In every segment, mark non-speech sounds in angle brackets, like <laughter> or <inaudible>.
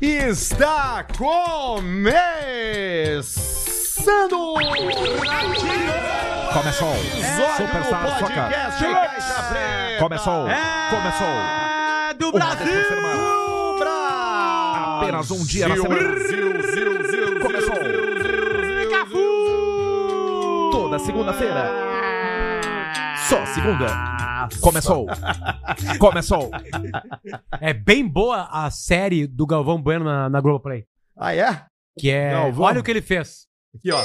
está começando! Começou! Superstar na sua cara. cara. Começou! Começou! É do Uma vez por semana. Apenas um dia na semana. Começou. Toda segunda-feira. Só segunda. Começou. Começou. É bem boa a série do Galvão Bueno na, na Globoplay. Ah, é? Que é. Galvão? Olha o que ele fez. Aqui, ó.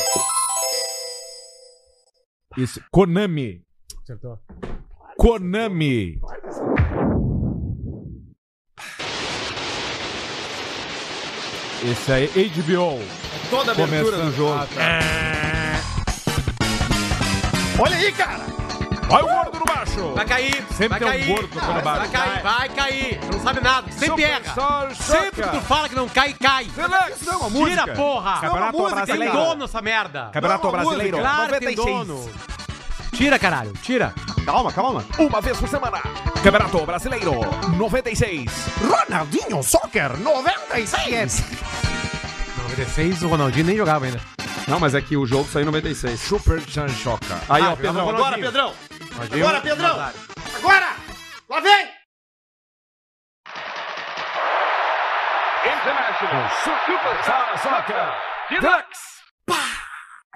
Isso. Konami. Acertou. Konami. Esse aí, HBO. Toda a abertura Começando. do Ah, jogo. tá. Olha aí, cara! Olha o gordo no baixo. Vai cair. Sempre vai tem um cair, gordo tocando vai, barulho. cair, vai cair. Tu não sabe nada. tu Sempre erra. Superstar Sempre que Soca. tu fala que não cai, cai. Relax. é Não, a Tira, música. porra. Campeonato Não, a música, Tem Brasileiro. dono essa merda. Campeonato Não, a música, Brasileiro. Claro que tem dono. Tira, caralho. Tira. Calma, calma. Uma vez por semana. Campeonato Brasileiro 96. Ronaldinho Soccer 96! 96, o Ronaldinho nem jogava ainda. Não, mas é que o jogo saiu em 96. Super Chanchoca. Aí, Ah, ó, Pedrão. jogava Agora, Ronaldinho. Pedrão! Ronaldinho- Agora, Pedrão! Agora! Lá vem! International Superstar Soccer. Deluxe.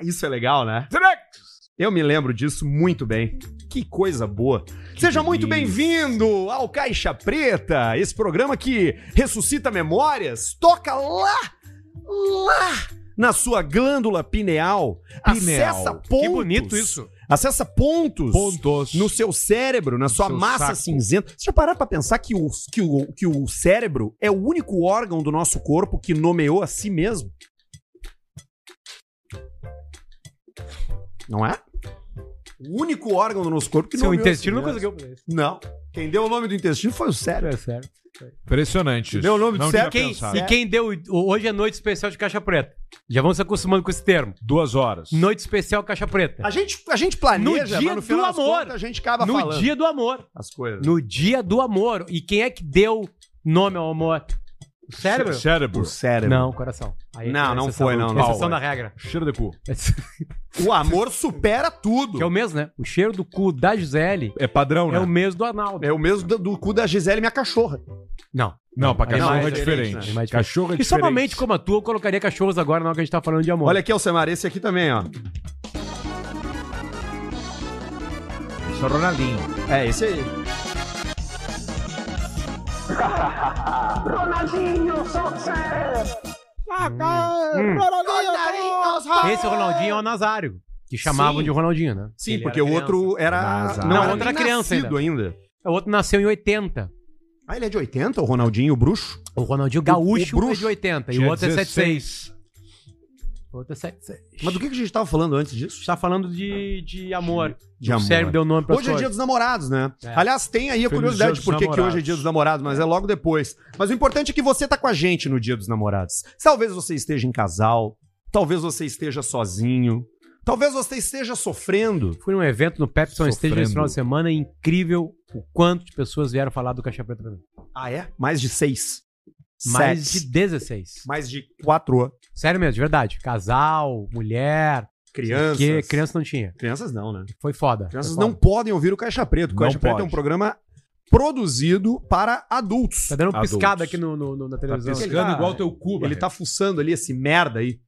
Isso é legal, né? Deluxe. Eu me lembro disso muito bem. Que coisa boa. Seja muito delícia. bem-vindo ao Caixa Preta, esse programa que ressuscita memórias, toca lá, lá na sua glândula pineal. Pineal. Acessa pontos. Que bonito isso. Acessa pontos. Pontos. No seu cérebro, na sua seu massa saco. cinzenta. Você já pararam pra pensar que o, que, o, que o cérebro é o único órgão do nosso corpo que nomeou a si mesmo? Não é? O único órgão do nosso corpo que Seu nomeou a si intestino não mesmo. conseguiu pra isso. Não. Quem deu o nome do intestino foi o cérebro. É sério. Impressionante. Deu o nome do Não tinha céu. Quem- pensado. e quem deu o- hoje é noite especial de caixa preta. Já vamos se acostumando com esse termo. Duas horas. Noite especial caixa preta. A gente, a gente planeja, No dia mas no do final das amor. contas a gente acaba No falando dia do amor. as coisas. No dia do amor. E quem é que deu nome ao amor? O cérebro? Cé- Cérebro. O cérebro. Não, coração. Aí Não, é não exceção, foi, não, é não. Exceção da regra. Cheiro de cu. <laughs> O amor supera tudo. Que é o mesmo, né? O cheiro do cu da Gisele É padrão, né? é o mesmo do Arnaldo. É o mesmo do, do cu da Gisele, minha cachorra. Não. Não, pra cachorro Animais é é diferente. diferente, né? Animais é Cachorro é E diferente. só uma mente como a tua, eu colocaria cachorros agora na hora que a gente tá falando de amor. Olha aqui, Alcemar, esse aqui também, ó. Só Ronaldinho. É, esse aí. é Esse Ronaldinho é o Nazário. Que chamavam Sim. de Ronaldinho, né? Sim, Ele porque era o criança. outro era. Mas, ah, Não, era outra nem criança nascido ainda. O outro nasceu em 80. Ah, ele é de 80, o Ronaldinho, o bruxo? O Ronaldinho Gaúcho o bruxo é de 80 e Tinha o outro 16. é 76. O outro é 76. Mas do que que a gente tava falando antes disso? Tá falando de, de amor. De o amor. cérebro deu nome pra Hoje é dia dos namorados, né? É. Aliás, tem aí a Feliz curiosidade Dia de dos por que que Namorados. hoje é dia dos namorados, mas é logo depois. Mas o importante é que você tá com a gente no dia dos namorados. Talvez você esteja em casal, talvez você esteja sozinho, talvez você esteja sofrendo. Fui num evento no Pepsi On Stage Sofrendo. nesse final de semana e incrível o quanto de pessoas vieram falar do Caixa Preta pra mim. Ah, é? Mais de seis. Mais Sete. de 16. Mais de quatro anos. Sério mesmo, de verdade. Casal, mulher, Crianças. porque criança não tinha. Crianças não, né? Foi foda. Crianças foi foda. não podem ouvir o Caixa Preto. O Caixa Não Preto pode. é um programa produzido para adultos. Tá dando uma Adultos. piscada aqui no, no- no- na Tá televisão. piscando tá- igual teu cu, Ele Barreto. tá fuçando ali esse merda aí.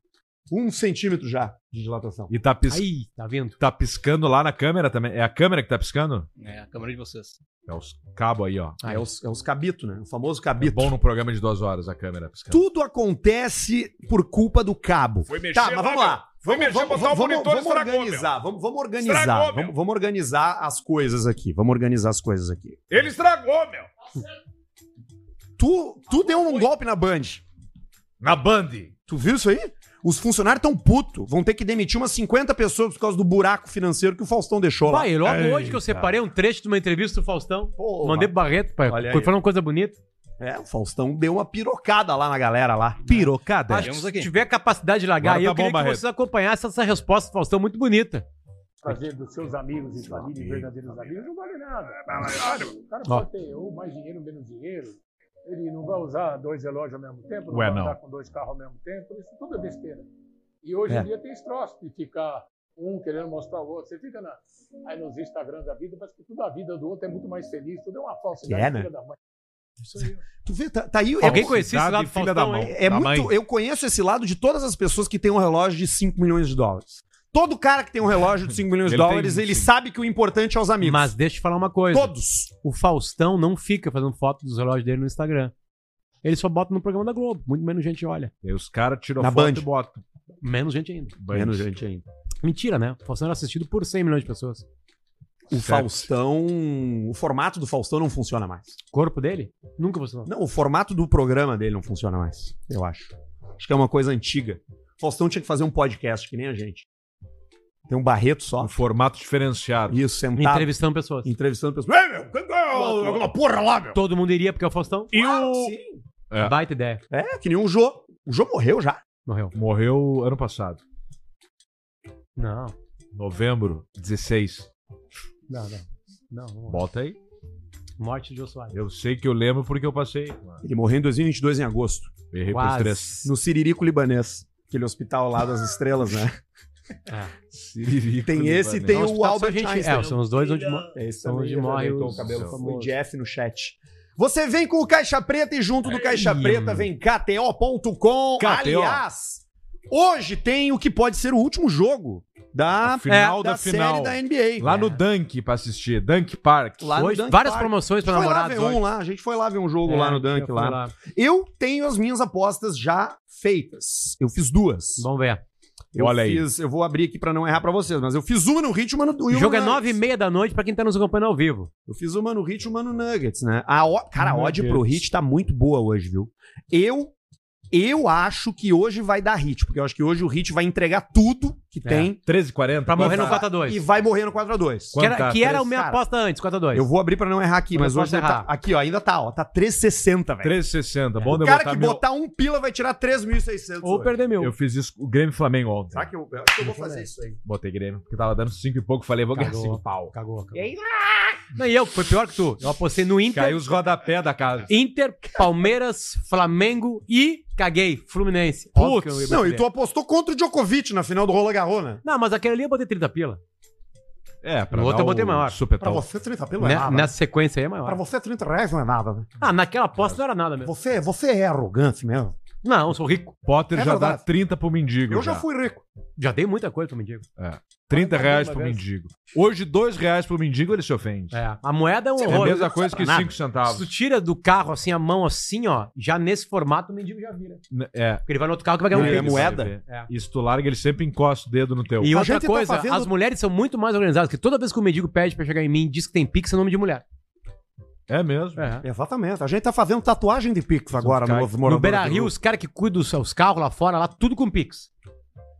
Um centímetro já de dilatação. E tá, pis... Aí, tá vindo. tá piscando lá na câmera também. É a câmera que tá piscando? É, a câmera de vocês. É os cabos aí, ó. É, os, é os cabito, né? O famoso É cabito. bom no programa de duas horas a câmera piscando. Tudo acontece por culpa do cabo. Foi mexer tá, mas lá, vamos lá. Foi Vamos, mexer, vamos, botar o vamos, monitor, vamos estragou, meu. organizar, vamos, vamos Estragou, organizar, meu. vamos, vamos organizar as coisas aqui, vamos organizar as coisas aqui. Ele estragou, meu. Tu, tu deu um golpe na Band, Na Band. tu viu isso aí? Os funcionários tão puto, vão ter que demitir umas 50 pessoas por causa do buraco financeiro que o Faustão deixou lá. Pai, logo Eita. hoje que eu separei um trecho de uma entrevista do Faustão. Pô, Mandei pro Barreto, pai. Olha aí. Foi falando uma coisa bonita. É, o Faustão deu uma pirocada lá na galera lá. Pirocada. Acho- Vamos Se aqui. tiver capacidade de largar, Agora aí, tá eu queria bom, que Barreto. vocês acompanhassem essa resposta do Faustão muito bonita. fazer dos seus amigos e É, família verdadeiros amigos não vale nada. O cara Ó. pode ter ou mais dinheiro ou menos dinheiro. Ele não vai usar dois relógios ao mesmo tempo, não Ué, vai não. andar com dois carros ao mesmo tempo, isso tudo é besteira. E hoje É. em dia tem esse troço de ficar um querendo mostrar o outro. Você fica na, aí nos Instagram da vida, parece que tudo a vida do outro é muito mais feliz, tudo é uma falsidade Que é, né? filha da mãe. Isso aí. Tu vê, tá, tá aí. é- Alguém conhecia esse Cidade lado do filha da Faustão, mão. hein? É Da muito, mãe. eu conheço esse lado de todas as pessoas que têm um relógio de 5 milhões de dólares. Todo cara que tem um relógio de 5 milhões de Ele tem dólares, um, ele sim. sabe que o importante é os amigos. Mas deixa eu te falar uma coisa. Todos. O Faustão não fica fazendo foto dos relógios dele no Instagram. Ele só bota no programa da Globo. Muito menos gente olha. E aí os caras tiram Na a foto Band. e botam. Menos gente ainda. Band. gente ainda. Mentira, né? O Faustão era assistido por 100 milhões de pessoas. O Certo. Faustão. O formato do Faustão não funciona mais. O corpo dele? Nunca funcionou. Não, o formato do programa dele não funciona mais, eu acho. Acho que é uma coisa antiga. Faustão tinha que fazer um podcast, que nem a gente. Tem um barreto só. Um formato diferenciado. Isso, sentado. Entrevistando pessoas. Entrevistando pessoas. Ei, meu, que- que- aquela porra lá, meu. Todo mundo iria, porque é o Faustão. E o... É. Baita ideia. É, que nem o Jô. O Jô morreu já. Morreu. Tá. Morreu ano passado. Não. Novembro 16. Não, não. Não, não. Bota aí. Morte de Jô Soares. Eu sei que eu lembro porque eu passei. Ele morreu em 2022, em agosto. Errei Quase. por três. No Siririco Libanês. Aquele hospital lá das estrelas, <laughs> né? Siririco Tem do esse e Ibanez. tem Nossa, o tá, Albert gente- Einstein. é, são os dois onde mo- É, esse são também onde já morre levantou os- o cabelo os- famoso. O Jeff no chat. Você vem com o Caixa Preta e junto do Caixa Ei. Preta vem KTO.com. KTO. Aliás, hoje tem o que pode ser o último jogo da, O final é, da série final. da NBA. Lá no Dunk pra assistir. Dunk Park. É. Lá no Hoje, Dunk várias Park. promoções pra Foi lá namorados ver hoje. um lá, a gente foi lá ver um jogo É, lá no eu Dunk fui lá. lá. Eu tenho as minhas apostas já feitas. Eu fiz duas. Vamos ver. eu Olha aí. fiz, eu vou abrir aqui pra não errar pra vocês, mas eu fiz uma no ritmo, uma no O jogo é no nove e Nuggets. meia da noite pra quem tá nos acompanhando ao vivo. Eu fiz uma no Hit, uma no Nuggets, né? A, o- cara, a odd Nuggets. pro Hit tá muito boa hoje, viu? Eu eu acho que hoje vai dar Hit, porque eu acho que hoje o Hit vai entregar tudo que É. tem 13h40. Pra morrer no Quanto tá? 4x2. e vai morrer no 4x2. Que era, Quanto tá? que era a Três, minha cara. aposta antes, 4x2. Eu vou abrir pra não errar aqui, Eu mas não hoje posso tá, errar. aqui ó, ainda tá, ó, tá 360, velho. 13,60. É. Bom, O eu cara botar que meu- botar um pila vai tirar 3.600. Ou hoje. perder mil. Eu fiz isso com o Grêmio e Flamengo ontem. Será que eu, eu acho que eu vou fazer isso aí? Botei Grêmio, porque tava dando 5 e pouco. Falei, vou ganhar Cagou. 5 assim, pau. Cagou, cagou. E aí? Não, e eu, foi pior que tu. Eu apostei no Inter, Caiu os rodapés da casa. Inter, Palmeiras, Flamengo e caguei, Fluminense. Óbvio que eu ia Não, perder. e tu apostou contra o Djokovic na final do Roland Garros, né? Não, mas aquele ali eu botei 30 pila. É, pra No outro dar eu botei o maior. Pra Supetão. você, 30 pila é Né- nada. né? Nessa sequência aí é Pra maior. você, 30 reais não é nada, né? Ah, naquela aposta não era nada mesmo. Você, você é arrogante mesmo. Não, eu sou rico. Potter É já dá verdade. 30 pro mendigo. Eu já fui rico. Já dei muita coisa pro mendigo. 30 reais Uma pro vez. mendigo. Hoje, 2 reais pro mendigo, ele se ofende. É, É, a moeda é um Sim, a horror. mesma coisa pra que nada. 5 Se tu centavos. tira do carro assim a mão assim, ó, já nesse formato o mendigo já vira. N- É. Porque ele vai no outro carro que vai ganhar Não, um é pix. moeda. É. Isso tu larga, ele sempre encosta o dedo no teu. E A outra gente tá coisa, fazendo- as mulheres são muito mais organizadas, que toda vez que o mendigo pede pra chegar em mim, diz que tem pix é nome de mulher. É mesmo. Exatamente. A gente tá fazendo tatuagem de Pix agora no ficar- novo No morador Beira do Rio, grupo. os caras que cuidam dos seus carros lá fora, lá, tudo com Pix.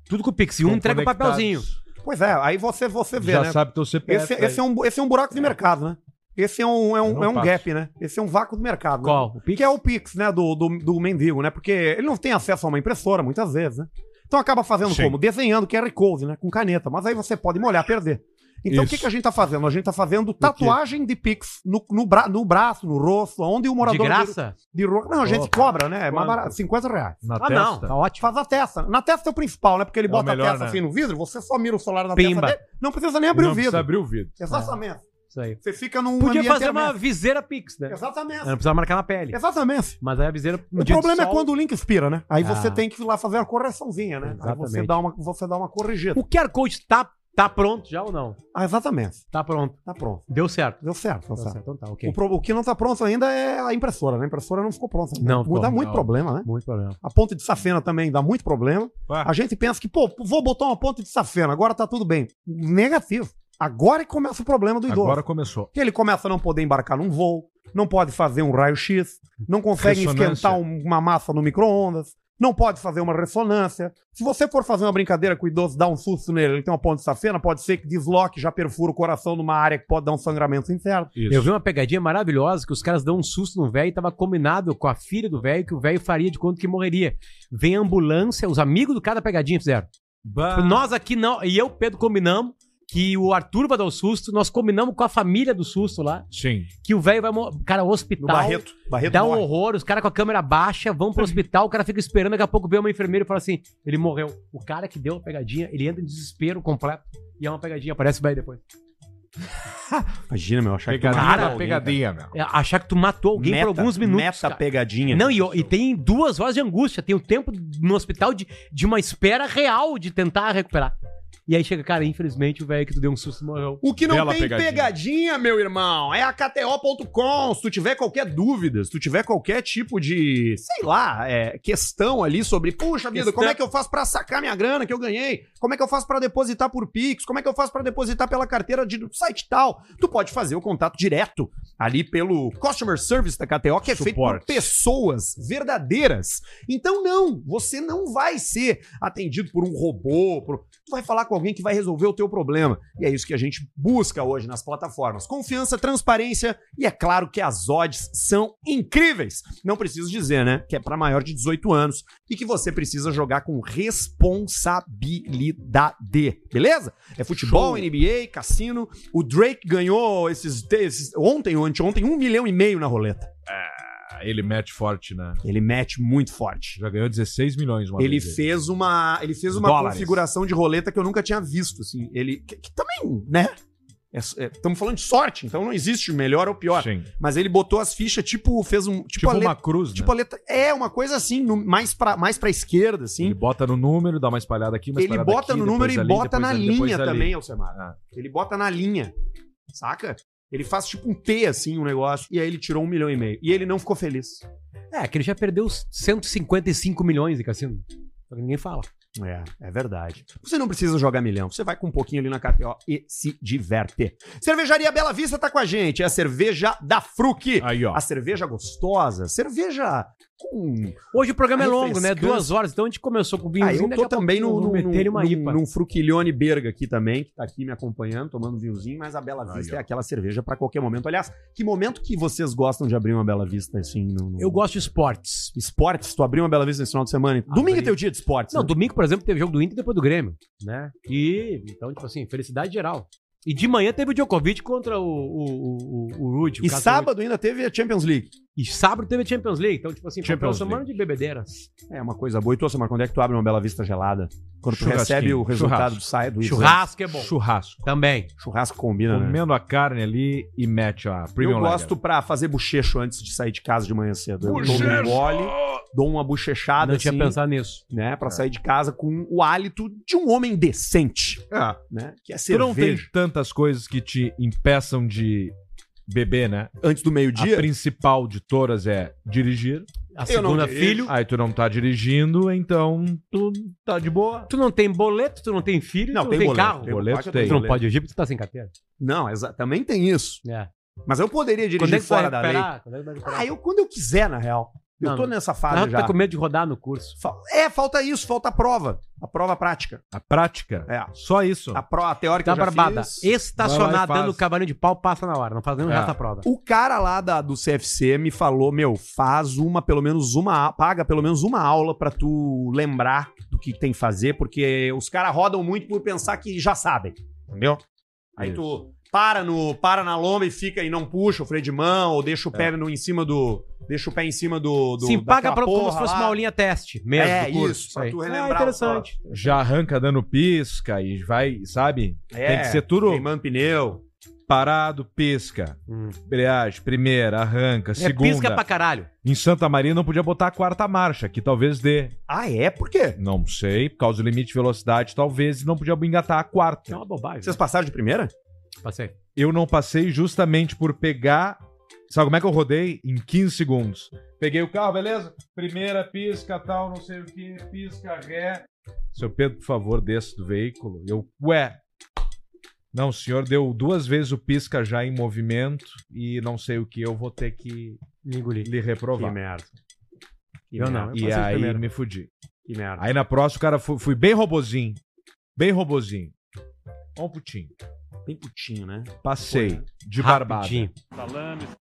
Tudo com Pix. E um Estão entrega o conectados. papelzinho. Pois é, aí você, você vê, Já né? sabe teu CPF. Esse, daí. esse é um, esse é um buraco de mercado, né? Esse é um, é Eu um, não é um passo. gap, né? Esse é um vácuo do mercado. né? Qual? O Pix? Que é o Pix, né? Do, do, do mendigo, né? Porque ele não tem acesso a uma impressora, muitas vezes, né? Então acaba fazendo Sim. como? Desenhando QR Code, né? Com caneta. Mas aí você pode molhar, perder. Então o que, Isso. que a gente tá fazendo? A gente tá fazendo tatuagem de Pix no, no, bra, no braço, no rosto, onde o de morador graça? de, de ro- Não, a gente Opa. cobra, né? É mais Quanto? barato, 50 reais. Na Ah, não. testa. Tá ótimo. Faz a testa. Na testa é o principal, né? Porque ele É o bota melhor, a testa né? assim no vidro, você só mira o celular na Pimba. testa dele. Não precisa nem abrir não o precisa vidro. abrir o vidro. Exatamente. Isso aí. Você fica num né? Podia ambiente fazer uma hermético. viseira Pix, né? Eu Exatamente. não precisava marcar na pele. Exatamente. É Mas aí a viseira. O problema é quando o link expira, né? Aí você Ah. tem que ir lá fazer a correçãozinha, né? Aí você Exatamente. dá uma, você dá uma corrigida. O QR Code tá, tá pronto já ou não? Ah, exatamente. Tá pronto. Tá pronto. Deu certo. Deu certo, Deu deu certo. certo. Então tá, ok. O, pro- o que não tá pronto ainda é a impressora, né? A impressora não ficou pronta. ainda. Não, ficou- Dá muito não. problema, né? Muito problema. A ponte de safena também dá muito problema. Ué. A gente pensa que, pô, vou botar uma ponte de safena, agora tá tudo bem. Negativo. Agora que começa o problema do idoso. Agora começou. Que ele começa a não poder embarcar num voo, não pode fazer um raio-x, não consegue Ressonância. esquentar um- uma massa no micro-ondas, não pode fazer uma ressonância. Se você for fazer uma brincadeira com o idoso, dá um susto nele, ele tem uma ponte de safena, pode ser que desloque, já perfura o coração numa área que pode dar um sangramento interno. Isso. Eu vi uma pegadinha maravilhosa que os caras dão um susto no velho e tava combinado com a filha do velho que o velho faria de conta que morreria. Vem a ambulância, os amigos do cara da pegadinha fizeram. Ah. Tipo, Bah. Nós aqui não. E eu, Pedro, combinamos que o Arthur vai dar o susto, nós combinamos com a família do susto lá, Sim. que o velho vai. mo- Cara, o No hospital. Barreto. Barreto Dá um morre. horror, os caras com a câmera baixa vão pro hospital, o cara fica esperando, daqui a pouco vê uma enfermeira e fala assim: ele morreu. O cara que deu a pegadinha, ele entra em desespero completo e é uma pegadinha, aparece vai depois. Imagina, meu, achar Pegadinha que tu mata da alguém, Tá pegadinha, meu. É, achar que tu matou cara. alguém Meta- por alguns minutos. Meta cara. pegadinha. Não, e, e tem duas horas de angústia. Tem o tempo no hospital de, de uma espera real de tentar recuperar. E aí chega, cara, infelizmente o velho que tu deu um susto morreu. O que não Bela tem pegadinha. pegadinha. meu irmão, é a KTO.com. Se tu tiver qualquer dúvida, se tu tiver qualquer tipo de, sei lá, é, questão ali sobre, puxa vida, Questão- como é que eu faço pra sacar minha grana que eu ganhei? Como é que eu faço pra depositar por Pix? Como é que eu faço pra depositar pela carteira de do site tal? Tu pode fazer o contato direto ali pelo Customer Service da KTO, que é feito por Suporte. pessoas verdadeiras. Então não, você não vai ser atendido por um robô, por tu vai falar com alguém que vai resolver o teu problema. E é isso que a gente busca hoje nas plataformas. Confiança, transparência e é claro que as odds são incríveis. Não preciso dizer, né, que é para maior de 18 anos e que você precisa jogar com responsabilidade, beleza? É futebol, NBA, cassino. O Drake ganhou esses, esses ontem ou anteontem um milhão e meio na roleta. Ah, Ele mete forte, né? Ele mete muito forte. Já ganhou 16 milhões uma Ele vez. fez uma, ele fez uma Dólares. configuração de roleta que eu nunca tinha visto, assim. Ele que, que também, né? Estamos falando de sorte, então não existe melhor ou pior. Sim. Mas ele botou as fichas tipo fez um tipo, Tipo a letra, uma cruz, né? tipo a letra- é uma coisa assim, no- mais para mais para esquerda assim. Ele Ele, bota no número, dá uma espalhada aqui, uma espalhada bota aqui, no número e depois ali, bota depois na ali, linha depois ali. também, Alcemar. Ah, Ele bota na linha. Saca? Ele faz tipo um T assim, um negócio, e aí ele tirou um milhão e meio. E ele não ficou feliz. É, que ele já perdeu os 155 milhões de cassino. Só que ninguém fala. É, é verdade. Você não precisa jogar milhão, você vai com um pouquinho ali na KTO e se diverte. Cervejaria Bela Vista tá com a gente, é a cerveja da Fruc. Aí, ó. A cerveja gostosa, cerveja com... Hoje o programa é A longo, né? refrescância- Duas horas. Então a gente começou com o Ah, vinhozinho. eu daqui tô a também pouquinho num, eu vou num, meter ele uma num, IPA. num Fruquilhone Berga aqui também, que tá aqui me acompanhando, tomando vinhozinho, mas a Bela Aí, Vista ó. é aquela cerveja pra qualquer momento. Aliás, que momento que vocês gostam de abrir uma Bela Vista, assim, no... no- Eu gosto de esportes. Ah, Esportes, tu abriu uma Bela Vista nesse final de semana. Domingo é teu dia de esportes, Não, né? domingo, por exemplo, teve jogo do Inter e depois do Grêmio, né? E, então, tipo assim, felicidade geral. E de manhã teve o Djokovic contra o, o, o, o- o Rude. o E Casper sábado ainda teve a Champions League. Ruud. E sábado teve a Champions League. Então, tipo assim, foi uma Champions semana de bebedeiras. É uma coisa boa. E tu, Samar, quando é que tu abre uma Bela Vista gelada? Quando tu Churrasquinho. recebe o resultado Churrasco. do sai do Churrasco é bom. Churrasco. Também. exame. Churrasco combina, né? Comendo a carne ali e mete a Eu Premium gosto pra fazer bochecho antes de sair de casa de manhã cedo. Eu dou um Bochecho! gole, dou uma bochechada não tinha assim, pensado nisso. né, pra É. sair de casa com o hálito de um homem decente, Lager. Ah, né? Que é tu não tem cerveja tantas coisas que te impeçam de beber, né? antes do A meio-dia. principal de todas é dirigir. A Eu não segunda, dei. filho. Aí tu não tá dirigindo, então tu tá de boa. Tu não tem boleto, tu não tem filho, Não, tu não tem tem, boleto, carro. tem boleto boleto, tem. Tu não pode dirigir porque tu tá sem carteira. Não, exa- também tem isso. É. Mas eu poderia dirigir Quando é que tu vai fora da lei. recuperar? Quando é que tu vai recuperar? Ah, eu quando eu quiser, na real. eu Não, tô não. nessa Na real, fase tu já. tá com medo de rodar no curso. Fa- É, falta isso, falta a prova. A prova prática. A prática, É. só isso. A, pro, a teórica Tá eu já barbada. fiz. Vai lá Estacionar e faz. dando cavalinho de pau, passa na hora. Não faz nenhum É. resto da prova. O cara lá da- do CFC me falou, meu, faz uma, pelo menos uma, a- paga pelo menos uma aula pra tu lembrar do que tem que fazer, porque os caras rodam muito por pensar que já sabem, entendeu? Aí Isso. tu para no para na lomba e fica e não puxa o freio de mão ou deixa o É. pé no em cima do deixa o pé em cima do, do Sim, paga daquela pra, como porra se fosse lá. uma aulinha teste mesmo. É, do curso, isso, aí. pra tu relembrar Ah, interessante. Já arranca dando pisca e vai, sabe? É, Tem que ser tudo queimando pneu. parado, pisca, Hum. embreagem, primeira, arranca, É segunda. pisca pra caralho. Em Santa Maria não podia botar a quarta marcha, que talvez dê. Ah, é? Por quê? Não sei, por causa do limite de velocidade, talvez não podia engatar a É quarta. uma bobagem. Vocês passaram de primeira? Passei. Eu não passei justamente por pegar. Sabe como é que eu rodei? Em 15 segundos. Peguei o carro, beleza? Primeira, pisca, tal, não sei o que, pisca, ré. Seu Pedro, por favor, desce do veículo. Eu, ué. Não, o senhor deu duas vezes o pisca já em movimento e não sei o que, eu vou ter que Me engoli. lhe reprovar. merda. Que Eu não, merda. eu E passei de aí primeira. me fudi. Que merda. Aí na próxima, cara, fui, fui bem robozinho. Bem robozinho. Ó um putinho. Bem putinho, né? Passei. Foi, né? De barbada. Rapidinho.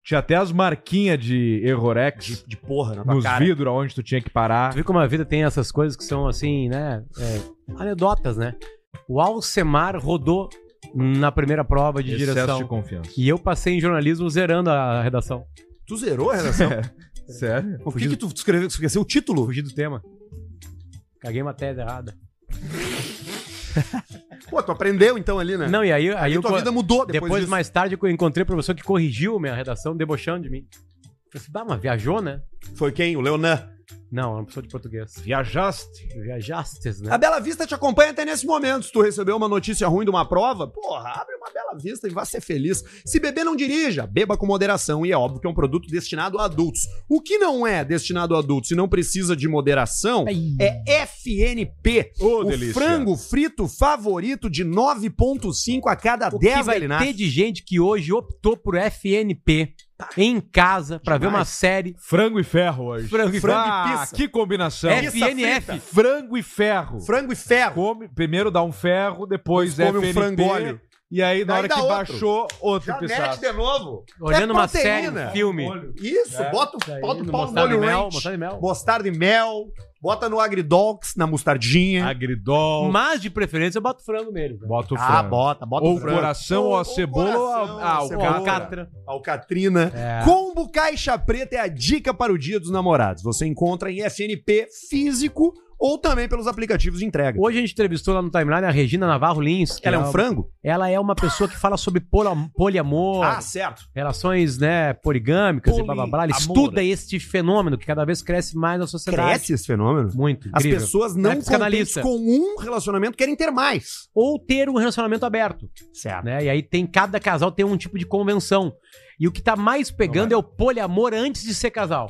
Tinha até as marquinhas de De, errorex de né? porra na tua nos cara. vidros aonde tu tinha que parar. Tu vê como a vida tem essas coisas que são assim, né? é, anedotas, né? O Alcemar rodou na primeira prova de Excesso direção. de confiança. E eu passei em jornalismo zerando a redação. Tu zerou <laughs> a redação? É. Sério? Por que, que tu escreveu? Esqueceu o título? Fugi do tema. Caguei uma tese errada. <laughs> Pô, tu aprendeu então ali, né? Não, e aí, aí aí eu. tua vida mudou depois, Depois, disso. mais tarde, eu encontrei o professor que corrigiu minha redação, debochando de mim. Eu falei assim, ah, mas viajou, né? Foi quem? O Leonan. Não, era uma pessoa de português. Viajaste? Viajastes, né? A Bela Vista te acompanha até nesse momento. Se tu recebeu uma notícia ruim de uma prova, porra, abre uma Bela Vista e vá ser feliz. Se beber, não dirija. Beba com moderação. E é óbvio que é um produto destinado a adultos. O que não é destinado a adultos e não precisa de moderação é FNP. Ô, o delícia. frango frito favorito de 9,5 a cada O que 10 vai alienados. ter de gente que hoje optou por FNP em casa pra ver Tá. Demais. uma série Frango e ferro hoje. Frango e ah, frango e pizza. Que combinação. FNF. Frango e ferro. Frango e ferro. Come, primeiro dá um ferro, depois Come um FNP, frangolho. E aí, na Daí hora dá que outro. baixou, outro Já mete pisado. de novo. Olhando É uma série, proteína. um filme. Isso, É. bota, o- Daí, bota o no pau no mostarda molho e mel, ranch. mostarda e mel. Mostarda e mel. Bota no agridox, na mostardinha. Agridol. Mas, de preferência, eu boto frango nele. velho. Bota o ah, frango. bota, bota ou o o frango. coração, Ou- ou ou a cebola, ou coração, a, ah, ou o cebola. catra. Alcatrina. É. Combo Caixa Preta é a dica para o Dia dos Namorados. Você encontra em FNP físico ou também pelos aplicativos de entrega. Hoje a gente entrevistou lá no timeline a Regina Navarro Lins. que Ela é um uma- frango? Ah, Ela é uma pessoa que fala sobre pola- poliamor, certo. relações né, poligâmicas e blá blá blá. Ela Poliamor. estuda este fenômeno que cada vez cresce mais na sociedade. Cresce esse fenômeno? Muito. As incrível. pessoas Ela não é contentes psicanalista. com um relacionamento querem ter mais. Ou ter um relacionamento aberto. Certo. né? E aí tem cada casal tem um tipo de convenção. E o que tá mais pegando é. o poliamor antes de ser casal.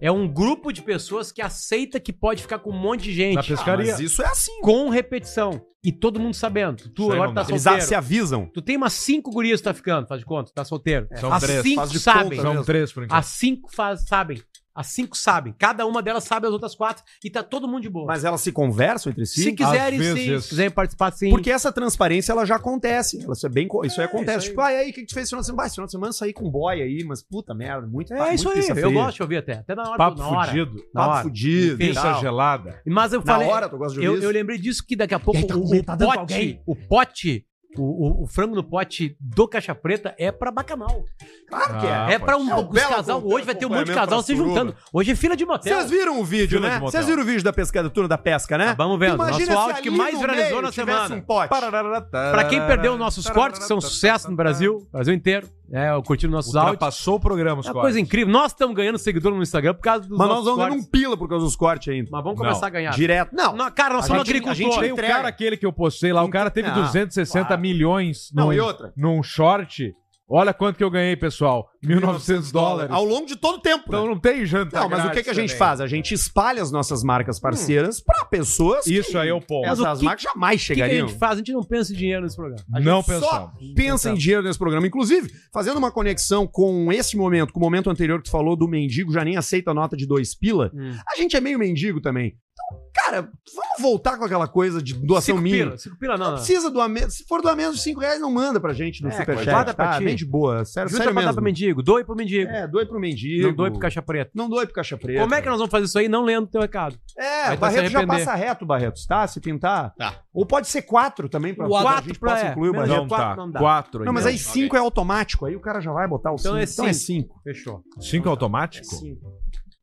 É um grupo de pessoas que aceita que pode ficar com um monte de Na gente pescaria. mas isso é assim. com repetição e todo mundo sabendo. Tu Isso aí agora não tá dá. Eles solteiro. se avisam. Tu tem umas cinco gurias que tá ficando, faz de conta, tá solteiro. São As três, cinco faz de sabem. conta, né? São três por enquanto. As cinco faz, sabem. As cinco sabem. Cada uma delas sabe as outras quatro e tá todo mundo de boa. Mas elas se conversam entre si? se quiserem, às sim. vezes. Se quiserem participar, sim. Porque essa transparência ela já acontece. Ela, isso é bem, co- isso aí É, acontece. isso aí. Tipo, ah, e aí, o que, que tu fez esse final de semana? Ah, esse final de semana eu saí com um boy aí, mas puta merda, muito é muito isso aí. pizza Eu fria. gosto de ouvir até. Até na hora. Papo na hora. fudido. Na Papo hora. fudido. Enfim. Pizza gelada. Mas eu Na falei. hora, tu gosta de ouvir Eu, isso? eu lembrei disso que daqui a pouco E aí tá o, comendo, o tá dando pote, pauzinho. o pote, o, o- o frango no pote do Caixa Preta é pra bacanal. Claro que é. Ah, é pra um pode ser. É o os belo casal acompanha- hoje vai ter um monte de acompanhamento casal se pra suruba. juntando. Hoje é fila de motel. Vocês viram o vídeo, Fila né? de motel. Vocês viram o vídeo da pescadura da pesca, né? Ah, Vamos vendo. Imagina nosso se áudio que ali mais no viralizou meio na tivesse semana. um pote. Pra Pra quem perdeu nossos cortes, que são um sucesso no Brasil, Brasil inteiro, né? Eu curtindo nossos áudios. Ultrapassou o programa, os É uma cortes. coisa incrível. Nós estamos ganhando seguidor no Instagram por causa dos Mas nós nossos vamos dando um cortes. pila por causa dos cortes ainda. Mas vamos Não. começar a ganhar. Direto. Não. Não, cara, nós A somos gente- a gente agricultores. Tem o entrega. cara aquele que eu postei lá, o cara teve Ah, 260 claro. milhões Não, num, e outra? num short. Olha quanto que eu ganhei, pessoal. 1.900 dólares. Ao longo de todo o tempo. né? Então não tem né? jantar Não, mas Ah, o que, grátis que a gente também. faz? A gente espalha as nossas marcas Hum. parceiras pra pessoas Isso que aí é o ponto. Mas o essas que- marcas jamais O que, que a chegariam. gente faz? A gente não pensa em dinheiro nesse programa. A gente Não só pensamos. Pensa em dinheiro nesse programa. Inclusive, fazendo uma conexão com esse momento, com o momento anterior que tu falou do mendigo, já nem aceita nota de dois pila, Hum. a gente é meio mendigo também. Então, cara, vamos voltar com aquela coisa de doação Cinco mínima. pila, cinco pila Não não, não. precisa doar menos. Se for doar menos de 5 reais, não manda pra gente no É, superchat. guarda pra tá? ti. Bem de boa. Sério, Junta sério pra dar mesmo. pro mendigo, doe pro mendigo. É, doe pro mendigo. não doe pro caixa preta. Não doe pro caixa preta. Como é que nós vamos fazer isso aí não lendo teu recado? É, Vai o tá se Barreto já arrepender. passa reto, Barreto, tá? Se pintar. Tá. Ou pode ser 4 também, pra, O pra quatro gente pra- possa é, incluir o melhor. Barreto. Não, Quatro tá. não dá. Quatro. Não, mas aí então. 5 é automático, aí o cara já vai botar o 5. Então é Então é cinco. 5. Fechou. Cinco é automático?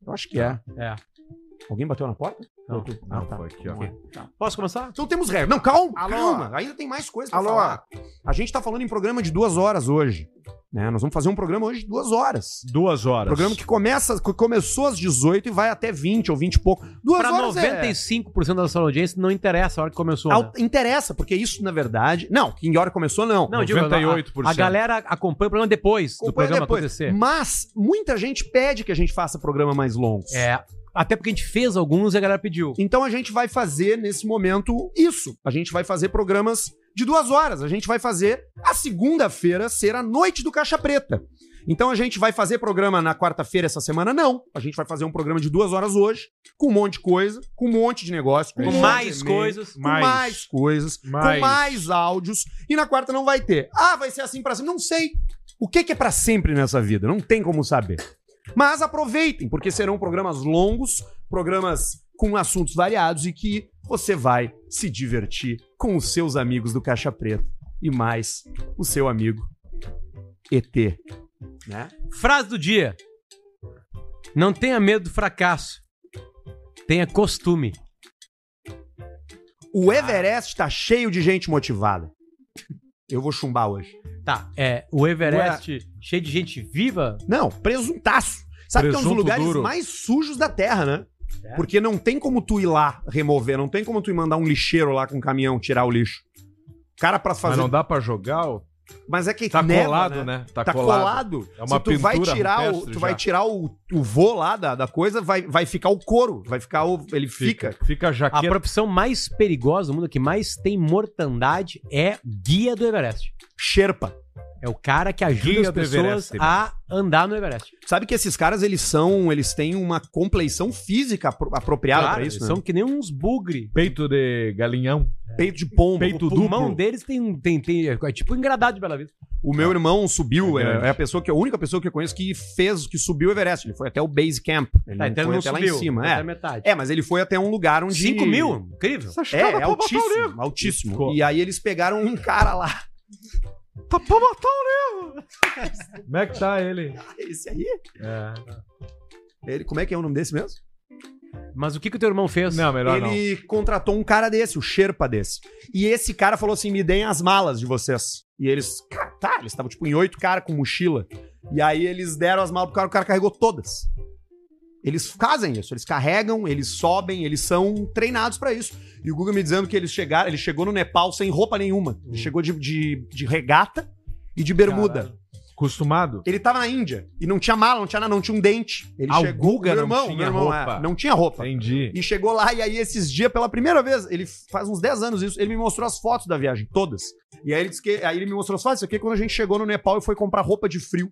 Eu acho que é. É. Alguém bateu na porta? Não. Ou tu- Ah, tá. foi aqui, ó. Ok. Posso começar? Então temos regra. Não, calma, Alô? calma. Ainda tem mais coisa pra Alô? falar. A gente tá falando em programa de duas horas hoje. Né? Nós vamos fazer um programa hoje de duas horas. Duas horas. Programa que começa, que começou às 18 e vai até 20 ou 20 e pouco. Duas Pra horas 95% da nossa audiência, não interessa a hora que começou. é... né? Al- Interessa, porque isso, na verdade... Não, que em hora começou, não. Não, eu digo, a- 98%. a, a galera acompanha o programa depois do Acompanha programa depois. acontecer. Mas muita gente pede que a gente faça programa mais longo. É. Até porque a gente fez alguns e a galera pediu. Então a gente vai fazer, nesse momento, isso. A gente vai fazer programas de duas horas. A gente vai fazer a segunda-feira ser a noite do Caixa Preta. Então a gente vai fazer programa na quarta-feira essa semana? Não. A gente vai fazer um programa de duas horas hoje, com um monte de coisa, com um monte de negócio, com um Com monte mais de e-mail. coisas. mais, Mais. mais coisas, Mais. com mais áudios, e na quarta não vai ter. Ah, vai ser assim pra sempre. Não sei. O que, que é pra sempre nessa vida? Não tem como saber. Mas aproveitem, porque serão programas longos, programas com assuntos variados e que você vai se divertir com os seus amigos do Caixa Preta. e mais o seu amigo ET. Né? Frase do dia. Não tenha medo do fracasso. Tenha costume. O Everest tá cheio de gente motivada. Eu vou chumbar hoje. Tá, é, o Everest cheio de gente viva. Não, presuntaço. Sabe que é um dos Presunto lugares duro. mais sujos da Terra, né? É. Porque não tem como tu ir lá remover, não tem como tu ir mandar um lixeiro lá com um caminhão tirar o lixo. Cara, pra Mas fazer. não dá pra jogar? ó. Mas é que Tá neva, colado, né? Tá, colado. É uma Se tu vai pintura tirar o, rupestre tu vai já. tirar o, o vô lá da, da coisa, vai, vai ficar o couro, vai ficar o ele fica. Fica, fica a A jaqueta. profissão mais perigosa do mundo, que mais tem mortandade, é guia do Everest. Sherpa. É o cara que ajuda Guia as do pessoas Everest. a andar no Everest. Sabe que esses caras eles são, eles têm uma compleição física apro- apropriada pra eles isso, são né? que nem uns bugre. Peito de galinhão. Peito de pombo. Peito o pulmão duplo. deles tem, tem, tem- é tipo engradado de Bela Vista. O meu irmão subiu, É é, grande. é a pessoa que a única pessoa que eu conheço que fez que subiu o Everest, ele foi até o base camp. Ele Tá, não então foi não até subiu, lá em cima, até a é. metade. É, mas ele foi até um lugar onde 5 mil? Incrível. É, é altíssimo, altíssimo. E aí eles pegaram um cara lá Tá pra matar o <laughs> livro. Como é que tá ele? Esse aí? É. Ele, como é que é o nome desse mesmo? Mas o que, que o teu irmão fez? Não, melhor não. ele contratou um cara desse, o Sherpa desse. E esse cara falou assim: me deem as malas de vocês. E eles, ca- tá, eles estavam tipo em oito caras com mochila. E aí eles deram as malas pro cara, o cara carregou todas. Eles fazem isso, eles carregam, eles sobem, eles são treinados pra isso. E o Guga me dizendo que eles chegaram, ele chegou no Nepal sem roupa nenhuma. Uhum. Ele chegou de, de, de regata e de bermuda. Caralho. Acostumado? Ele tava na Índia e não tinha mala, não tinha nada, não tinha um dente. Ele Ah, o chegou, Guga meu não irmão, tinha meu irmão, é, roupa. não tinha roupa. Entendi. E chegou lá, e aí esses dias, pela primeira vez, ele faz uns 10 anos isso, ele me mostrou as fotos da viagem, todas. E aí ele disse que. Aí ele me mostrou as fotos, isso aqui é quando a gente chegou no Nepal e foi comprar roupa de frio.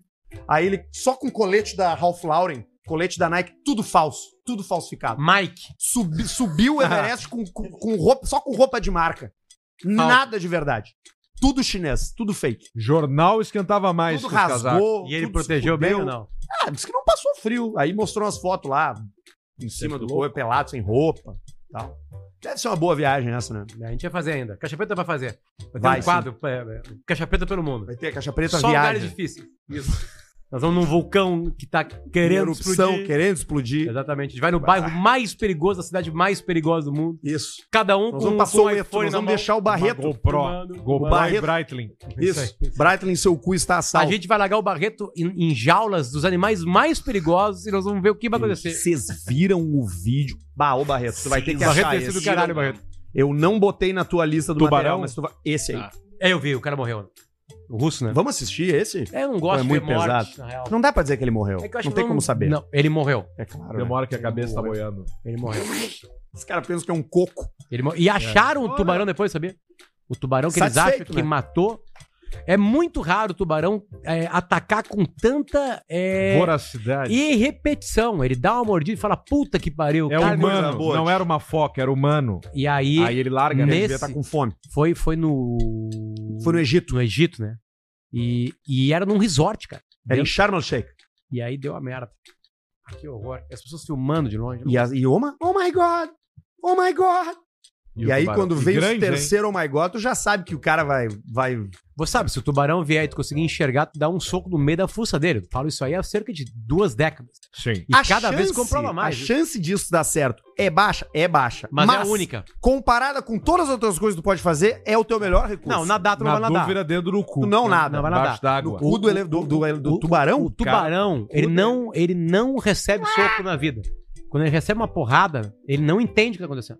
Aí ele, só com colete da Ralph Lauren, colete da Nike, tudo falso, tudo falsificado. Mike. Subi- subiu o Everest com, com, com roupa, só com roupa de marca. Nada de verdade. Tudo chinês, tudo fake. Jornal esquentava mais tudo que os casacos. rasgou. E ele tudo protegeu escondeu. bem ou não? Ah, disse que não passou frio. Aí mostrou umas fotos lá, em cima do corpo, pelado, sem roupa tal. Deve ser uma boa viagem essa, né? É, A gente vai fazer ainda. Caixa Preta vai fazer. Vai ter Vai, um sim. quadro. é, é, Caixa Preta pelo mundo. Vai ter caixa preta Só lugares viagem. difíceis. Isso. Nós vamos num vulcão que tá querendo erupção, explodir. querendo explodir. Exatamente. A gente vai no bairro mais perigoso, da cidade mais perigosa do mundo. Isso. Cada um Nós com, vamos passar com o Eto, nós vamos deixar o Barreto. Uma GoPro. Fumando, GoPro Barreto. e Breitling. Isso. Breitling, seu cu está a A salvo. gente vai largar o Barreto em, em jaulas dos animais mais perigosos e nós vamos ver o que vai acontecer. Vocês viram o vídeo? Bah, ô Barreto, você vai ter que Barreto achar é esse. do caralho, Barreto. Eu não botei na tua lista do Tubarão? material, mas tu vai... Esse aí. Ah. É, eu vi, o cara morreu. O russo, né? Vamos assistir esse? É, eu não gosto É muito de ver morte, pesado. na real. Não dá pra dizer que ele morreu. É que eu acho não que tem como saber. Não, ele morreu. É claro. né? Demora que a cabeça tá boiando. Ele morreu. Os caras pensam que é um coco. É. Ele mor- E acharam o tubarão depois, sabia? O tubarão que eles Satisfeito, acham que né? matou. É muito raro o tubarão é, atacar com tanta é, Voracidade. e repetição. Ele dá uma mordida e fala, puta que pariu. É cara." humano. boa, Não tio. era uma foca, era humano. E aí, Aí ele larga, né? nesse- Ele devia tá Tá com fome. foi, foi no... Foi no Egito. no Egito, né? E, e era num resort, cara. Era em Deu- Sharm el Sheikh. E aí deu a merda. Ah, que horror. E As pessoas filmando de longe. E, a, e uma, oh my god, oh my god. E, o aí tubarão. quando E vem o grande, hein? terceiro oh my god, tu já sabe que o cara vai, vai Você sabe, se o tubarão vier e tu conseguir enxergar, tu dá um soco no meio da fuça dele. Eu falo isso aí há cerca de duas décadas. Sim. E cada vez comprova mais. A chance disso dar certo é baixa, é baixa. Mas, é a única. comparada com todas as outras coisas que tu pode fazer, é o teu melhor recurso. Não, nadar tu não Na vai nadar. dúvida, dedo no cu. Tu não nada. não vai nadar. Embaixo No d'água. cu do, ele- do, do- do o- tubarão? O tubarão, ele não, ele não recebe soco na vida. Quando ele recebe uma porrada, ele não entende o que tá acontecendo.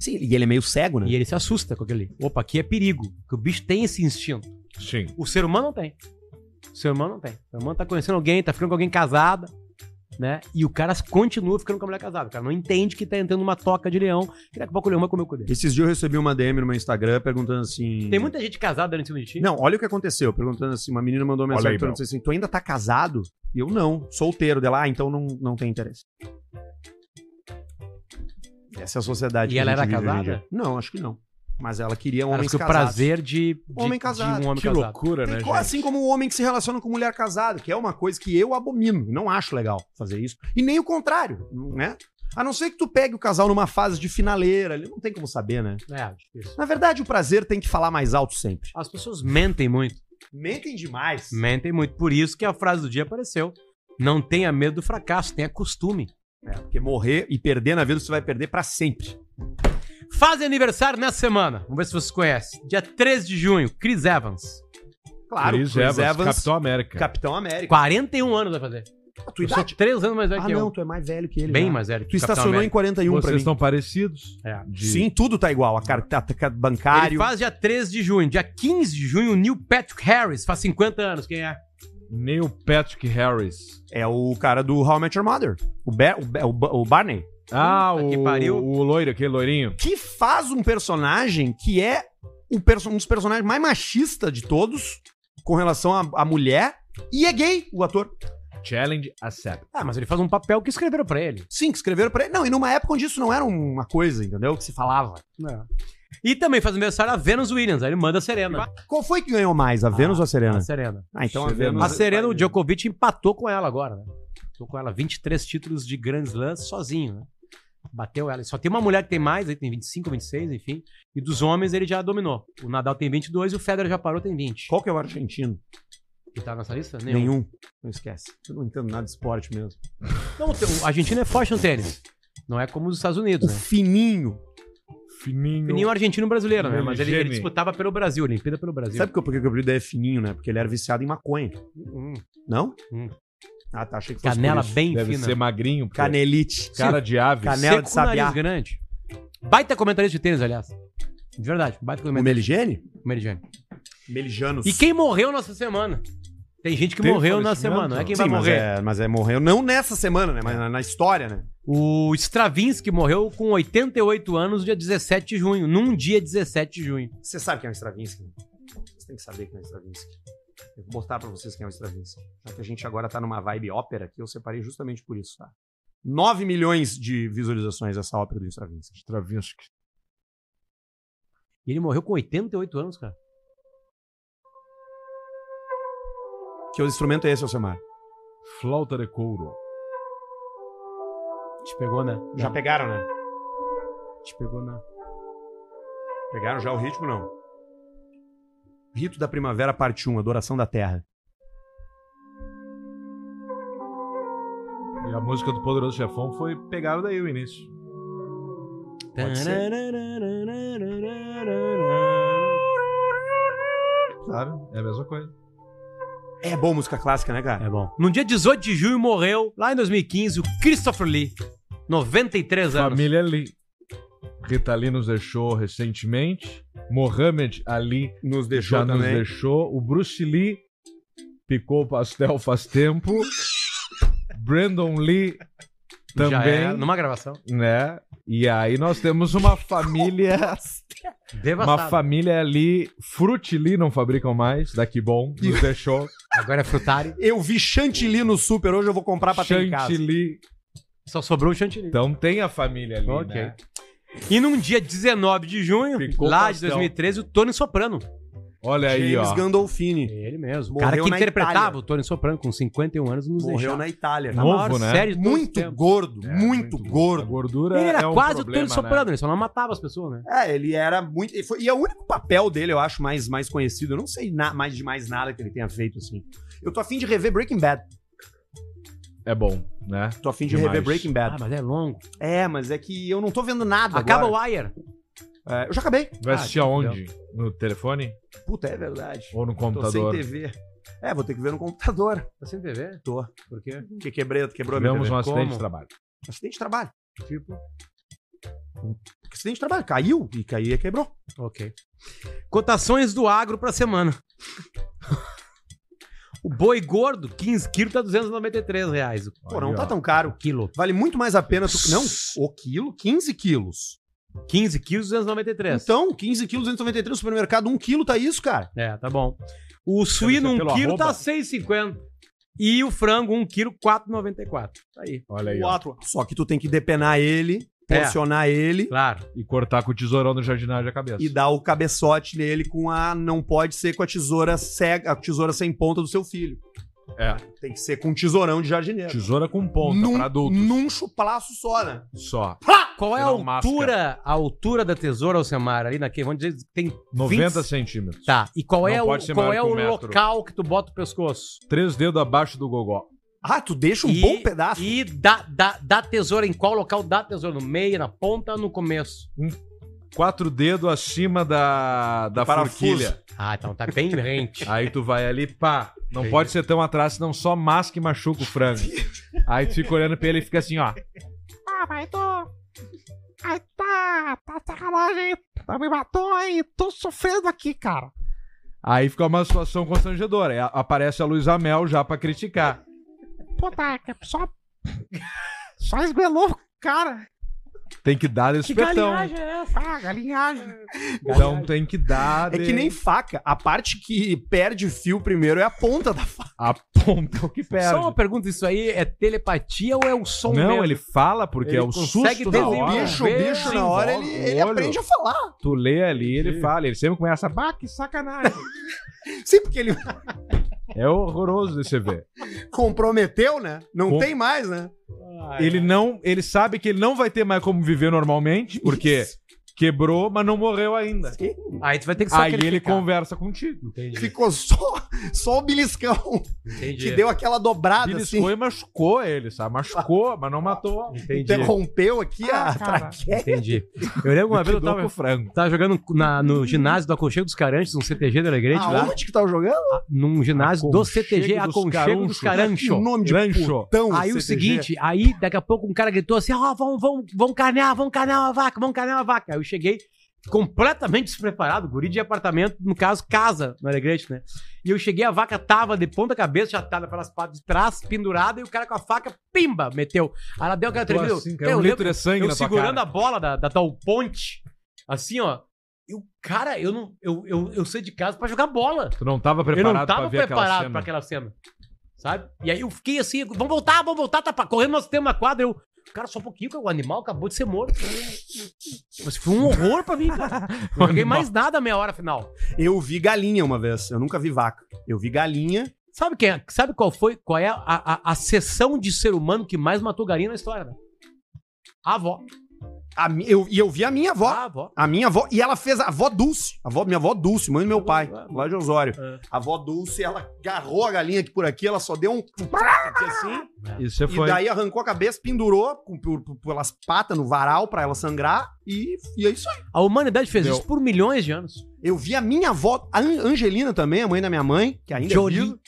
Sim, e ele é meio cego, né? E ele se assusta com aquele. Opa, aqui é perigo. Porque o bicho tem esse instinto. Sim. O ser humano não tem. O ser humano não tem. O ser humano tá conhecendo alguém, tá ficando com alguém casada, né? E o cara continua ficando com a mulher casada. O cara não entende que tá entrando numa toca de leão, que daqui a pouco o leão vai comer o cu dele. Esses dias eu recebi uma DM no meu Instagram perguntando assim... Tem muita gente casada dentro de ti. Não, olha o que aconteceu. Perguntando assim, uma menina mandou uma Olha aí, mensagem perguntando assim: tu ainda tá casado? E eu não, solteiro dela, ah, então não, não tem interesse. Essa é a sociedade. E que a ela gente era vive hoje em casada? dia. Não, acho que não. Mas ela queria Cara, homens fica o casados. prazer de, de- Homem casado. de um homem Que casado. loucura, Tem né, co- assim como o homem que se relaciona com mulher casada, que é uma coisa que eu abomino, não acho legal fazer isso. E nem o contrário, né? A não ser que tu pegue o casal numa fase de finaleira, ele não tem como saber, né? É, difícil. Na verdade, o prazer tem que falar mais alto sempre. As pessoas mentem muito. Mentem demais. Mentem muito. Por isso que a frase do dia apareceu. Não tenha medo do fracasso, tenha costume. É, porque morrer e perder na vida você vai perder pra sempre. Fazem aniversário nessa semana. Vamos ver se vocês conhecem. Dia 13 de junho, Chris Evans. Claro, Chris Evans, Capitão América. Capitão América. 41 anos vai fazer. A tua Eu sou idade? 3 anos mais velho Ah, que não, eu. tu é mais velho que ele. Bem já. mais velho que Tu o Capitão estacionou em América. 41 pra Vocês mim. estão parecidos? É. De- Sim, tudo tá igual. A carta Ele bancário. faz dia 13 de junho. Dia 15 de junho, o Neil Patrick Harris. Faz 50 anos. Quem é? Neil Patrick Harris. É o cara do How I Met Your Mother. O, Ba- o Ba- o Ba- o Barney. Ah, Puta que o, pariu. o loiro, aquele loirinho. Que faz um personagem que é o perso- um dos personagens mais machistas de todos com relação à à mulher. E é gay, o ator. Challenge accept. Ah, mas ele faz um papel que escreveram pra ele. Sim, que escreveram pra ele. Não, e numa época onde isso não era uma coisa, entendeu? Que se falava. E também faz aniversário a Venus Williams. Aí ele manda a Serena. Qual foi que ganhou mais, a Vênus ou a Serena? A Serena. Ah, então a Serena. Vênus. A Serena, o Djokovic empatou com ela agora, né? Empatou com ela 23 títulos de Grand Slam sozinho, né? Bateu ela. Só tem uma mulher que tem mais, aí tem 25, 26, enfim. E dos homens ele já dominou. O Nadal tem 22 e o Federer já parou, tem 20. Qual que é o argentino? Que tá nessa lista? Nenhum. Nenhum. Não esquece. Eu não entendo nada de esporte mesmo. Não, o te- o argentino é forte no tênis. Não é como os Estados O Unidos, né? fininho. Fininho. Nenhum argentino brasileiro, né? Ele Mas ele, ele geme. disputava pelo Brasil, Olimpíada pelo Brasil. Sabe por que o apelido é fininho, né? Porque ele era viciado em maconha. Hum, Não? Hum. Ah, tá. Achei que fosse Canela por isso. bem Deve fina. ser magrinho. pô. Canelite. Cara de aves. Cane- Canela. Canela de Seco, nariz sabiá. grande. Baita comentarista de tênis, aliás. De verdade, baita O comentarista. Meligene? Meridiano. Melijanos. E quem morreu nessa semana? Tem gente que Teve morreu na falecimento? semana, não é quem Sim, vai mas morrer. é, mas é morreu não nessa semana, né? É. Mas na, na história, né? O Stravinsky morreu com 88 anos, dia 17 de junho, num dia 17 de junho. Você sabe quem é o Stravinsky? né? Você tem que saber quem é o Stravinsky. Eu vou mostrar pra vocês quem é o Stravinsky. Já que a gente agora tá numa vibe ópera, que eu separei justamente por isso, tá? 9 milhões de visualizações essa ópera do Stravinsky. Stravinsky. E ele morreu com 88 anos, cara. Que instrumento é esse, Alcemar? Flauta de couro. Te pegou, né? Já pegaram, né? Te pegou, né? Pegaram já o ritmo, não? Rito da Primavera, parte 1, Adoração da Terra. E a música do Poderoso Chefão foi pegada daí o início. Pode ser. Sabe? É a mesma coisa. É bom música clássica, né, cara? É bom. No dia 18 de junho morreu, lá em 2015, o Christopher Lee. 93 anos. Família Ali. Rita Lee nos deixou recentemente. Mohamed Ali Nos já nos deixou. O Bruce Lee picou o pastel faz tempo. Brandon Lee Já também, era, numa gravação. né? E aí nós temos uma família, Devastado. uma família ali, Fruit Lee não fabricam mais, daqui bom, nos deixou. Agora é frutari. Eu vi chantilly no super, hoje eu vou comprar pra ter em casa. Chantilly. Só sobrou o chantilly. Então tem a família ali, Ok. né? E num dia 19 de junho, Ficou lá de pastel. 2013, o Tony Soprano. Olha aí, James ó. Gandolfini. É Ele mesmo. O Morreu cara que na interpretava Itália. o Tony Soprano com 51 anos nos Morreu deixou. na Itália. Novo, né? série de todos os Muito tempos. gordo, É, muito A gordo. gordura Ele era é um quase problema, o Tony Soprano, ele só não matava as pessoas, né? É, ele era muito. ele foi- e é o único papel dele, eu acho, mais, mais conhecido. Eu não sei na- mais de mais nada que ele tenha feito, assim. Eu tô afim de rever Breaking Bad. Né? É bom, né? Tô afim de Demais. rever Breaking Ah, Bad. mas é longo. É, mas é que eu não tô vendo nada. Acaba agora. o Wire. É, eu já acabei. Vai Ah, assistir que aonde? No telefone? Puta, é verdade. Ou no Tô sem computador? TV. É, vou ter que ver no computador. Tá sem TV? Tô. Por quê? Porque quebrei, quebrou a minha Tivemos TV. um acidente de Como? trabalho. Acidente de trabalho. Tipo, Acidente de trabalho. Caiu e caía quebrou. ok. Cotações do agro pra semana. o boi gordo, 15 quilos, tá R$ 293 reais. O Pô, não Aí, tá ó. tão caro. quilo. Vale muito mais a pena. Tu... Não, o quilo, 15 quilos. 15 quilos, 293. Então, 15 quilos, 293 no supermercado, 1 quilo tá isso, cara. É, tá bom. O suíno, 1 ser é pelo um quilo, tá arroba? 6,50. E o frango, 1 um quilo, 4,94. Tá aí. Olha aí, ó. Quatro. Só que tu tem que depenar ele, É. porcionar ele Claro. E cortar com o tesourão do jardinagem a cabeça. e dar o cabeçote nele com a. Não pode ser com a tesoura cega, a tesoura sem ponta do seu filho. É. Tem que ser com tesourão de jardineiro. Tesoura com ponta num, pra adultos. num chuplaço só, né? Só. Qual é a Senão masca. altura, a altura da tesoura, Alcemar, ali naquele? Vamos dizer que tem 90 20 centímetros. Tá, e qual é Não o, pode ser qual maior é que o um metro. local que tu bota o pescoço? Três dedos abaixo do gogó. Ah, tu deixa um E- bom pedaço. E da, da, da tesoura, em qual local dá a tesoura? No meio, na ponta, no começo? Um, Quatro dedos acima da, da Parafuso. forquilha. Ah, então tá bem rente. Aí tu vai ali, pá. Não Sim. pode ser tão atrás, senão só masca e machuca o frango. Aí tu fica olhando pra ele e fica assim, ó. Ah, mas tu. Ai, tá. Tá sacanagem, hein? Tá me matou, hein? Tô sofrendo aqui, cara. Aí fica uma situação constrangedora. Aí a- Aparece a Luísa Mel já pra criticar. Pô, tá. que Só. Só esguelou o cara. Tem que dar esse petão. é essa? Ah, galinhagem. Então tem que dar. É que de- nem faca. A parte que perde fio primeiro é a ponta da faca. aponta é o que perde. Só uma pergunta, isso aí é telepatia ou é o som não, mesmo? ele fala porque Ele é o consegue susto da O desenvolver. hora. bicho, o bicho, na hora, ele, ele Olho. aprende a falar. Tu lê ali, ele fala, ele sempre começa, bah, que sacanagem. Sim, porque ele é horroroso de você ver. <laughs> comprometeu, né? Não Com- tem mais, né? Ele não, ele sabe que ele não vai ter mais como viver normalmente, porque quebrou, mas não morreu ainda. Aí tu vai ter que Aí sacrificar. ele conversa contigo. Entendi, Ficou só, só o beliscão entendi. que deu aquela dobrada, Beliscou e machucou é, ele, sabe? Machucou, mas não matou. assim. Entendi, Interrompeu aqui a Ah, cara. <laughs> traqueia. entendi. Eu lembro uma vez eu Liquidou com tava, o frango. tava jogando na- no ginásio do Aconchego dos um Caranchos, no CTG da Alegrete lá. Aonde que tava jogando? Ah, num ginásio do Aconchego CTG dos Aconchego dos Carancho. um nome Rancho. putão. Aí o CTG. seguinte, aí daqui a pouco um cara gritou assim: ó, vão, vão, vão carnear, vão carnear uma vaca, vão carnear uma vaca. Aí eu cheguei completamente despreparado, guri de apartamento, no caso, casa, no Alegrete, né? E eu cheguei, a vaca tava de ponta cabeça, chatada pelas patas de trás, pendurada, e o cara com a faca, pimba, meteu. Aí ela deu aquela Pô, tremida. assim, eu- cara, eu um lembro- litro de sangue eu na tua segurando cara. a bola da, da tal ponte, assim, ó. E o cara, eu não. Eu, eu, eu saí de casa pra jogar bola. Tu não tava Eu preparado não pra tava ver aquela preparado cena. pra aquela cena. Sabe? E aí eu fiquei assim, vamos voltar, vamos voltar, tá pra... correndo, nós temos uma quadra. Eu, cara, só um pouquinho, cara, o animal acabou de ser morto. Mas foi um horror pra mim, <laughs> cara. Não joguei mais nada a meia hora final. Eu vi galinha uma vez. Eu nunca vi vaca. Eu vi galinha. Sabe, quem é- sabe qual foi, qual é a, a, a sessão de ser humano que mais matou galinha na história, né? A avó. A mi- eu- E eu vi a minha avó. A Ah, avó. A minha avó, e ela fez a avó Dulce, a avó, minha avó Dulce, mãe do meu pai, lá de Osório. Ah, É. A avó Dulce, ela agarrou a galinha aqui por aqui, ela só deu um aqui assim, Isso você e foi. daí arrancou a cabeça, pendurou com, por- por- pelas patas no varal pra ela sangrar, e, e é isso aí. A humanidade fez Meu. isso por milhões de anos. Eu vi a minha avó, a An- Angelina também, a mãe da minha mãe, que ainda Jolie. vive.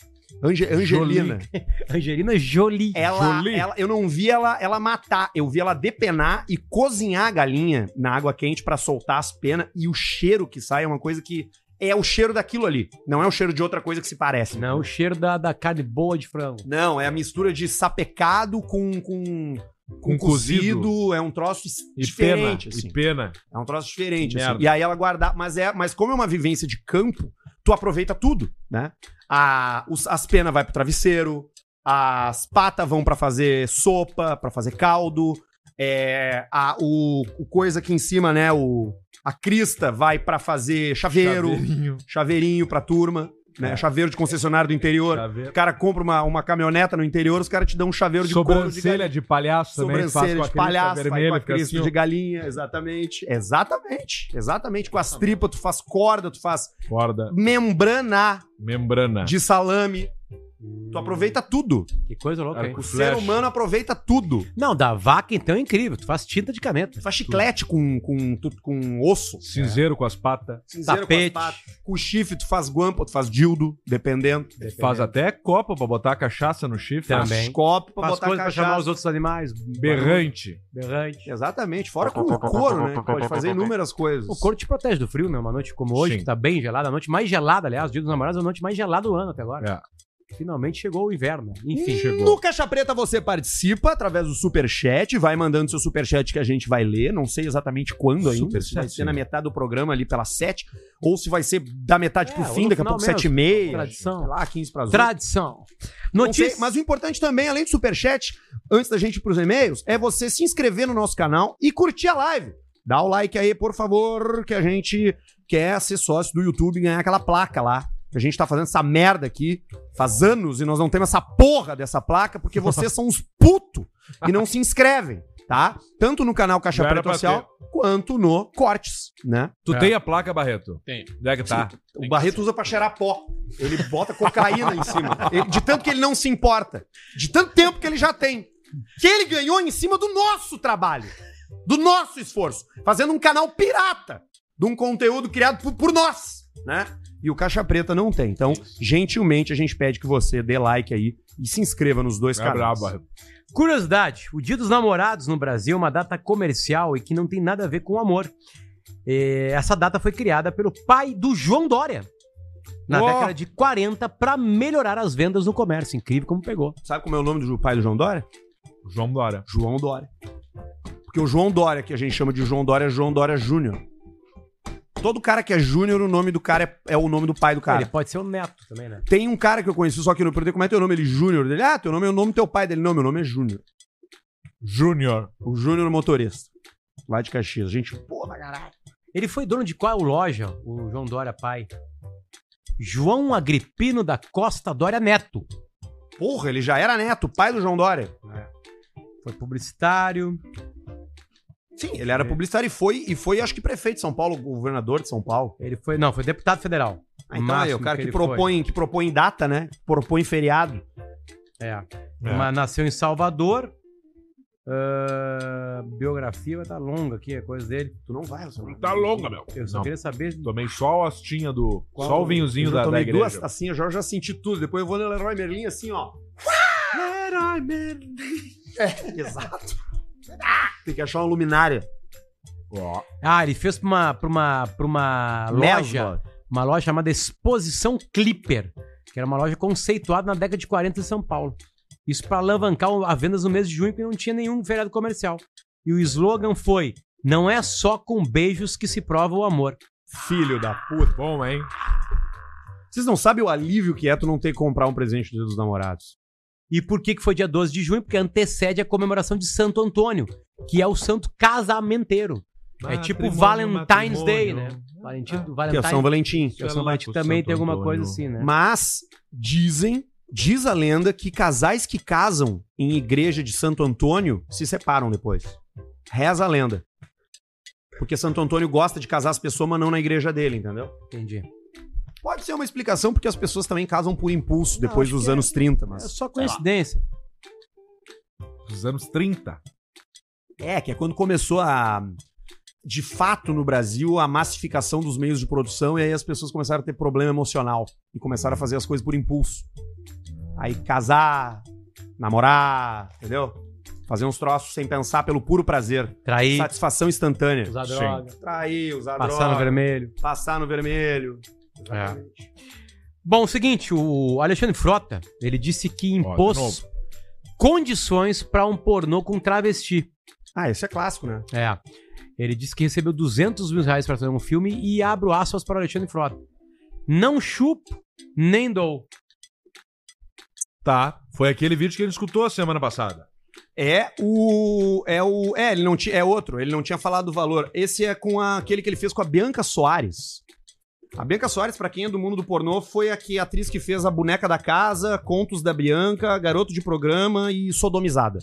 Ange- Angelina. <laughs> Angelina Jolie. Ela, Jolie. ela- eu não vi ela, ela matar, eu vi ela depenar e cozinhar a galinha na água quente pra soltar as penas e o cheiro que sai é uma coisa que é o cheiro daquilo ali, não é o cheiro de outra coisa que se parece. Não, o cheiro da, da carne boa de frango. Não, é a mistura de sapecado com com, Com com cozido. cozido. é um troço es- E pena, diferente assim. e pena. É um troço diferente assim. Merda. E aí ela guardar, mas é, mas como é uma vivência de campo, tu aproveita tudo, né? A, os- as penas vai pro travesseiro, as patas vão pra fazer sopa, pra fazer caldo, é, a, o, o coisa aqui em cima, né, o a crista vai pra fazer chaveiro, Chaveirinho. É. chaveirinho pra turma, né? Chaveiro de concessionário do interior. Chaveiro. O cara compra uma, uma caminhoneta no interior, os caras te dão um chaveiro de couro de Sobrancelha galinha. de palhaço também. Sobrancelha de palhaço, vai com a vermelha, fica crista assim, de galinha, exatamente. Exatamente. Exatamente. Com as tripas, tu faz corda, tu faz ó, corda, membrana membrana. de salame. Tu aproveita tudo. Que coisa louca, hein? O Arco- ser Flecha. humano aproveita tudo. Não, da vaca então é incrível. Tu faz tinta de caneta. Tu faz chiclete com, com, tu- com osso. Cinzeiro com as patas. Cinzeiro Tapete. Com, as patas. com chifre, tu faz guampa, tu faz dildo, dependendo. Faz até copa pra botar a cachaça no chifre. Também. Faz copo pra Faz botar coisa pra chamar cachaça. os outros animais. Berrante. Berrante. Exatamente. Fora com o couro, né? Pode fazer inúmeras coisas. O couro te protege do frio, né? Uma noite como hoje, Sim. que tá bem gelada, a noite mais gelada, aliás, o Dia dos Namorados é a noite mais gelada do ano até agora. É. Finalmente chegou o inverno. Enfim. No Caixa Preta você participa através do Superchat, vai mandando seu Superchat que a gente vai ler, não sei exatamente quando ainda, Superchat, se vai ser né? na metade do programa ali pelas 7, ou se vai ser da metade É, pro ou fim, no daqui a final pouco 7 e mesmo. meia, sei Tradição. lá, 15 para as Tradição. não sei, Notícias. mas o importante também, além do superchat, antes da gente ir pros e-mails, é você se inscrever no nosso canal e curtir a live. Dá o like aí, por favor, que a gente quer ser sócio do YouTube e ganhar aquela placa lá. que a gente tá fazendo essa merda aqui faz anos e nós não temos essa porra dessa <laughs> placa porque vocês são uns putos que não se inscrevem, tá? Tanto no canal Caixa Já era Preta pra Social quanto no Cortes, né? Tu É. tem a placa, Barreto? Tem. Onde é que tá? O Barreto usa pra cheirar pó. Ele bota cocaína em cima. Ele- de tanto que ele não se importa. De tanto tempo que ele já tem. Que ele ganhou em cima do nosso trabalho. Do nosso esforço. Fazendo um canal pirata. De um conteúdo criado por, por nós. Né? E o Caixa Preta não tem. Então, gentilmente, a gente pede que você dê like aí e se inscreva nos dois É brabo, canais. Barreto. Curiosidade: o Dia dos Namorados no Brasil é uma data comercial e que não tem nada a ver com o amor. É, essa data foi criada pelo pai do João Dória. Na Ó. década de 40, pra melhorar as vendas no comércio. Incrível como pegou. Sabe como é o nome do pai do João Dória? João Dória. João Dória. Porque o João Dória, que a gente chama de João Dória, é João Dória Júnior. Todo cara que é júnior, o nome do cara é, é o nome do pai do Ele cara. pode ser o neto também, né? Tem um cara que eu conheci, só que eu não perguntei como é teu nome. Ele, Júnior. Ele, ah, teu nome é o nome do teu pai dele. Não, meu nome é Júnior. Júnior. O Júnior motorista. Lá de Caxias. Gente, pô, pra caralho. Ele foi dono de qual loja, o João Dória pai? João Agripino da Costa Dória Neto. Porra, ele já era neto, pai do João Dória. É. Foi publicitário. É. Sim, ele era publicitário e foi, e foi, acho que prefeito de São Paulo, governador de São Paulo. Ele foi. Não, foi deputado federal. Ah, então Máximo aí, o cara que, ele propõe, que propõe data, né? Propõe feriado. foi. É. Mas nasceu em Salvador. Ah, biografia vai estar longa aqui, é coisa dele. Tu não vai, você não Tá longa, meu. Eu só Não. queria saber. Tomei só a hostinha do. Qual- Só o vinhozinho eu da, da tomei igreja. duas tacinhas, já, eu já senti tudo. Depois eu vou no Leroy Merlin assim, ó. Leroy Merlin. É, exato. Ah, Tem que achar uma luminária. Ó. Ah, ele fez pra uma, pra uma, pra uma loja. Mesma. Uma loja chamada Exposição Clipper, que era uma loja conceituada na década de 40 em São Paulo. Isso para alavancar o- as vendas no mês de junho, porque não tinha nenhum feriado comercial. E o slogan foi: Não é só com beijos que se prova o amor. Filho da... Puta, bom, hein? Vocês não sabem o alívio que é tu não ter que comprar um presente do Dia dos namorados. E por que, que foi dia 12 de junho? Porque antecede a comemoração de Santo Antônio, que é o santo casamenteiro. é tipo Matrimônio, Valentine's Day, né? matrimônio. Valentino, Que é Valentine, o São Valentim. que é o São Valentim também tem alguma coisa assim, né? Mas dizem, diz a lenda, que casais que casam em igreja de Santo Antônio se separam depois. Reza a lenda. Porque Santo Antônio gosta de casar as pessoas, mas não na igreja dele, entendeu? Entendi. Pode ser uma explicação, porque as pessoas também casam por impulso Não, depois acho dos que é- anos 30, É mas. só coincidência. Dos anos 30. É, que é quando começou a. De fato, no Brasil, a massificação dos meios de produção, e aí as pessoas começaram a ter problema emocional e começaram a fazer as coisas por impulso. Aí casar, namorar, entendeu? Fazer uns troços sem pensar pelo puro prazer. Trair, Satisfação instantânea. usar Sim. droga, Trair, usar passar droga, no vermelho. passar no vermelho. Bom, o seguinte, o Alexandre Frota, ele disse que de impôs novo. condições para um pornô com travesti. Ah, isso é clássico, né? É. Ele disse que recebeu 200 mil reais para fazer um filme e abro aspas para o Alexandre Frota. Não chupo, nem dou. Tá. Foi aquele vídeo que ele escutou a semana passada. É o. É o. É, ele não tinha. É outro, ele não tinha falado do valor. Esse é com a- aquele que ele fez com a Bianca Soares. A Bianca Soares, pra quem é do mundo do pornô, foi a, que, a atriz que fez a boneca da casa, Contos da Bianca, Garoto de Programa e Sodomizada.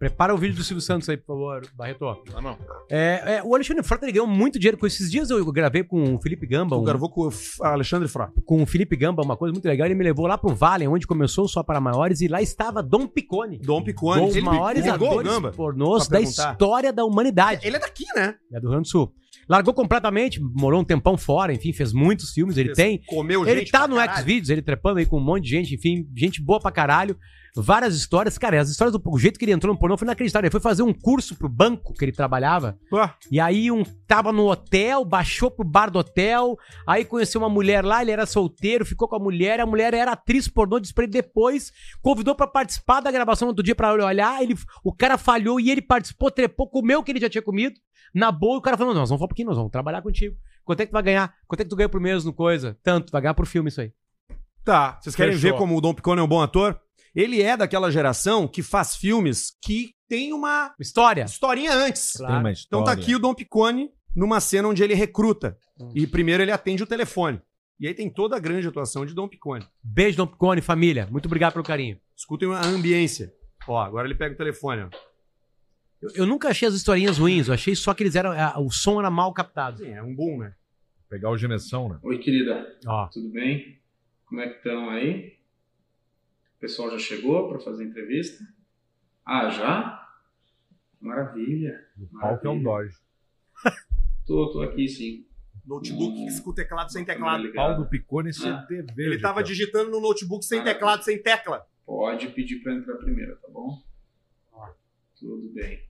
Prepara o vídeo do Silvio Santos aí, por favor, Barreto. Ah, não. É, é, o Alexandre Frota ele ganhou muito dinheiro com isso. esses dias. Eu gravei com o Felipe Gamba, Tu um- gravou com o F- ah, Alexandre Frota. com o Felipe Gamba, uma coisa muito legal. Ele me levou lá pro Vale, onde começou o Só para Maiores, e lá estava Dom Picone. Dom Picone. Os maiores ligou o atores Gamba. pornôs pra da perguntar. história da humanidade. Ele é daqui, né? É do Rio Grande do Sul. Largou completamente, morou um tempão fora, enfim, fez muitos filmes, ele tem. Comeu Ele gente tá pra no caralho. Xvideos, ele trepando aí com um monte de gente, enfim, gente boa pra caralho. Várias histórias, cara, as histórias do o jeito que ele entrou no pornô foi inacreditável. Ele foi fazer um curso pro banco que ele trabalhava. Ué. E aí um tava no hotel, baixou pro bar do hotel, aí conheceu uma mulher lá, ele era solteiro, ficou com a mulher, a mulher era atriz pornô, disse pra ele depois, convidou pra participar da gravação outro dia pra ele olhar, ele, o cara falhou e ele participou, trepou, comeu o que ele já tinha comido, na boa, e o cara falou, não, nós vamos falar um pouquinho, nós vamos trabalhar contigo. Quanto é que tu vai ganhar? Quanto é que tu ganha por mês no coisa? Tanto, vai ganhar por filme isso aí. Tá. Vocês querem Fechou. ver como o Dom Picone é um bom ator? Ele é daquela geração que faz filmes que tem uma História. historinha antes. Claro. Tem uma Então história. Hum. tá aqui o Dom Picone numa cena onde ele recruta. E primeiro ele atende o telefone. E aí tem toda a grande atuação de Dom Picone. Beijo, Dom Picone, família. Muito obrigado pelo carinho. Escutem a ambiência. Ó, agora ele pega o telefone, ó. Eu, eu nunca achei as historinhas ruins, eu achei só que eles eram. a- o som era mal captado. Assim, é um boom, né? Pegar o Geneção, né? Oi, querida, Ó, tudo bem? Como é que estão aí? O pessoal já chegou para fazer entrevista? Ah, já? Maravilha. O palco é um Dodge. Tô, tô aqui sim. Hum. Notebook com teclado sem teclado. Câmera Pau ligada. do Picone é Ah. CTV. Ele tava Vitão. digitando no notebook sem teclado, sem tecla. Pode pedir para entrar primeiro, tá bom? Tudo bem.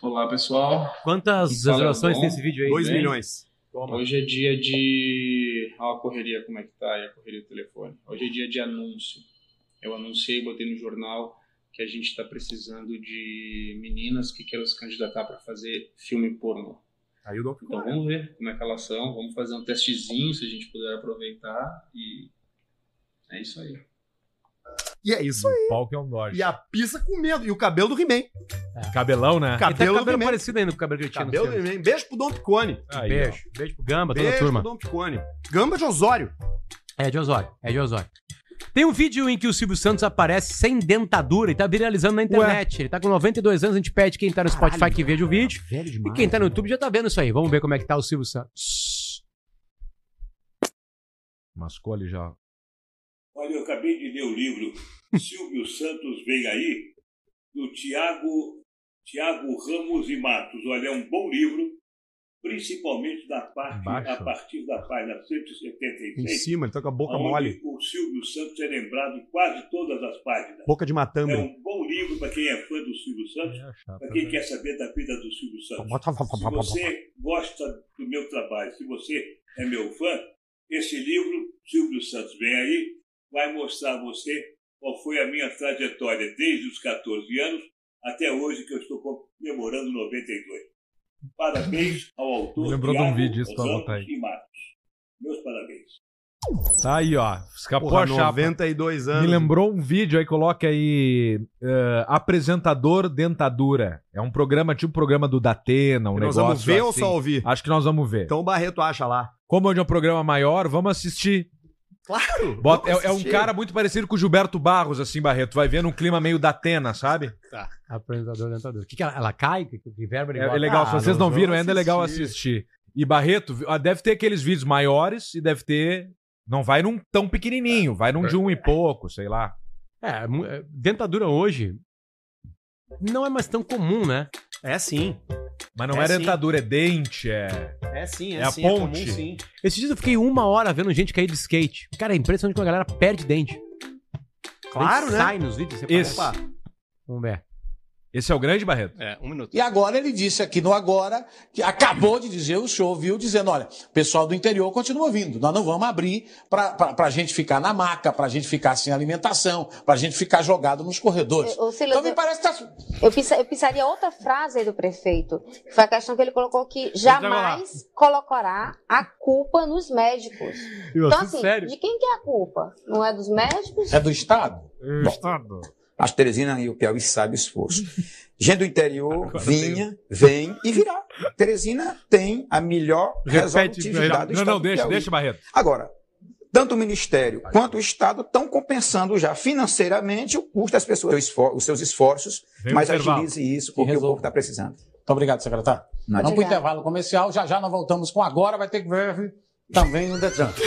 Olá, pessoal. Que quantas fala visualizações bom. tem esse vídeo aí? Dois 2 bem? milhões. Hoje é dia de. Olha a correria, como é que tá aí a correria do telefone. Hoje é dia de anúncio. Eu anunciei, botei no jornal que a gente está precisando de meninas que queiram se candidatar para fazer filme pornô. Aí o Dom Então Picone. vamos ver como é que elas são, vamos fazer um testezinho se a gente puder aproveitar e é isso aí. E é isso aí. O palco é um Dodge. E a pizza com medo. E o cabelo do He-Man. Cabelão, né? Ele tá com o Cabelo do cabelo He-Man. parecido ainda com o cabelo que ele tinha no Cabelo do filme. He-Man. Beijo pro Dom Picone. Aí, ó. Beijo. Beijo pro Gamba, toda a Beijo turma. pro Dom Picone. Gamba de Osório. É de Osório, é de Osório. Tem um vídeo em que o Silvio Santos aparece sem dentadura e tá viralizando na internet. Ele tá com 92 anos, a gente pede quem tá no Spotify que veja o vídeo. Velho né? E quem tá no YouTube já tá vendo isso aí. Vamos ver como é que tá o Silvio Santos. Mascou ali já. Olha, eu acabei de ler o livro Silvio Santos Vem Aí, do Tiago Tiago Ramos e Matos. Olha, é um bom livro, principalmente da parte, Embaixo. a partir da página Em 176, cima, ele tá com a boca onde mole. o Silvio Santos é lembrado em quase todas as páginas. Boca de É matambre. um bom livro para quem é fã do Silvio Santos, para né? quem quer saber da vida do Silvio Santos. Se você gosta do meu trabalho, se você é meu fã, esse livro, Silvio Santos Vem Aí, vai mostrar a você qual foi a minha trajetória desde os 14 anos até hoje, que eu estou comemorando 92. Parabéns ao autor. Me lembrou de um Tiago vídeo isso pra Rosales botar aí. e Matos. Meus parabéns. Tá aí, ó. Escapou Porra, a chapa. 92 anos. Me lembrou um vídeo aí, coloca aí. eh, apresentador Dentadura. É um programa, tipo o programa do Datena, um Nós negócio. vamos ver ou assim. só ouvir? Acho que nós vamos ver. Então o Barreto acha lá. Como hoje é um programa maior, vamos assistir. Claro! Bota- vamos é, é um assistir. cara muito parecido com o Gilberto Barros, assim, Barreto. Vai vendo um clima meio Datena, sabe? Tá. Apresentador dentador. O que, que ela, ela cai? Que, que verba ele É, bota? é legal, Ah, se vocês nós não viram vamos ainda, é legal assistir. assistir. E Barreto, vi- ah, deve ter aqueles vídeos maiores e deve ter. Não vai num tão pequenininho, vai num de um e pouco, sei lá. É, mu- é, dentadura hoje não é mais tão comum, né? É sim. Mas não É é, sim. dentadura, é dente, é. É sim, É a sim, ponte. sim. Esses dias eu fiquei uma hora vendo gente cair de skate. Cara, é impressionante como a galera perde dente. Claro, Dente né? Sai nos vídeos. Você Esse. fala, "Opa." um Vamos ver. Esse é o grande Barreto. <laughs> E agora ele disse aqui no Agora, que acabou de dizer o show, viu? Dizendo: olha, o pessoal do interior continua vindo. Nós não vamos abrir pra, pra, pra gente ficar na maca, pra gente ficar sem alimentação, pra gente ficar jogado nos corredores. Ô, Silas, Então me eu, parece que tá. eu pisa- eu pisaria outra frase aí do prefeito, que foi a questão que ele colocou que jamais colocará a culpa nos médicos. Então, assim, sério? de quem que é a culpa? Não é dos médicos? É do Estado? As Teresina e o Piauí sabem o <laughs> esforço. Gente do interior vinha, vem e virá. Teresina tem a melhor resolutividade do Não, Estado não, do deixa, Piauí. deixa, Barreto. Agora, tanto o Ministério quanto o Estado estão compensando já financeiramente o custo das pessoas, os esfor- os seus esforços, Vem mas pro intervalo. agilize isso porque o resolva. povo está precisando. Muito obrigado, secretário. Vamos Nada. para o Obrigada. é. intervalo comercial, já já nós voltamos com Agora, vai ter que ver também no Detran. <laughs>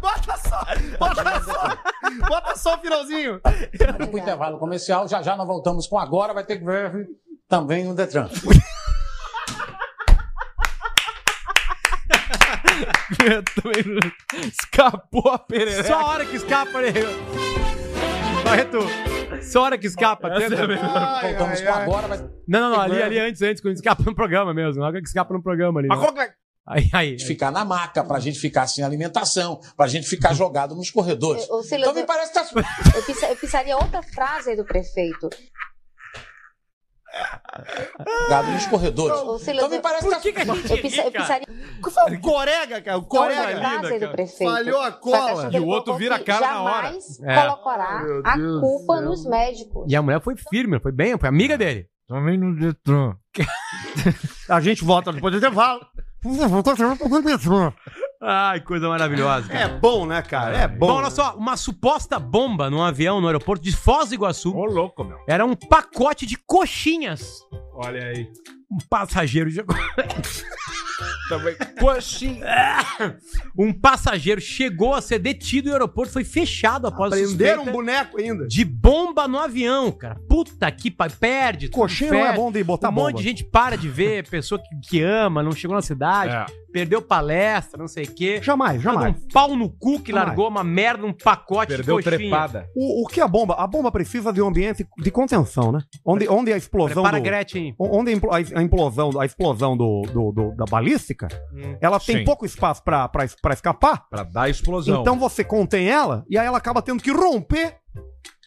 Bota só! Bota só! Bota só o finalzinho! Vamos para o intervalo comercial, já já nós voltamos com Agora, vai ter que ver também no Detran. Escapou a né? perereca. Só a hora que escapa, né? Barreto, só a hora que escapa. Essa tenta. é mesmo. Voltamos com Agora, vai ter Não, não, não, ali, ali antes, antes, quando escapa no programa mesmo. Na hora que escapa no programa ali. né? é? Aí, aí. que ficar na maca, pra gente ficar sem alimentação, pra gente ficar jogado nos corredores. Ô, Silas, Então me parece que tá. <laughs> eu, eu pisa- eu pisaria outra frase aí do prefeito, jogado nos corredores. Ô, Silas, Então me parece que tá. eu, pisa- eu pisaria Foi o Corega, cara. O outra Corega. frase aí do prefeito. Falhou Foi a a questão cola. que E ele o outro colocou vira a que cara na hora. Jamais É. colocará Meu a Deus culpa do nos médicos. E a mulher foi firme, foi Ah. bem, foi amiga dele. <laughs> Também no Detran. A gente volta depois do intervalo. Ai, coisa maravilhosa. É bom, né, cara? É Bom, bom. olha só, uma suposta bomba num avião no aeroporto de Foz do Iguaçu Ô, louco, meu. era um pacote de coxinhas. Olha aí. Um passageiro chegou. Também. Coxinha. <laughs> Um passageiro chegou a ser detido e o aeroporto foi fechado após Prenderam um suspeita boneco ainda. de bomba no avião, cara. Puta que pa... perde. tudo Coxinha não é fecha. bom de botar um bomba. monte de gente para de ver, pessoa que, que ama, não chegou na cidade, perdeu palestra, não sei o quê. É. Jamais, jamais. Um pau no cu que Jamais. largou uma merda, um pacote Perdeu de coxinha. trepada. O, o que é a bomba? A bomba precisa de um ambiente de contenção, né? Onde, onde a explosão Prepara a do- Gretchen. onde a impl- a implosão, a explosão do, do- do- da balística, Hum. ela tem sim. pouco espaço pra, pra, pra escapar. Pra dar explosão. Então você contém ela e aí ela acaba tendo que romper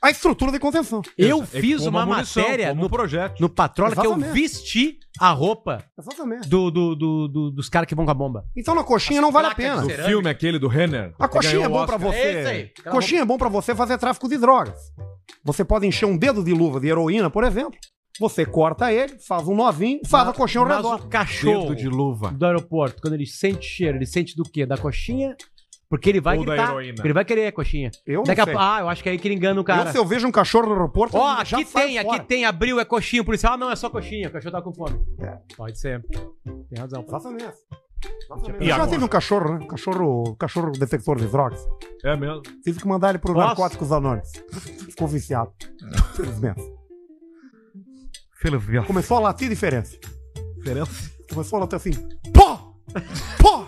a estrutura de contenção. Eu É fiz como uma a munição, matéria como no, um projeto. no Patrola que eu Exatamente. vesti a roupa Exatamente. do, do- do- do- dos caras que vão com a bomba. Então na coxinha não vale a placas pena. Do do cerâmica. filme aquele do Renner. A que coxinha é ganhou o bom pra Oscar. você. É isso aí. Aquela Coxinha é bom pra você fazer tráfico de drogas. Você pode encher um dedo de luva de heroína, por exemplo. Você corta ele, faz um novinho, faz a coxinha ao Mas redor. o Dedo cachorro de luva. do aeroporto, quando ele sente cheiro, ele sente do quê? Da coxinha? Porque ele vai Ou da gritar. heroína. Ele vai querer a coxinha. Eu não Daqui a sei. po- Ah, eu acho que é aí que ele engana o Eu, cara. se eu vejo um cachorro no aeroporto, Ó, eu já aqui saio tem, fora. aqui tem, abriu, é coxinha, o policial. Ah, não, é só coxinha, o cachorro tá com fome. Pode ser. Tem razão. Exatamente. E Eu já agora? tive um cachorro, né? Um Cachorro, um cachorro detector de drogas. É mesmo. Tive que mandar ele pro Nossa. Narcóticos Anônimos. Ficou <laughs> viciado. Felizmente. Filho, Começou a latir diferente. diferença. Começou a latir assim. Pó! Pó!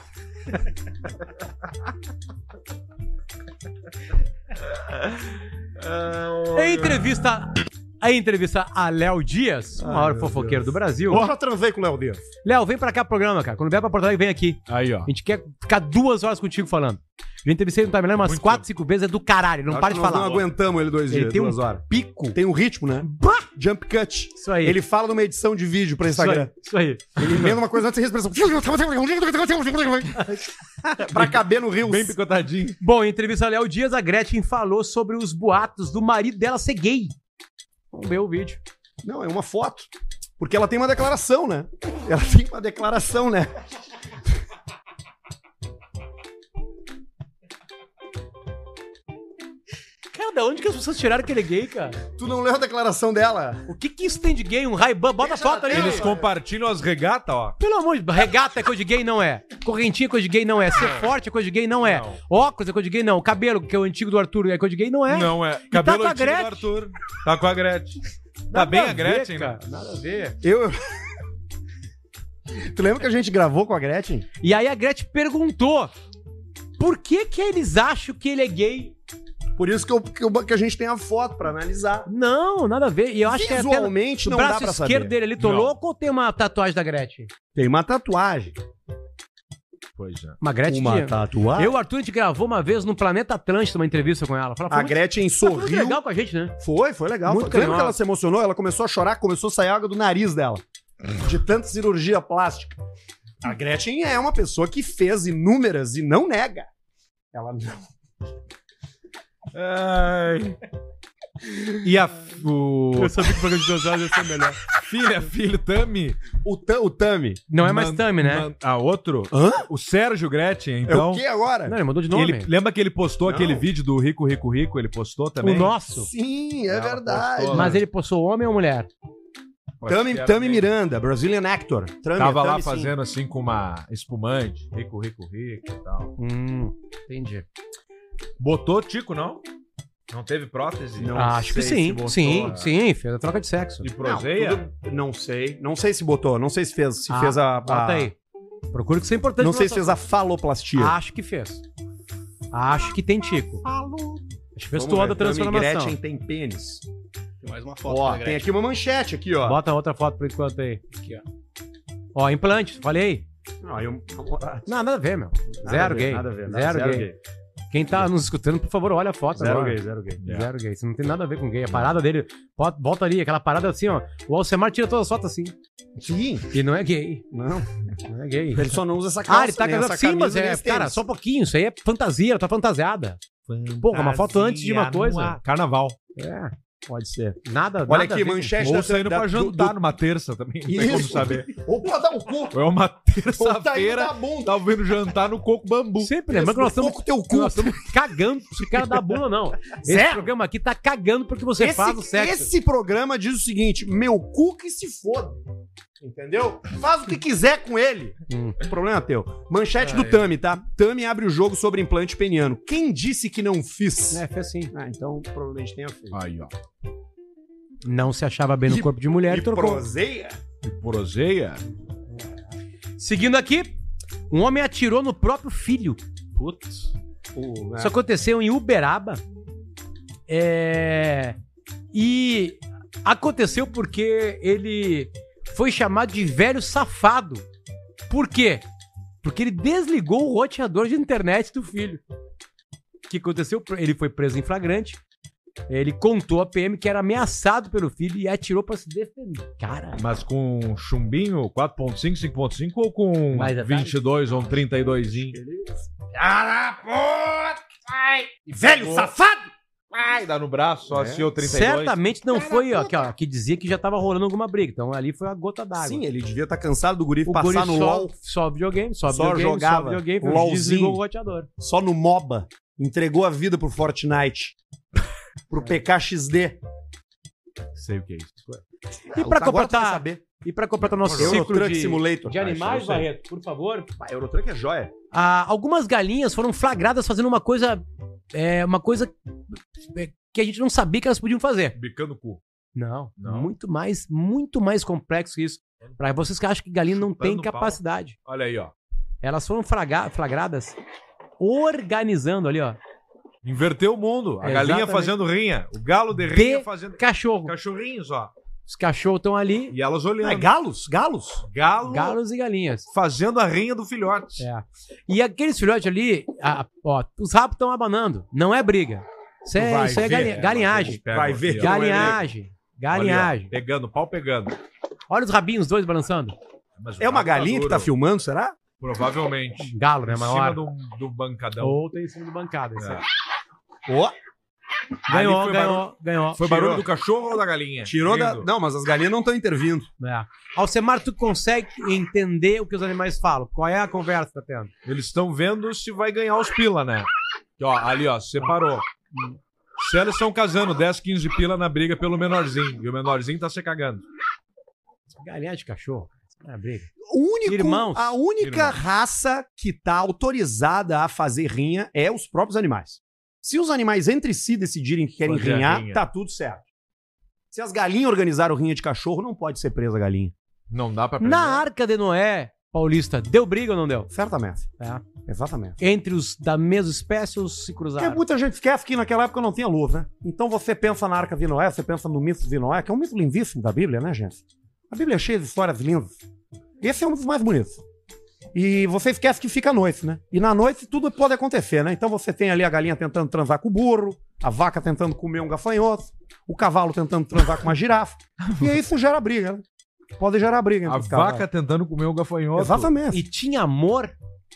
Em É entrevista. A entrevista a Léo Dias, o maior fofoqueiro do Brasil. Eu já transei com o Léo Dias. Léo, vem pra cá pro programa, cara. Quando vier pra Porto Alegre, vem aqui. Aí, ó. A gente quer ficar duas horas contigo falando. Eu entrevistei no timeline umas Muito quatro, cinco vezes, é do caralho, não para de Nós falar. Não aguentamos ele dois Ele dias, tem um duas horas. Pico. Tem um ritmo, né? Bah! Jump cut. Isso aí. Ele fala numa edição de vídeo pra isso aí, Instagram. Isso aí. Ele emenda uma coisa antes e respiração. pra caber no rio. Bem picotadinho. Bom, em entrevista a Léo Dias, a Gretchen falou sobre os boatos do marido dela ser gay. Vamos ver o vídeo. Não, é uma foto. Porque ela tem uma declaração, né? Ela tem uma declaração, né? Cara, da onde que as pessoas tiraram que ele é gay, cara? Tu não leu a declaração dela? O que que isso tem de gay? Um Ray-Ban? Bota a foto ali. Eles compartilham as regatas, ó. Pelo amor de Deus, regata é coisa de gay, não é. Correntinha é coisa de gay, não é. Ser forte é coisa de gay, não é. Não. Óculos é coisa de gay, não. Cabelo, que é o antigo do Arthur, é coisa de gay, não é. Não é. Cabelo com a antigo do Gretchen. Arthur. Tá com a Gretchen. Tá Nada bem a, ver, Gretchen, cara. né? Nada a ver. Eu. <laughs> tu lembra que a gente gravou com a Gretchen? E aí a Gretchen perguntou por que que eles acham que ele é gay? Por isso que, eu- que, eu- que a gente tem a foto pra analisar. Não, nada a ver. E eu acho que é até no Visualmente não dá braço pra esquerdo saber. dele ali, tô Não. louco ou tem uma tatuagem da Gretchen? Tem uma tatuagem. Pois é. Uma Gretchen tinha. tatuagem? Eu, Arthur, a gente gravou uma vez no Planeta Atlântida uma entrevista com ela. Fala, A Gretchen muito sorriu. Tá legal com a gente, né? Foi, foi legal. Muito Foi- carinhosa. Lembra que ela se emocionou? Ela começou a chorar, começou a sair água do nariz dela. De tanta cirurgia plástica. A Gretchen é uma pessoa que fez inúmeras e não nega. Ela não. Ai. E a. f- O... sabia que o programa de duas horas ia ser melhor. Filha, filho, Tami. O, Ta- o Tami. Não é mais Man- Tami, né? man- Ah, outro? Hã? O Sérgio Gretchen, É então. o que agora? Não, ele mudou de nome. Ele, lembra que ele postou Não. aquele vídeo do Rico Rico Rico? Ele postou O também? nosso. Sim, é Ela verdade. postou, Mas né? ele postou homem ou mulher? Acho que Tami, era Tami bem- Miranda, Brazilian actor. Tami, Tava lá Tami, sim. fazendo assim com uma espumante. Rico Rico Rico e tal. Hum, entendi. Botou Tico, não? Não teve prótese? Não. Ah, acho que sei se sim. botou, Sim, né? sim, fez a troca de sexo. E Não, proseia? tudo- não sei. Não sei se botou. Não sei se fez, se Ah, fez a. a- Bota aí. Procura que isso é importante. Não pra sei se nossa- fez a faloplastia. Acho que fez. Acho que tem tico. Alô, Acho que fez Vamos toda a ver, Tami transformação. Gretchen tem pênis. Tem mais uma foto Ó, da tem Gretchen. aqui uma manchete aqui, ó. Bota outra foto por enquanto aí. Aqui, ó. Ó, implante, falei. Não, eu- Não, nada a ver, meu. Nada zero a ver, gay. Nada a ver, nada- zero, gay. Quem tá nos escutando, por favor, olha a foto Zero agora. gay, zero gay. É. Zero gay. Isso não tem nada a ver com gay. A parada dele, bota- volta ali, aquela parada assim, ó. O Alcemar tira todas as fotos assim. Sim, E não é gay. não. Não é gay. Ele só não usa essa calça. Ah, ele tá nem casado. essa Sim, mas camisa, nem é, esse cara, tênis. só um pouquinho. Isso aí é fantasia, ela tá fantasiada. Porra, uma foto antes de uma coisa. Carnaval. É. Pode ser. Nada, Olha nada aqui, a ver com- manchete Ou da- saindo da- pra do- jantar do- numa terça também. <laughs> Não tem como Isso. saber. Ou pra dar um coco. Ou é uma Ou tá indo terça-feira, da bunda. tá ouvindo jantar no coco bambu. Sempre lembrando que nós estamos, Coco teu cu. nós estamos cagando pro cara da bunda, não. Esse Zero. programa aqui tá cagando porque você faz o esse, sexo. esse programa diz o seguinte: meu cu que se foda. Entendeu? Faz o que quiser com ele. Hum. O problema é teu. Manchete do Tami, tá? Tami abre o jogo sobre implante peniano. Quem disse que não fiz? É, foi assim. Ah, então provavelmente tenha feito. Aí, ó. Não se achava bem no E- corpo de mulher e trocou. proseia? E proseia. Seguindo aqui, um homem atirou no próprio filho. Putz. Isso aconteceu em Uberaba. É... E aconteceu porque ele foi chamado de velho safado. Por quê? Porque ele desligou o roteador de internet do filho. O que aconteceu? Ele foi preso em flagrante. Ele contou à PM que era ameaçado pelo filho e atirou pra se defender. Cara, Mas com chumbinho 4.5, 5.5 ou com Mais detalhes? 22 ou um 32? Velho safado! Ai, dá no braço, só É. se ou 32. certamente não foi ó, que, ó, que dizia que já tava rolando alguma briga. Então ali foi a gota d'água. Sim, ele devia estar cansado do guri O guri passar no só, LOL, só videogame, só, Só videogame, jogava só videogame, um LOLzinho. desligou o roteador. só no MOBA. Entregou a vida pro Fortnite. pro PKXD. Sei o que é isso. E pra Agora tu vai completar, saber. e pra completar nosso ciclo Eurotruck de, Simulator. de animais, Acho que eu sei. Barreto, por favor, Pá, Eurotruck é joia. ah, algumas galinhas foram flagradas fazendo uma coisa, é, uma coisa é, que a gente não sabia que elas podiam fazer. Bicando o cu. Não, Não. muito mais, muito mais complexo que isso. Pra vocês que acham que galinha não tem Chutando pau. capacidade. Olha aí, ó. Elas foram flagra- flagradas organizando ali, ó. Inverteu o mundo. A É, galinha exatamente. fazendo rinha. O galo de rinha De- fazendo. Cachorro. Cachorrinhos, ó. Os cachorros estão ali, E elas olhando. É galos? Galos? Galo, galos e galinhas. fazendo a rinha do filhote. É. E aqueles filhotes ali, a- ó, os rabos estão abanando. Não é briga. Isso Tu é, vai isso é ver, galinha- né? galinhagem. Pega Vai aqui, ver ó. que não é Galinhagem. Ali, ó. Galinhagem. Pegando, pau pegando. Olha os rabinhos, os dois balançando. Mas o É uma galo tá galinha que tá duro, filmando, será? Provavelmente. Galo, né? em Maior. cima do, do bancadão. Outra em cima de bancada. isso É. aí. Ó. Ganhou, foi ganhou, ganhou. Foi Tirou. barulho do cachorro ou da galinha? Tirou da. Lindo. Não, mas as galinhas não estão intervindo. É. Alcemar, tu consegue entender o que os animais falam? Qual é a conversa que tá tendo? Eles estão vendo se vai ganhar os pila, né? Ó, ali, ó, separou. Se eles estão casando 10, 15 pila na briga pelo menorzinho. E o menorzinho tá se cagando. Galinhagem de cachorro. Não é briga. O único, Irmãos. a única Irmãos. raça que tá autorizada a fazer rinha é os próprios animais. Se os animais entre si decidirem que querem Fazer a rinhar, rinha. tá tudo certo. Se as galinhas organizaram rinha de cachorro, não pode ser presa a galinha. Não dá pra Na Arca de Noé, Paulista, deu briga ou não deu? Certamente. É. Exatamente. Entre os da mesma espécie ou se Porque cruzaram? muita gente esquece que naquela época não tinha luz, né? Então você pensa na Arca de Noé, você pensa no mito de Noé, que é um mito lindíssimo da Bíblia, né, gente? A Bíblia é cheia de histórias lindas. Esse é um dos mais bonitos. E você esquece que fica à noite, né? E na noite tudo pode acontecer, né? Então você tem ali a galinha tentando transar com o burro, a vaca tentando comer um gafanhoto, o cavalo tentando transar com uma girafa. E aí isso gera briga, né? Pode gerar briga. entre A os cavalos. vaca tentando comer o gafanhoto. Exatamente. E tinha amor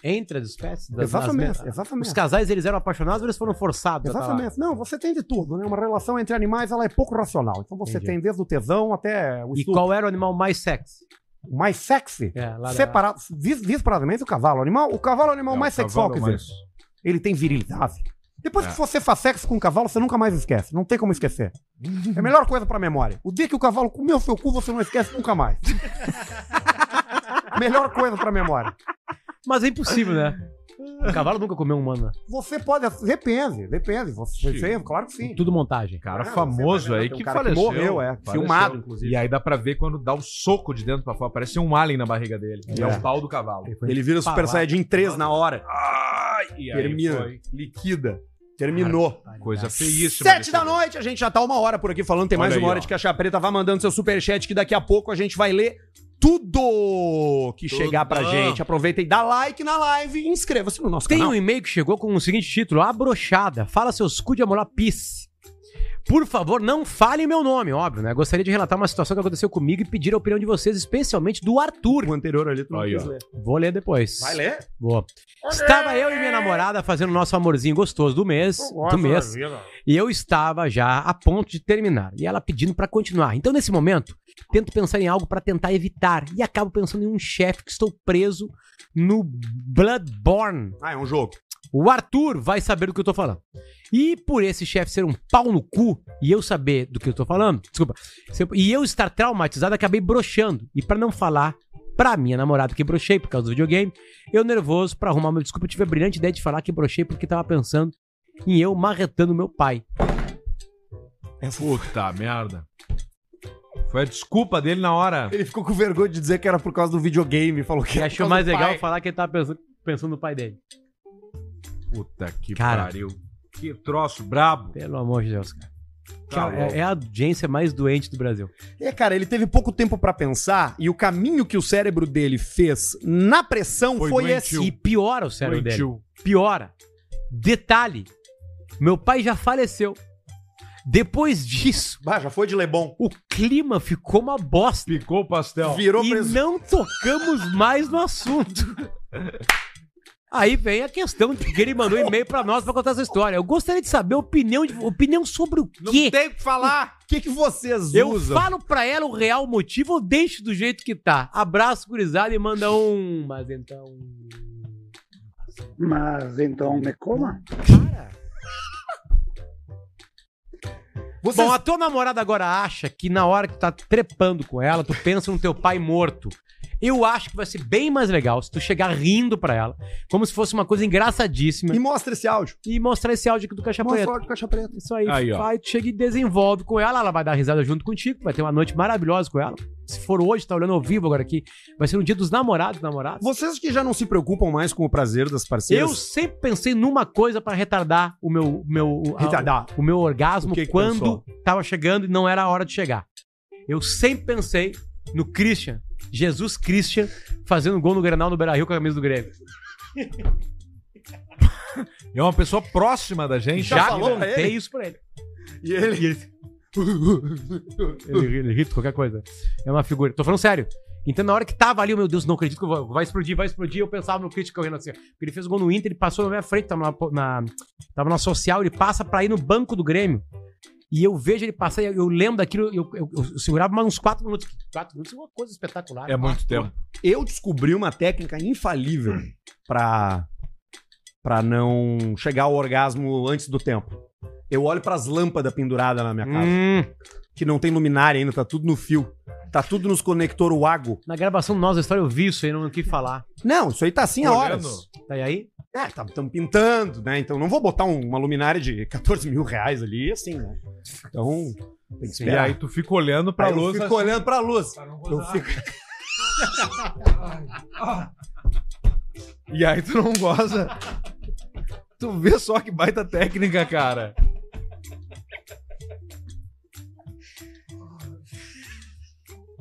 entre as espécies? Das, Exatamente, as- exatamente. Os casais, eles eram apaixonados ou eles foram forçados? a tá lá? Exatamente. Não, você tem de tudo, né? Uma relação entre animais, ela é pouco racional. Então você Entendi. tem desde o tesão até o E estupro. qual era o animal mais sexy? O mais sexy, É, lá da- separado, vis- disparadamente o cavalo. O animal, o cavalo é o É, animal o mais sexual cavalo que mais- existe. Ele tem virilidade. Depois É. que você faz sexo com um cavalo, você nunca mais esquece. Não tem como esquecer. É a melhor coisa pra memória. O dia que o cavalo comeu seu cu, você não esquece nunca <laughs> mais. melhor coisa pra memória. Mas é impossível, né? O cavalo nunca comeu um humano. né? Você pode. Depende, depende. Você, Sim. claro que sim. Tudo montagem. Cara Ah, você famoso vai aí ver, que tem um cara que faleceu. morreu, é. Faleceu. Filmado, inclusive. E aí dá pra ver quando dá o soco de dentro pra fora. Parece um alien na barriga dele. E é, É. o pau do cavalo. Ele vira Super Palavra. Saiyajin 3 na hora. Ai, e aí Termina. foi Liquida. Terminou. coisa feíssima. Sete desse da jeito. noite, a gente já tá uma hora por aqui falando, tem mais Olha uma aí, hora ó. de Caixa Preta. Vá mandando seu superchat que daqui a pouco a gente vai ler tudo que Tudo. chegar pra gente. Aproveita e dá like na live e inscreva-se no nosso Tem canal. um e-mail que chegou com o seguinte título: A brochada. Fala seus cu de amolar pisse. Por favor, não fale meu nome, óbvio, né? Gostaria de relatar uma situação que aconteceu comigo e pedir a opinião de vocês, especialmente do Arthur. O anterior ali tu não Aí, quis ó. ler. Vou ler depois. Vai ler? Boa. Estava eu e minha namorada fazendo nosso amorzinho gostoso do mês, do mês, e eu estava já a ponto de terminar, e ela pedindo pra continuar. Então, nesse momento, tento pensar em algo pra tentar evitar, e acabo pensando em um chefe que estou preso no Bloodborne. Ah, é um jogo. O Arthur vai saber do que eu tô falando. E por esse chefe ser um pau no cu e eu saber do que eu tô falando, desculpa, se eu- e eu estar traumatizado, acabei broxando. E pra não falar pra minha namorada que brochei por causa do videogame, eu nervoso pra arrumar meu desculpa, eu tive a brilhante ideia de falar que brochei porque tava pensando em eu marretando meu pai. Puta merda. Foi a desculpa dele na hora. Ele ficou com vergonha de dizer que era por causa do videogame, falou que E era achou por causa mais do legal pai. falar que ele tava tá tá pensando, pensando no pai dele. Puta que Cara. pariu. Que troço brabo. Pelo amor de Deus, cara. Tá Cara, é- é a audiência mais doente do Brasil. É, cara, ele teve pouco tempo pra pensar e o caminho que o cérebro dele fez na pressão Foi foi, doentio. esse. é E piora o cérebro dele. Doentio. Piora. Detalhe: meu pai já faleceu. Depois disso, Bah, já foi de Lebon. o clima ficou uma bosta. Picou o pastel. Virou E preso. não tocamos mais no assunto. <laughs> Aí vem a questão de que ele mandou um e-mail pra nós pra contar essa história. Eu gostaria de saber a opinião, de- opinião sobre o quê? tem o que falar. O que, que vocês Eu usam? falo pra ela o real motivo ou deixo do jeito que tá? Abraço, gurizada, e manda um. Mas então. Mas então me coma? Vocês- Bom, a tua namorada agora acha que na hora que tu tá trepando com ela, tu pensa no teu pai morto. Eu acho que vai ser bem mais legal se tu chegar rindo pra ela, como se fosse uma coisa engraçadíssima, E mostra é esse áudio. e, mostrar esse áudio aqui do Caixa Preta. áudio caixa preta. Isso aí, Aí, ó. vai, tu chega e desenvolve com ela, ela vai dar risada junto contigo, vai ter uma noite maravilhosa com ela. Se for hoje, tá olhando ao vivo agora aqui, vai ser um dia dos namorados, namoradas. Vocês que já não se preocupam mais com o prazer das Eu parceiras. sempre pensei numa coisa pra retardar o meu, meu o- a- Retardar. o meu orgasmo O que que quando pensou? tava chegando e não era a hora de chegar. Eu sempre pensei no Christian, Jesus Christian, fazendo gol no Grenal no Beira-Rio com a camisa do Grêmio. É uma pessoa próxima da gente. tá Já, falou pra contei ele? isso pra ele. E ele. <laughs> Ele, ri- ele ri de qualquer coisa. É uma figura. Tô falando sério. Então, na hora que tava ali, eu, meu Deus, não acredito que eu vou- vai explodir, vai explodir. Eu pensava no Christian correndo assim. ó. Porque ele fez o gol no Inter, ele passou na minha frente, tava na, po- na- tava na social, ele passa pra ir no banco do Grêmio. E eu vejo ele passar, e eu, eu lembro daquilo, eu, eu- eu segurava mais uns 4 minutos. 4 minutos é uma coisa espetacular. É muito tempo. Eu descobri uma técnica infalível pra, pra não chegar ao orgasmo antes do tempo. Eu olho pras lâmpadas penduradas na minha casa, Hum, que não tem luminária ainda, tá tudo no fio. Tá tudo nos conector Wago. na gravação do Nós da História eu vi isso aí, não quis falar. Não, isso aí tá assim há Olhando. horas. Tá e aí? É, estamos pintando, né? Então não vou botar um- uma luminária de 14 mil reais ali, assim, né? Então, tem que E esperar. aí tu fica olhando pra Aí luz. eu assim, fico olhando pra luz. pra não Eu gozar. fico... <laughs> E aí tu não goza. Tu vê só que baita técnica, cara.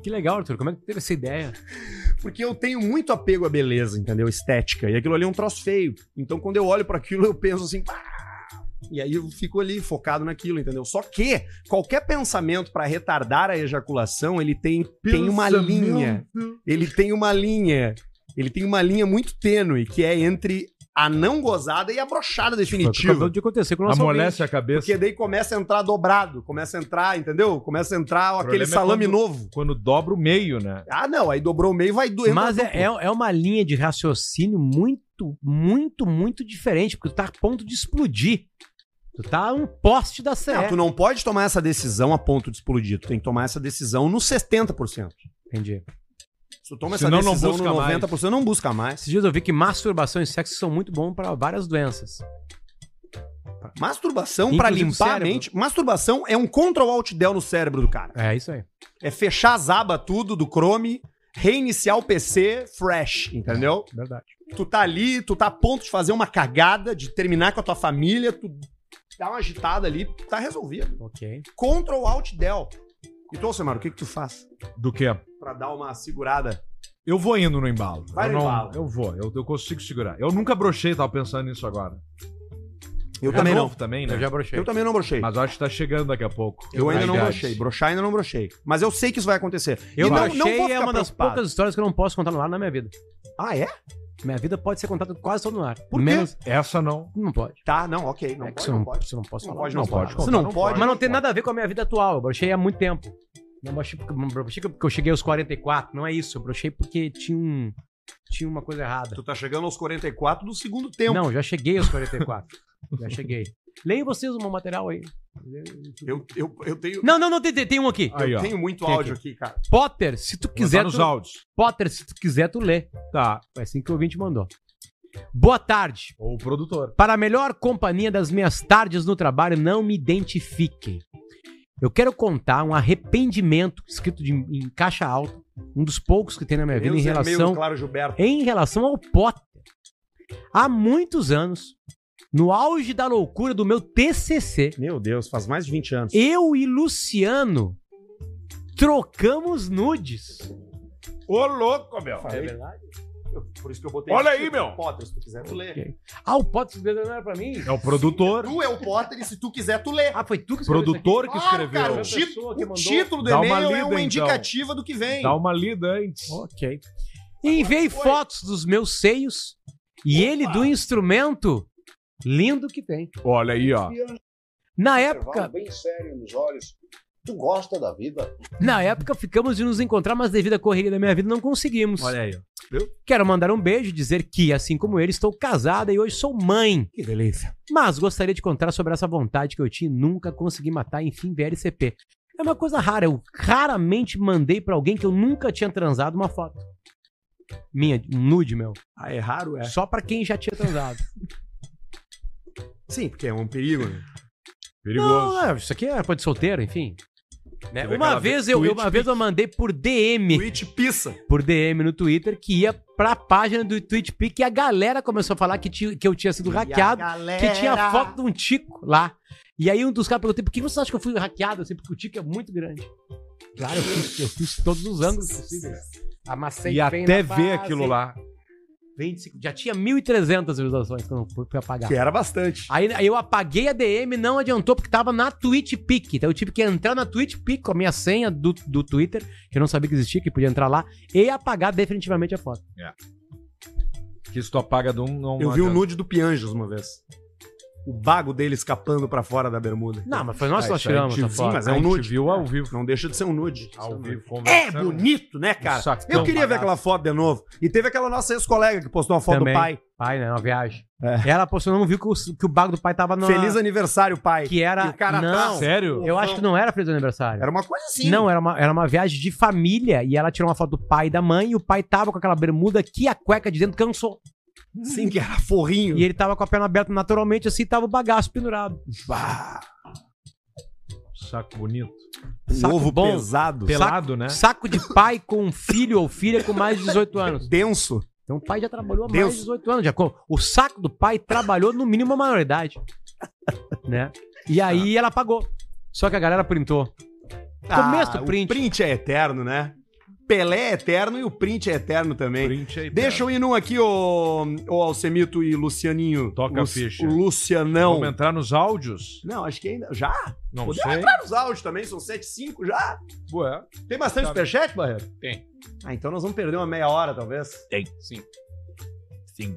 Que legal, Arthur. Como é que tu teve essa ideia? Porque eu tenho muito apego à beleza, entendeu? Estética. E aquilo ali é um troço feio. Então, quando eu olho pra aquilo, eu penso assim. "Pá!" E aí eu fico ali focado naquilo, entendeu? Só que qualquer pensamento pra retardar a ejaculação, ele tem, tem uma Pensamento. linha. Ele tem uma linha. Ele tem uma linha muito tênue, que é entre a não gozada e a brochada definitiva. de acontecer com o nosso Amolece a cabeça. Porque daí começa a entrar dobrado, começa a entrar, entendeu? Começa a entrar aquele problema é salame quando- novo. Quando dobra o meio, né? Ah, não, aí dobrou o meio, vai doendo. Mas é, é, é uma linha de raciocínio muito, muito, muito diferente, porque tu tá a ponto de explodir. Tu tá um poste da CE. Não, tu não pode tomar essa decisão a ponto de explodir. Tu tem que tomar essa decisão nos 70%. Entendi. Se tu toma essa Senão não decisão busca no mais. 90%, não busca mais. Esses dias eu vi que masturbação e sexo são muito bons pra várias doenças. Masturbação pra Inclusive o limpar a cérebro. mente. Masturbação é um Ctrl Alt Del no cérebro do cara. É isso aí. É fechar as abas tudo do Chrome, reiniciar o PC fresh, entendeu? É, Verdade. Tu tá ali, tu tá a ponto de fazer uma cagada, de terminar com a tua família, tu dá uma agitada ali, tá resolvido. Ok. Ctrl Alt Del. Então, Samara, o que que tu faz Do que? pra dar uma segurada? Eu vou indo no embalo. Vai eu no não- embalo. Eu vou, eu, eu consigo segurar. Eu nunca brochei, tava pensando nisso agora. Eu também não. também, né? Eu já brochei. Eu também não brochei. Mas eu acho que tá chegando daqui a pouco. Eu ainda não Verdade. brochei. Brochar ainda não brochei. Mas eu sei que isso vai acontecer. Eu E não, não, não vou é ficar uma das preocupado. poucas histórias que eu não posso contar no ar na minha vida. Ah, é? Minha vida pode ser contada quase todo no ar. Por quê? Essa não. Não pode. Tá, não, ok. Não é que pode, você não não pode, pode. você não pode Não falar. pode, não pode. Você contar, não pode. Mas não tem nada a ver com a minha vida atual. Eu brochei há muito tempo. Não brochei porque, não brochei porque eu cheguei aos 44. Não é isso. Eu brochei porque tinha um. Tinha uma coisa errada. Tu tá chegando aos 44 do segundo tempo. Não, já cheguei aos 44. <laughs> já cheguei. Leem vocês o meu material aí. Eu, eu, eu tenho, Não, não, não, tem, tem, tem um aqui. Aí, eu ó. tenho muito Tem áudio aqui, cara. Potter, se tu quiser. Quiser nos tu- áudios. Potter, se tu quiser, tu lê. Tá. Foi assim que o ouvinte mandou. Boa tarde. Ou o produtor. Para a melhor companhia das minhas tardes no trabalho, não me identifiquem. Eu quero contar um arrependimento escrito de- em caixa alta, um dos poucos que tem na minha vida em Deus é meio relação Claro Gilberto. em relação ao Potter. Há muitos anos, no auge da loucura do meu TCC, Meu Deus, faz mais de 20 anos. eu e Luciano trocamos nudes. Ô, louco, meu. verdade? Por isso que é eu botei. Olha aqui, aí, meu. Potter, se tu quiser, tu lê. Ah, o Potter escreveu não era pra mim? É o produtor. Tu é o Potter e se tu quiser, tu lê. Ah, foi tu que escreveu isso aqui? Produtor que Claro, Ah, cara, escreveu. o, Foi a título, pessoa que o mandou. título do Dá uma e-mail é lida, uma então. indicativa do que vem. Dá uma lida antes. Ok. Enviei fotos dos meus seios e ele do instrumento lindo que tem. Olha aí, ó. Na época, bem sério nos olhos. Tu gosta da vida? na época ficamos de nos encontrar, mas devido à correria da minha vida não conseguimos. Olha aí, ó. Quero mandar um beijo, dizer que, assim como ele, estou casada e hoje sou mãe. Que delícia. Mas gostaria de contar sobre essa vontade que eu tinha e nunca consegui matar, enfim, VLCP. É uma coisa rara, eu raramente mandei pra alguém que eu nunca tinha transado uma foto. Minha, um nude, meu. Ah, é raro, é. Só pra quem já tinha transado. Sim, porque é um perigo. né? Perigoso. Não, é, isso aqui é coisa de solteiro, enfim. Né, Teve Uma aquela vez vez- eu, eu- tweet uma vez eu mandei por DM, Twitch pissa. por DM no Twitter que ia pra página do TwitchPic e a galera começou a falar que, ti- que eu tinha sido hackeado, que tinha foto de um tico lá. E aí um dos caras perguntou: por que você acha que eu fui hackeado? Eu sei, porque o tico é muito grande. Claro, eu fiz, eu fiz todos os ângulos possíveis. Amassei E bem até na ver base. aquilo lá. 25 já tinha 1.300 visualizações que eu não fui fui apagar. Que era bastante. Aí, aí eu apaguei a DM, não adiantou, porque tava na Twitch Peak. Então eu tive que entrar na Twitch Peak com a minha senha do, do Twitter, que eu não sabia que existia, que podia entrar lá, e apagar definitivamente a foto. É. Que se tu apaga de um, não Eu vi o adianta. nude do Pianjos uma vez. O bago dele escapando pra fora da bermuda. Não, mas foi nós que Ah, nós isso aí tiramos te essa vi, foto. mas A é um gente nude. viu ao vivo. Não deixa de ser um nude. Ao vivo, É conversando. bonito, né, cara? Um sacão Eu queria ver barato. aquela foto de novo. E teve aquela nossa ex-colega que postou uma foto Também. do pai. Pai, né? Uma viagem. Ela postou, não viu que o, que o bago do pai tava na. É. Feliz aniversário, pai. Que era. que o cara não, atrás. Sério? eu acho que não era feliz aniversário. Era uma coisa assim. Não, era uma, era uma viagem de família e ela tirou uma foto do pai e da mãe e o pai tava com aquela bermuda que a cueca de dentro cansou. Sim, que era forrinho. E ele tava com a perna aberta naturalmente, assim, tava o bagaço pendurado. Bah, um Saco bonito. Saco Um ovo bom. pesado. Pelado, né? Saco de pai com um filho ou filha com mais de 18 anos. Denso. Então o pai já trabalhou há mais Deus. de 18 anos. Já, com- o saco do pai trabalhou no mínimo a maioridade. Né? E Tá. aí ela pagou. Só que a galera printou. Começo do print. O print é eterno, né? Pelé é eterno e o print é eterno também. Print é aí, Deixa eu ir num aqui, ô, ô Alcemito e Lucianinho. Toca a ficha. Lucianão. cara. Vamos entrar nos áudios? Não, acho que ainda. Já? Não Podemos sei. entrar nos áudios também, são 7 5 já. Ué. Tem bastante Tá. superchat, Barreto? Tem. Ah, então nós vamos perder uma meia hora, talvez. Tem. Sim. Sim.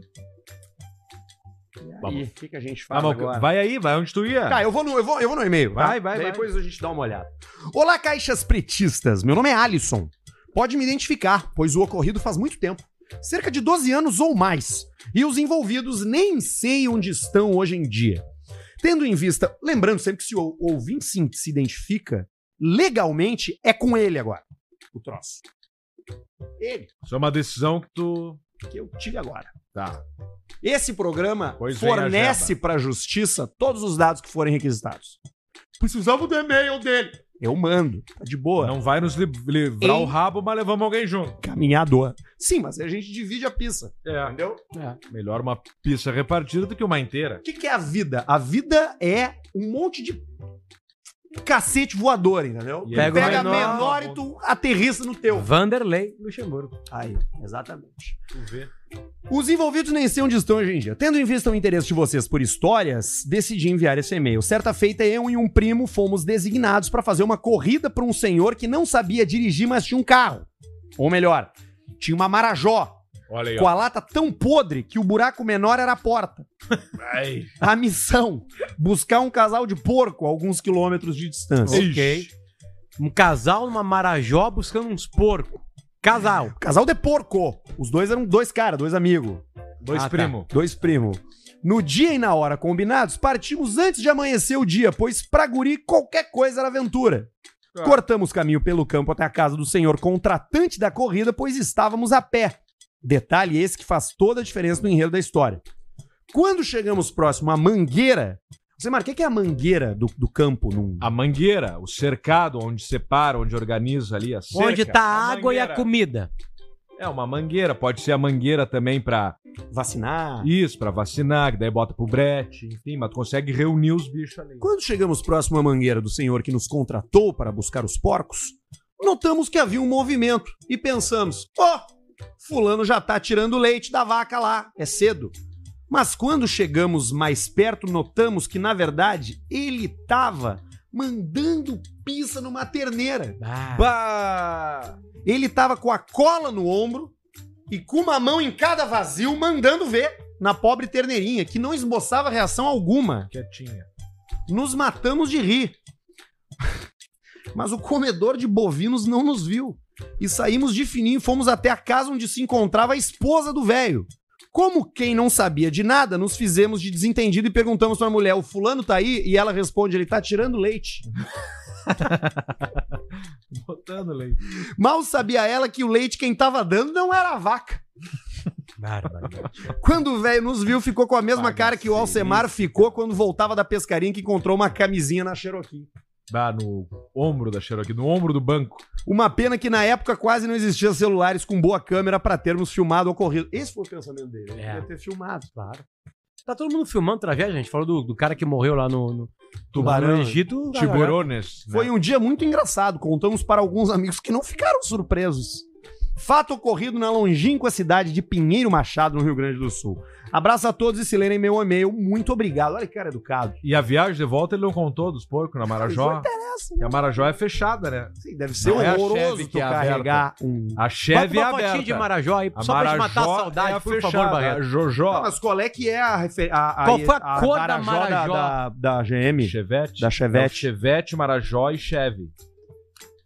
Vamos. O que, que a gente Ah, faz mas agora? vai aí, vai onde tu ia. Tá, eu vou no, eu vou, eu vou no e-mail. Vai, vai, Daí vai. Depois a gente dá uma olhada. Olá, caixas pretistas. Meu nome é Alisson. Pode me identificar, pois o ocorrido faz muito tempo. Cerca de 12 anos ou mais. E os envolvidos nem sei onde estão hoje em dia. Tendo em vista, lembrando sempre que se o ouvinte se se identifica, legalmente é com ele agora. O troço. Ele, Isso é uma decisão que tu. que eu tive agora. Tá. Esse programa Pois vem a fornece para a justiça todos os dados que forem requisitados. Precisamos do e-mail dele. Eu mando, tá de boa. Não vai nos li- livrar Ei. o rabo, mas levamos alguém junto. Caminhador. Sim, mas a gente né? divide a pizza, É. entendeu? Melhor uma pizza repartida do que uma inteira. é O que, que é a vida? A vida é um monte de cacete voador, entendeu? E aí pega pega a o menor. menor e tu aterrissa no teu. Vanderlei Luxemburgo. Aí, exatamente. Os envolvidos nem sei onde estão hoje em dia. Tendo em vista o interesse de vocês por histórias, decidi enviar esse e-mail. Certa feita, eu e um primo fomos designados para fazer uma corrida para um senhor que não sabia dirigir, mas tinha um carro. Ou melhor, tinha uma Marajó. Olha aí, com a ó. lata tão podre que o buraco menor era a porta. Ai. A missão: buscar um casal de porco a alguns quilômetros de distância. Ok. Um casal numa marajó buscando uns porcos. Casal. Casal de porco. Os dois eram dois caras, dois amigos. Dois primo. Dois primo. No dia e na hora combinados, partimos antes de amanhecer o dia, pois pra guri qualquer coisa era aventura. Cortamos caminho pelo campo até a casa do senhor contratante da corrida, pois estávamos a pé. Detalhe esse que faz toda a diferença no enredo da história. Quando chegamos próximo à mangueira. Você marca, o que é a mangueira do, do campo? Num... A mangueira, o cercado onde separa, onde organiza ali a cerca. Onde tá a Uma água e a mangueira. comida. É uma mangueira, pode ser a mangueira também pra Vacinar. isso, pra vacinar, que daí bota pro brete, enfim, mas tu consegue reunir os bichos ali. Quando chegamos próximo à mangueira do senhor que nos contratou para buscar os porcos, notamos que havia um movimento e pensamos: ó, fulano já tá tirando o leite da vaca lá, é cedo. Mas quando chegamos mais perto, notamos que na verdade ele tava mandando pizza numa terneira. Bah! Ele tava com a cola no ombro e com uma mão em cada vazio mandando ver na pobre terneirinha que não esboçava reação alguma Quietinha. nos matamos de rir. <laughs> Mas o comedor de bovinos não nos viu. E saímos de fininho e fomos até a casa onde se encontrava a esposa do velho. Como quem não sabia de nada, nos fizemos de desentendido e perguntamos pra mulher: o fulano tá aí? E ela responde: ele tá tirando leite. <laughs> Botando leite. Mal sabia ela que o leite quem tava dando não era a vaca. Quando o velho nos viu, ficou com a mesma cara que o Alcemar ficou quando voltava da pescaria que encontrou uma camisinha na Cherokee. Dá no ombro da Cherokee, no ombro do banco. Uma pena que na época quase não existiam celulares com boa câmera pra termos filmado o ocorrido. Esse foi o pensamento dele. Ele É. devia ter filmado. Claro. Tá todo mundo filmando tragédia, gente. Falou do, do cara que morreu lá no, no, Tubarão, lá no né? Egito. Tiburones. né? Foi um dia muito engraçado. Contamos para alguns amigos que não ficaram surpresos. Fato ocorrido na longínqua cidade de Pinheiro Machado, no Rio Grande do Sul. Abraço a todos e se lerem meu e-mail. Muito obrigado. Olha que cara educado. E a viagem de volta ele não contou dos porcos na Não Marajó. interessa. E a Marajó é fechada, né? Sim, deve ser Não é a horroroso Cheve tu que é aberta. carregar um... A Bota cheve é uma fotinha aberta. de Marajó aí, A só pra gente Marajó matar a saudade, é por favor, fechada. A Barreto. Não, Jojó. mas qual é que é a... refer- a, a Qual foi a cor da Marajó Marajó? Da, da GM? Chevette. É Da o Chevette. Chevette, Marajó e Cheve.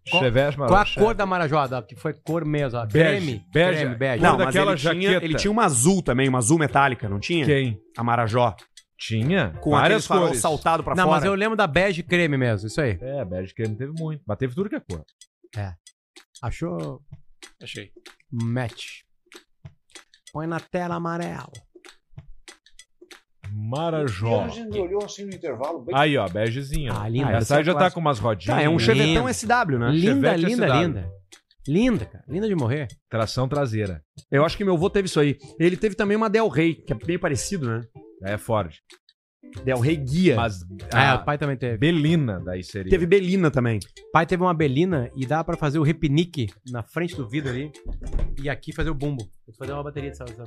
Qual- Chevette, Qual a Marajó. cor da Marajó? da- Que foi cor mesmo. ó. Bege. Creme. Bege. Creme, bege. Não, Não, mas daquela ele tinha, jaqueta. ele tinha uma azul também, uma azul metálica, não tinha? Quem? A Marajó. Tinha. Com várias aquele farol cores. saltado pra Não, fora. mas eu lembro da bege creme mesmo, isso aí. É, bege creme teve muito. Mas teve tudo que é cor. Achou? Achei. Match. Põe na tela amarela. Marajó. Ele olhou assim no intervalo, bem Aí, ó, begezinha. Ah, linda. Essa aí já tá Clássico. com umas rodinhas. Tá, é um né? Chevetão SW, né? Linda, Chevette é linda, SW. linda. Linda, cara. Linda de morrer. Tração traseira. Eu acho que meu avô teve isso aí. Ele teve também uma Del Rey, que é bem parecido, né? Aí é Ford. Del Rey É um Guia. Mas Ah, a o pai também teve. Belina daí seria. Teve Belina também. O pai teve uma belina e dá pra fazer o repinique na frente do vidro ali. E aqui fazer o bumbo. Fazer uma bateria de salvação.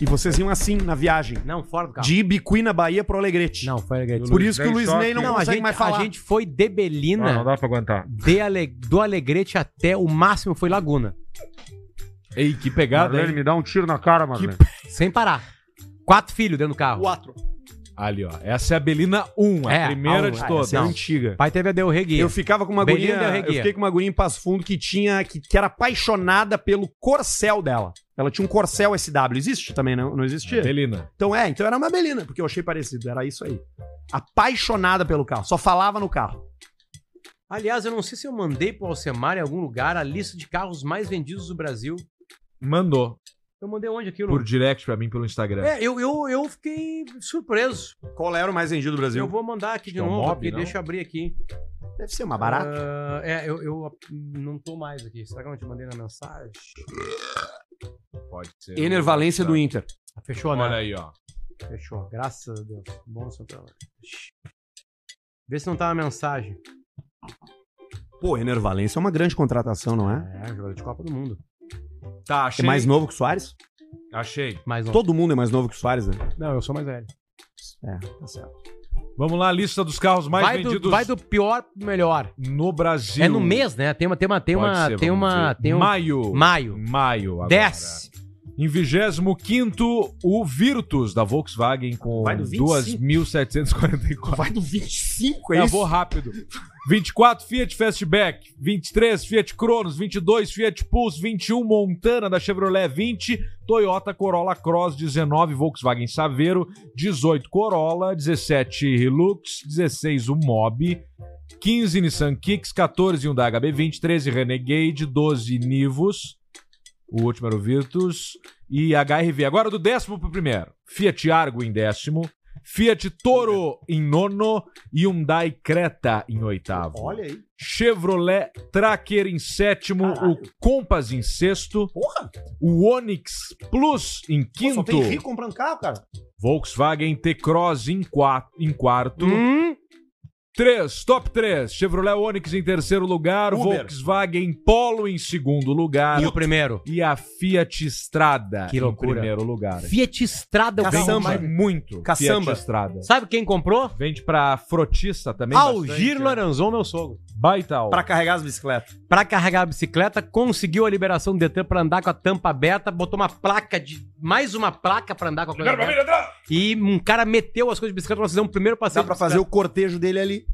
E vocês iam assim na viagem. Não, fora do carro. De Ibicuí na Bahia pro Alegrete. Não, foi alegre. Por isso que o Luiz Ney Ney só não, que- Não, a consegue gente, mais a falar. gente foi de Não, não Belina, dá pra aguentar. de Ale- do Alegrete até o máximo foi Laguna. Ei, que pegada, hein? me dá um tiro na cara, mano. Sem parar. Quatro filhos dentro do carro. Quatro. Ali, ó. Essa é a Belina 1, a É, primeira a um. de Ah, todas. Essa é Não. antiga. O pai teve a Del Rey Guia. Eu ficava com uma Belina guria, Del Rey eu Guia. fiquei com uma guria em Passo Fundo que tinha que, que era apaixonada pelo corcel dela. Ela tinha um corcel SW. Existe também, não, não existia? Belina. Então é, então era uma Belina, porque eu achei parecido, era isso aí. Apaixonada pelo carro, só falava no carro. Aliás, eu não sei se eu mandei pro Alcemar em algum lugar a lista de carros mais vendidos do Brasil. Mandou Eu mandei onde aquilo? por direct pra mim pelo Instagram. É, eu, eu, eu fiquei surpreso. Qual era o mais vendido do Brasil? Eu vou mandar aqui de É um novo, mob, porque não? deixa eu abrir aqui. Deve ser uma barata. Ah, é, eu, eu não tô mais aqui. Será que eu não te mandei na mensagem? Pode ser. Tá. Enervalência do Inter. Ah, Fechou, né? Olha aí, ó. Fechou. Graças a Deus. Bom Santana. Vê se não tá uma mensagem. Pô, Ener Valência é uma grande contratação, não é? É, jogador de Copa do Mundo. Tá, É mais novo que o Soares? Achei. Mais novo. Todo mundo é mais novo que o Soares, né? Não, eu sou mais velho. É, tá certo. Vamos lá, lista dos carros mais vai, vendidos do, vai do pior pro melhor. no Brasil. É no mês, né? Tem uma. Tem uma. Tem Pode uma. ser, tem vamos uma ver. tem um... Maio. Maio. Maio. agora. Desce. Em 25, o Virtus da Volkswagen com Vai do 25? 2.744. Vai do 25, Eu vou rápido. 24, Fiat Fastback. 23, Fiat Cronos. 22, Fiat Pulse. 21, Montana da Chevrolet. 20, Toyota Corolla Cross. 19, Volkswagen Saveiro. 18, Corolla. 17, Hilux. 16, o Mob. 15, Nissan Kicks. 14, Hyundai HB20. 13, Renegade. 12, Nivus. O último era o Virtus. E HRV. Agora do décimo pro primeiro. Fiat Argo em décimo. Fiat Toro em nono. E Hyundai Creta em oitavo. Olha aí. Chevrolet Tracker em sétimo. O Compass em sexto. Porra! O Onix Plus em Pô, só quinto. tem rico comprando carro, cara. Volkswagen T-Cross em, qua- em quarto. Hum? 3, top 3. Chevrolet Onix em terceiro lugar. Uber. Volkswagen Polo em segundo lugar. E o primeiro? E a Fiat Strada Que em loucura. primeiro lugar. Fiat Estrada, é o Caçamba. carro Mas mais- muito. Caçamba. Fiat Strada. Sabe quem comprou? Ah, Vende pra frotista também Algir bastante, né? Loranzon, meu sogro. Baita alvo. Pra carregar as bicicletas. Pra carregar a bicicleta, conseguiu a liberação do Detran pra andar com a tampa aberta, botou uma placa de. mais uma placa pra andar com a coisa aberta. E um cara meteu as coisas de bicicleta pra fazer um primeiro passeio. Dá pra fazer o cortejo dele ali.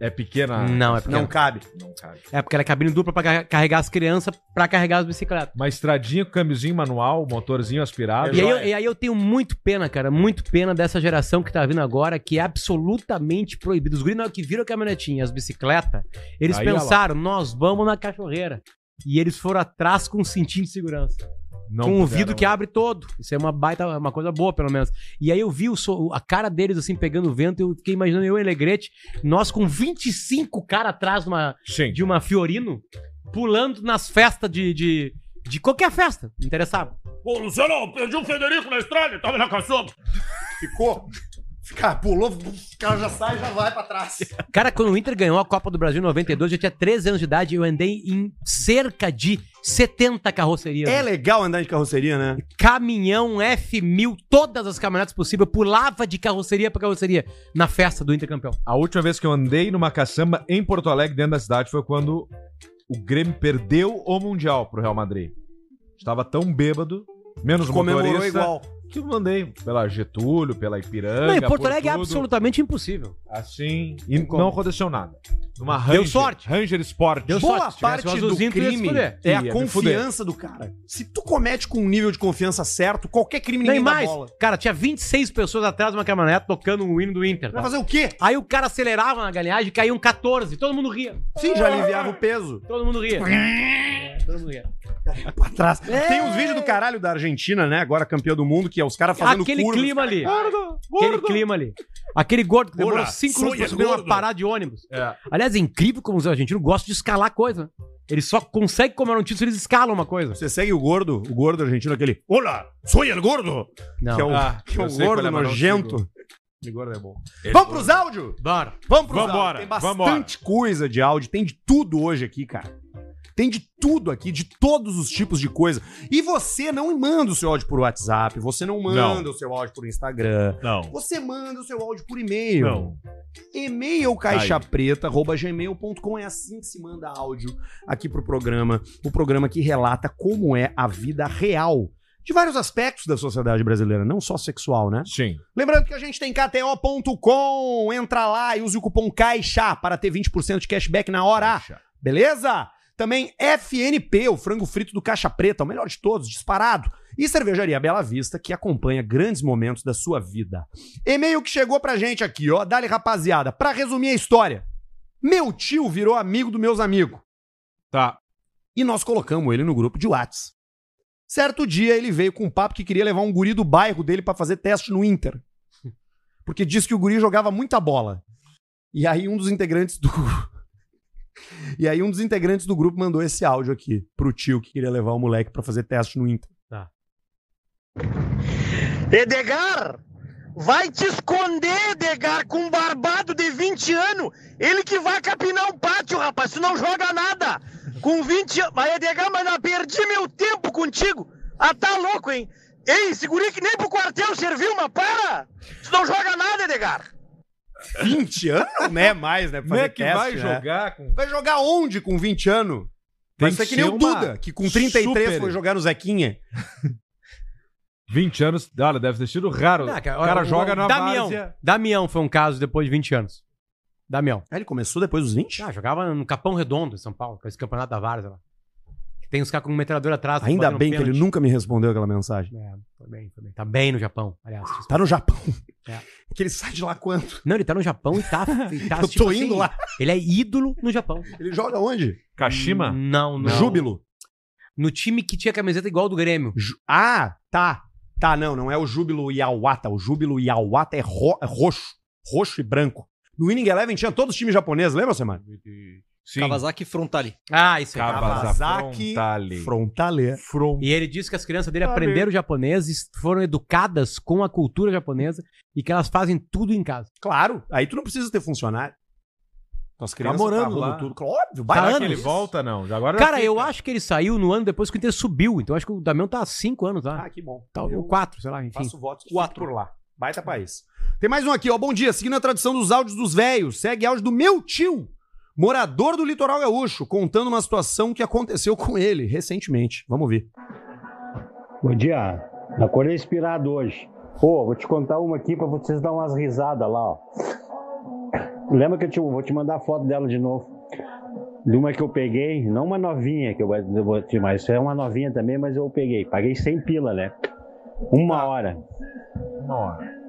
É pequena. Não, é Não pequeno. cabe. Não, cara. É porque era cabine dupla pra car- carregar as crianças pra carregar as bicicletas. Uma estradinha com câmbiozinho manual, motorzinho aspirado. E aí, eu, joia. e aí eu tenho muito pena, cara, muito pena dessa geração que tá vindo agora, que é absolutamente proibida. Os guris na hora que viram a caminhonetinha, as bicicletas, eles Aí, pensaram, nós vamos na cachorreira. E eles foram atrás com um cintinho de segurança. Não com um puderam. né? vidro que abre todo. Isso é uma baita, uma coisa boa, pelo menos. E aí eu vi o so- a cara deles assim pegando o vento, eu fiquei imaginando eu e Alegrete, nós com 25 cara atrás de uma, Sim. de uma Fiorino, pulando nas festas de, de, de qualquer festa, não interessava. Ô, Luciano, perdi um Federico na estrada, tava na caçamba. Ficou. Cara, pulou, o cara já sai e já vai pra trás. Cara, quando o Inter ganhou a Copa do Brasil em 92, eu tinha 13 anos de idade, eu andei em cerca de 70 carrocerias. É legal andar de carroceria, né? Caminhão F1000, todas as caminhonetas possíveis, eu pulava de carroceria pra carroceria na festa do Inter campeão. A última vez que eu andei numa caçamba em Porto Alegre, dentro da cidade, foi quando o Grêmio perdeu o Mundial pro Real Madrid. Estava tão bêbado, menos o Comemorou motorista, igual. que eu andei pela Getúlio, pela Ipiranga, Não, em Porto por Alegre é tudo, absolutamente impossível. Assim, e Não não aconteceu nada. Numa Deu sorte. Ranger Sport. Deu Boa sorte, se tivesse parte um do azulzinho, tu ia se crime fuder. é Ia a me confiança do cara. Se tu comete com um nível de confiança certo, qualquer crime ninguém Nem dá mais. bola. Cara, tinha 26 pessoas atrás de uma caminhonete tocando o hino do Inter. Vai tá? fazer o quê? Aí o cara acelerava na galinhagem, caíam 14. Todo mundo ria. Sim, já aliviava o peso. Todo mundo <laughs> ria. É, todo mundo ria. Pra trás. É. Tem uns vídeos do caralho da Argentina, né? Agora campeão do mundo, que é os caras fazendo Aquele curva. clima ali. Aquele clima ali. Aquele gordo que demorou Olá, 5 minutos pra sonhas subir uma gordo. parada de ônibus. Aliás, é incrível como os argentinos gostam de escalar coisa. né? Eles só conseguem comer um título se eles escalam uma coisa. Você segue o gordo, o gordo argentino, aquele Olá, sou el gordo! Não. Que é o, Ah, que é eu o sei qual gordo é, mas não nojento. sigo. O gordo é bom. Vamos pros áudios? Bora. Vamos pros Vambora, áudios. Tem vambora. bastante coisa de áudio, tem de tudo hoje aqui, cara. Tem de tudo aqui, de todos os tipos de coisa. E você não manda o seu áudio por WhatsApp, você não manda o seu áudio por Instagram, Não. você manda o seu áudio por e-mail. Não. E-mail caixapreta.gmail.com é assim que se manda áudio aqui pro programa. O programa que relata como é a vida real de vários aspectos da sociedade brasileira, não só sexual, né? Sim. Lembrando que a gente tem KTO.com. Entra lá e use o cupom CAIXA para ter 20% de cashback na hora. Beleza? Também FNP, o frango frito do Caixa Preta, o melhor de todos, disparado. E Cervejaria Bela Vista, que acompanha grandes momentos da sua vida. E-mail que chegou pra gente aqui, ó. Dale, rapaziada. Pra resumir a história. Meu tio virou amigo dos meus amigos Tá. e nós colocamos ele no grupo de Whats. Certo dia ele veio com um papo que queria levar um guri do bairro dele pra fazer teste no Inter. Porque disse que o guri jogava muita bola. E aí um dos integrantes do <laughs> E aí um dos integrantes do grupo mandou esse áudio aqui pro tio que queria levar o moleque pra fazer teste no Inter. Edgar, Vai te esconder, Degar, com um barbado de 20 anos. Ele que vai capinar um pátio, rapaz. Tu não joga nada. Com 20 anos. Mas, Degar, mas não perdi meu tempo contigo. Ah, tá louco, hein? Ei, segurei que nem pro quartel serviu, mas para! Tu não joga nada, Degar. 20 anos? Não é mais, né? pra Não é fazer que vai jogar com- Vai jogar onde com 20 anos? Tem Vai ser que que nem ser o uma Duda, que com 33 super- foi jogar no Zequinha. 20 anos, olha, deve ter sido raro. Não, é o cara o- joga o na Damião. várzea. Damião foi um caso depois de 20 anos. Damião. Ah, ele começou depois dos 20? Ah, jogava no Capão Redondo, em São Paulo, com esse campeonato da Várzea lá. Que tem os caras com metralhadora atrás. Ainda batendo bem que pênalti. ele nunca me respondeu aquela mensagem. É, foi bem, foi bem. Tá bem no Japão, aliás. tipo Tá no Japão. É. <laughs> Que ele sai de lá quanto? Não, ele tá no Japão e <laughs> tá. E tá Eu tô indo lá. Ele é ídolo no Japão. Hum, Ele joga onde? Kashima? Não, não. Júbilo. No time que tinha camiseta igual do Grêmio. Ah, tá. Tá, não, não é o Júbilo Iawata. O Júbilo Iawata é, ro- é roxo. Roxo e branco. No Winning Eleven tinha todos os times japoneses, lembra, Semana? Sim. Kawasaki Frontale. Ah, isso aí. Kawasaki Frontale. E ele disse que as crianças dele Tá aprenderam japonês e foram educadas com a cultura japonesa e que elas fazem tudo em casa. Claro, aí tu não precisa ter funcionário. Então, As crianças Tá morando arrumam lá. Tudo. Óbvio, Tá Será vai que ele volta, não? Já Agora Cara, já eu fica. acho que ele saiu no ano depois que o Inter subiu. Então acho que o Damião tá há cinco anos lá. Ah, que bom. Tá, Eu ou quatro, sei lá, enfim. Faço votos que quatro. por lá. Baita país. Tem mais um aqui, ó. Bom dia. Seguindo a tradição dos áudios dos velhos, segue áudio do meu tio, morador do litoral gaúcho, contando uma situação que aconteceu com ele recentemente. Vamos ver. Bom dia, acordei inspirado hoje. Pô, vou te contar uma aqui pra vocês dar umas risadas lá, ó. Lembra que eu te, vou te mandar a foto dela de novo. De uma que eu peguei, não uma novinha que eu, eu vou te mas é uma novinha também, mas eu peguei. Paguei 100 pila, né? Uma hora. Tá. Uma hora.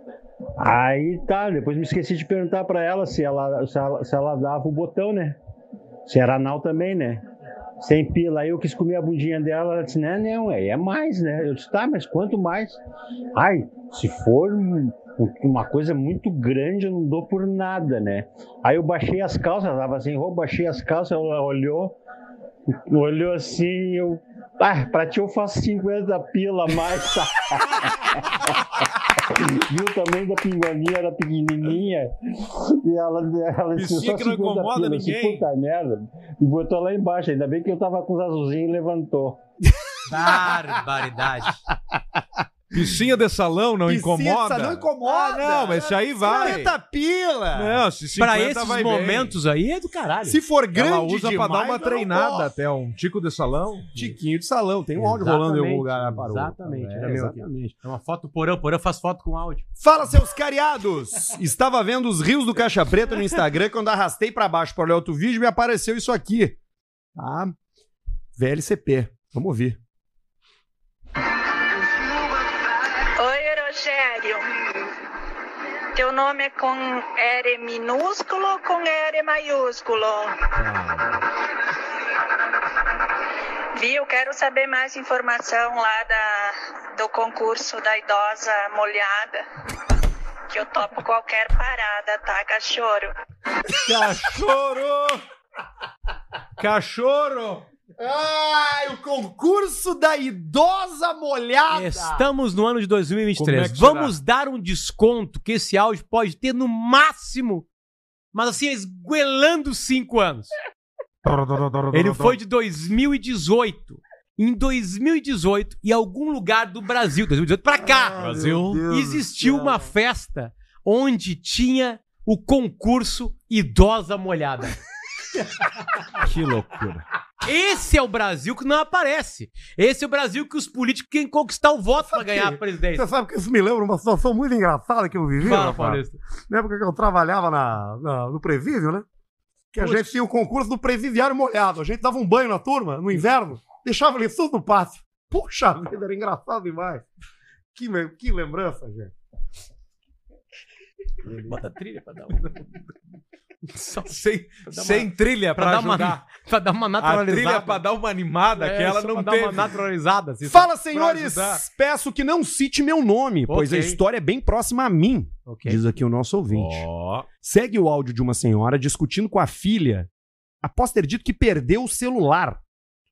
Aí tá, depois me esqueci de perguntar pra ela se ela, se ela se ela dava o botão, né? Se era anal também, né? Sem pila, aí eu quis comer a bundinha dela, ela disse, não, não, é, é mais, né? Eu disse, tá, mas quanto mais? Ai, se for um- um- uma coisa muito grande, eu não dou por nada, né? Aí eu baixei as calças, ela tava sem roupa, baixei as calças, ela olhou, olhou assim, eu, ah, pra ti eu faço 50 pila a mais, <laughs> tá? Viu o tamanho da pingolinha, era pequenininha. E ela, ela disse, só Bichinha que não 50 incomoda pila, eu disse, ninguém. Puta merda. E botou lá embaixo. Ainda bem que eu tava com os azulzinhos e levantou. Barbaridade. Piscinha de salão não incomoda? não Ah, incomoda. não, mas isso aí vai. 50 pila. Não, se 50 Pra esses vai bem. momentos aí é do caralho. Se for grande Ela usa demais, pra dar uma eu não treinada gosto. até um tico de salão. Tiquinho de salão. Tem um áudio Exatamente, rolando em algum lugar. né, Parou. Exatamente. É, era meu aqui. exatamente. É uma foto do porão, porão faz foto com áudio. Fala, seus cariados! Estava vendo os rios do Caixa Preta no Instagram quando arrastei pra baixo para olhar outro vídeo me apareceu isso aqui. Tá? VLCP. Vamos ouvir. Oi, Rogério. Teu nome é com R minúsculo ou com R maiúsculo? Viu? Quero saber mais informação lá da, do concurso da idosa molhada. Que eu topo qualquer parada, tá, cachorro? Cachorro! Cachorro! Ai, o concurso da idosa molhada! Estamos no ano de Como é 2023. que será? Vamos dar um desconto que esse áudio pode ter no máximo, mas assim, esguelando cinco anos. Ele foi de 2018. Em 2018, em algum lugar do Brasil, 2018 pra Ah, cá, Brasil. existiu uma festa onde tinha o concurso Idosa Molhada. Que loucura. Esse é o Brasil que não aparece. Esse é o Brasil que os políticos querem conquistar o voto pra ganhar a presidência. Você sabe que isso me lembra uma situação muito engraçada que eu vivi, Fala, Rafa. Paulista. Na época que eu trabalhava na, na- no presídio, né? Que a Putz. gente tinha o concurso do presidiário molhado. A gente dava um banho na turma, no inverno, deixava ele tudo no pátio. Puxa vida, era engraçado demais. Que, me- que lembrança, gente. Bota trilha pra dar um- uma. sem dar uma- sem trilha pra, pra dar uma- ajudar. <laughs> pra dar uma A trilha naturalizada. pra dar uma animada É, que ela só não pra dar teve. uma naturalizada. assim, só Fala, pra senhores! ajudar. Peço que não cite meu nome, pois a Ok. história é bem próxima a mim, diz aqui o nosso ouvinte. Segue o áudio de uma senhora discutindo com a filha após ter dito que perdeu o celular.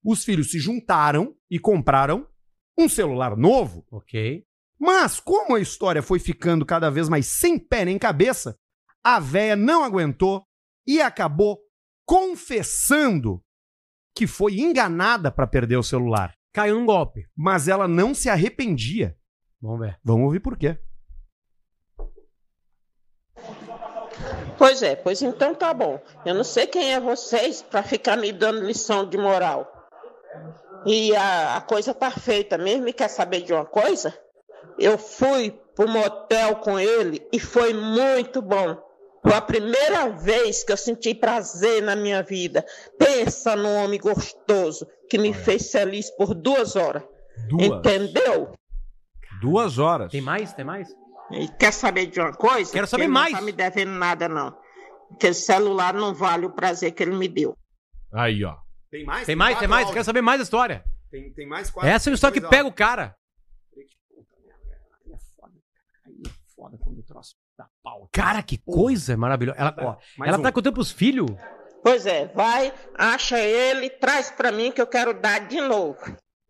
Os filhos se juntaram e compraram um celular novo. Ok. Mas, como a história foi ficando cada vez mais sem pé nem cabeça, a véia não aguentou e acabou confessando que foi enganada para perder o celular. Caiu num golpe. Mas ela não se arrependia. Vamos ver. Vamos ouvir por quê. Pois é, pois então tá bom. Eu não sei quem é vocês para ficar me dando lição de moral. E a, a coisa tá feita mesmo. E quer saber de uma coisa? Eu fui pro motel com ele e foi muito bom. Foi a primeira vez que eu senti prazer na minha vida. Pensa num homem gostoso que me fez feliz por duas horas. Duas. Entendeu? Duas horas. Tem mais? Tem mais? E quer saber de uma coisa? Quero saber ele mais. Não tá me devendo nada, não. Porque o celular não vale o prazer que ele me deu. Aí, ó. Tem mais? Tem mais, tem mais. Quero saber mais da história. Tem, tem mais quatro. Essa é a história que pega o cara. Foda quando o troço dá pau. Cara, que coisa maravilhosa. Ela, Um. mais ela um. tá contando pros filhos. Pois é, vai, acha ele, traz pra mim que eu quero dar de novo.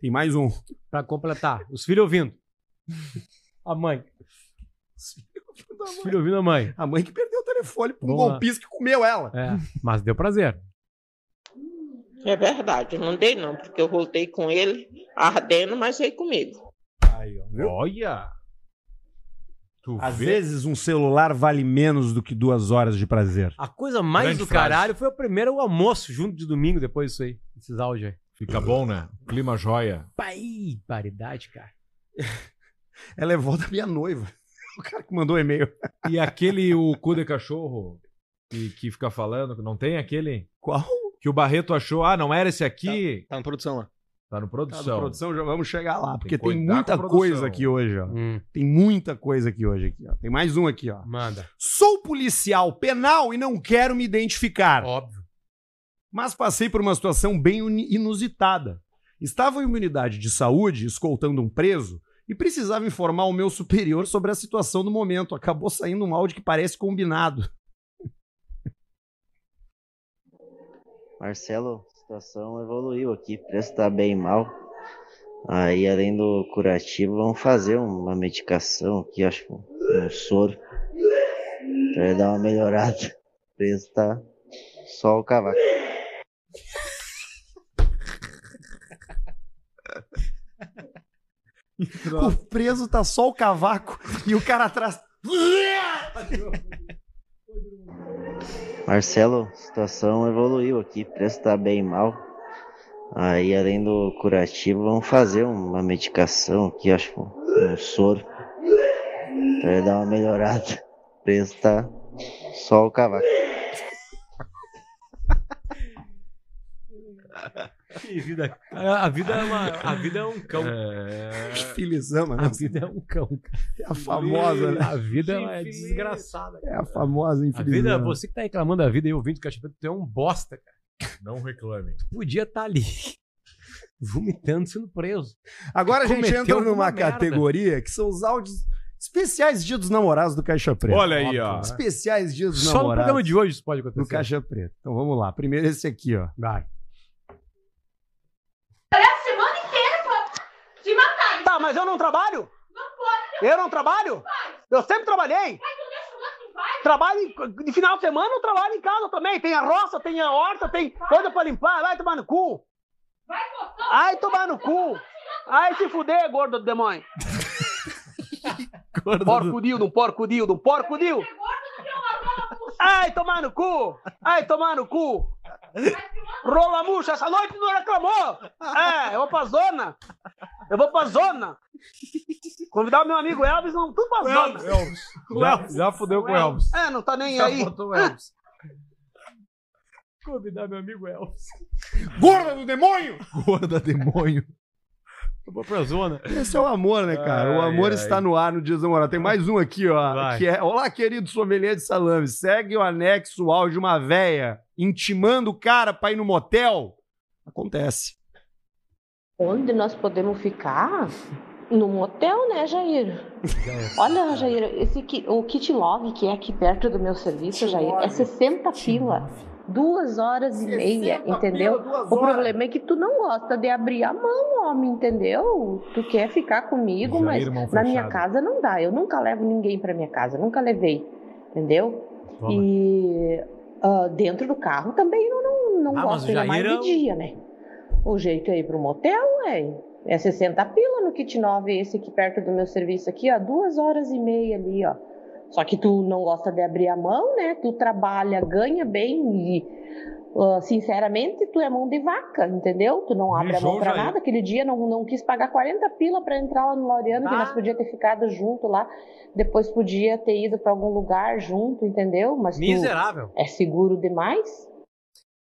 Tem mais um. Pra completar. Os filhos ouvindo. A mãe. Os filhos ouvindo a mãe. A mãe que perdeu o telefone pra um Vamos lá. golpista que comeu ela. É, mas deu prazer. É verdade, não dei não, porque eu voltei com ele ardendo, mas veio comigo. Olha! Tu Às vê? vezes um celular vale menos do que duas horas de prazer. A coisa mais Grande do frase. caralho foi o primeiro almoço junto de domingo depois disso aí. Esses áudios aí. Fica bom, né? Clima joia. Pai, paridade, cara. Ela é vó da minha noiva. <laughs> O cara que mandou o e-mail. E aquele o cu de cachorro que, que fica falando, não tem aquele? Qual? Que o Barreto achou, ah, não era esse aqui. Tá na produção lá. Tá no produção. Tá na produção, já vamos chegar lá, que porque tem, cuidar muita com a produção. coisa aqui hoje, ó. Hum. Tem muita coisa aqui hoje aqui, ó. Tem mais um aqui, ó. Manda. Sou policial penal e não quero me identificar. Óbvio. Mas passei por uma situação bem uni- inusitada. Estava em uma unidade de saúde escoltando um preso e precisava informar o meu superior sobre a situação do momento. Acabou saindo um áudio que parece combinado. Marcelo, a situação evoluiu aqui, o preço tá bem mal. Aí, além do curativo, vamos fazer uma medicação aqui, acho que um soro, pra ele dar uma melhorada. O preço tá só o cavaco. O preso tá só o cavaco e o <laughs> cara atrás. Marcelo, a situação evoluiu aqui, o preço tá bem mal. Aí, além do curativo, vamos fazer uma medicação aqui, acho que um soro, pra ele dar uma melhorada. O preço tá só o cavaco. Que vida. A a vida é, uma, a vida é um cão. Filizama, né? A vida é um cão. É a famosa, né? A vida ela é desgraçada. É a famosa A vida, infeliz. você que tá reclamando da vida e ouvindo o cachorro, tu é um bosta, cara. Não reclame. Podia estar <laughs> ali. Vomitando, sendo preso. Agora a gente Cometeu entra alguma numa merda. categoria que são os áudios especiais Dia dos Namorados do Caixa Preta. Olha aí, ó. né? Especiais Dia dos Só no Namorados. programa de hoje isso pode acontecer. Do Caixa Preta. Então vamos lá. Primeiro esse aqui, ó. Vai. Trabalhar É a semana inteira, pô. Te matar. hein? Tá, mas eu não trabalho? Eu não trabalho? Eu sempre trabalhei. Trabalho em- de final de semana, eu trabalho em casa também. Tem a roça, tem a horta, tem coisa pra limpar. Vai tomar no cu. Ai, tomar no cu. Ai, se fuder, gordo do demônio. Porco dildo, um porco dildo, um porco dildo. Ai, tomar no cu. Ai, tomar no cu. Rola murcha, essa noite não reclamou. É, eu vou pra zona. Eu vou pra zona. Convidar o meu amigo Elvis, não, tudo pra zona. Já, já fudeu com o Elvis. É, não tá nem Já aí. botou o Elvis. Convidar meu amigo Elvis. Gorda do demônio! Gorda demônio. Eu vou pra zona. Esse é o amor, né, cara? o Ai, amor ai. está no ar no Dia dos Namorados. Tem mais um aqui, ó. Vai. Que é, Olá, querido sommelier de salame. Segue o anexo ao de uma véia intimando o cara pra ir no motel. Acontece. Onde nós podemos ficar? No motel, né, Jair? Olha, Jair, esse, ki- o Kit Love, que é aqui perto do meu serviço, Jair, é 60 pila. duas horas e meia, entendeu? o problema é que tu não gosta de abrir a mão, homem, entendeu? Tu quer ficar comigo, Já, mas irmão na fechado. minha casa não dá. Eu nunca levo ninguém pra minha casa, nunca levei, entendeu? Toma. E ah, dentro do carro também eu não, não Ah, mas gosto, o ainda Jair mais é o- de dia, né? O jeito é ir pro motel, ué. É 60 pila no kit 9, esse aqui perto do meu serviço aqui, ó. Duas horas e meia ali, ó. Só que tu não gosta de abrir a mão, né? Tu trabalha, ganha bem e, ah, sinceramente, tu é mão de vaca, entendeu? Tu não abre a mão Mijou, pra Jair. nada. Aquele dia não, não quis pagar 40 pila pra entrar lá no Laureano, que Ah. nós podia ter ficado junto lá. Depois podia ter ido pra algum lugar junto, entendeu? Mas tu Miserável. é seguro demais.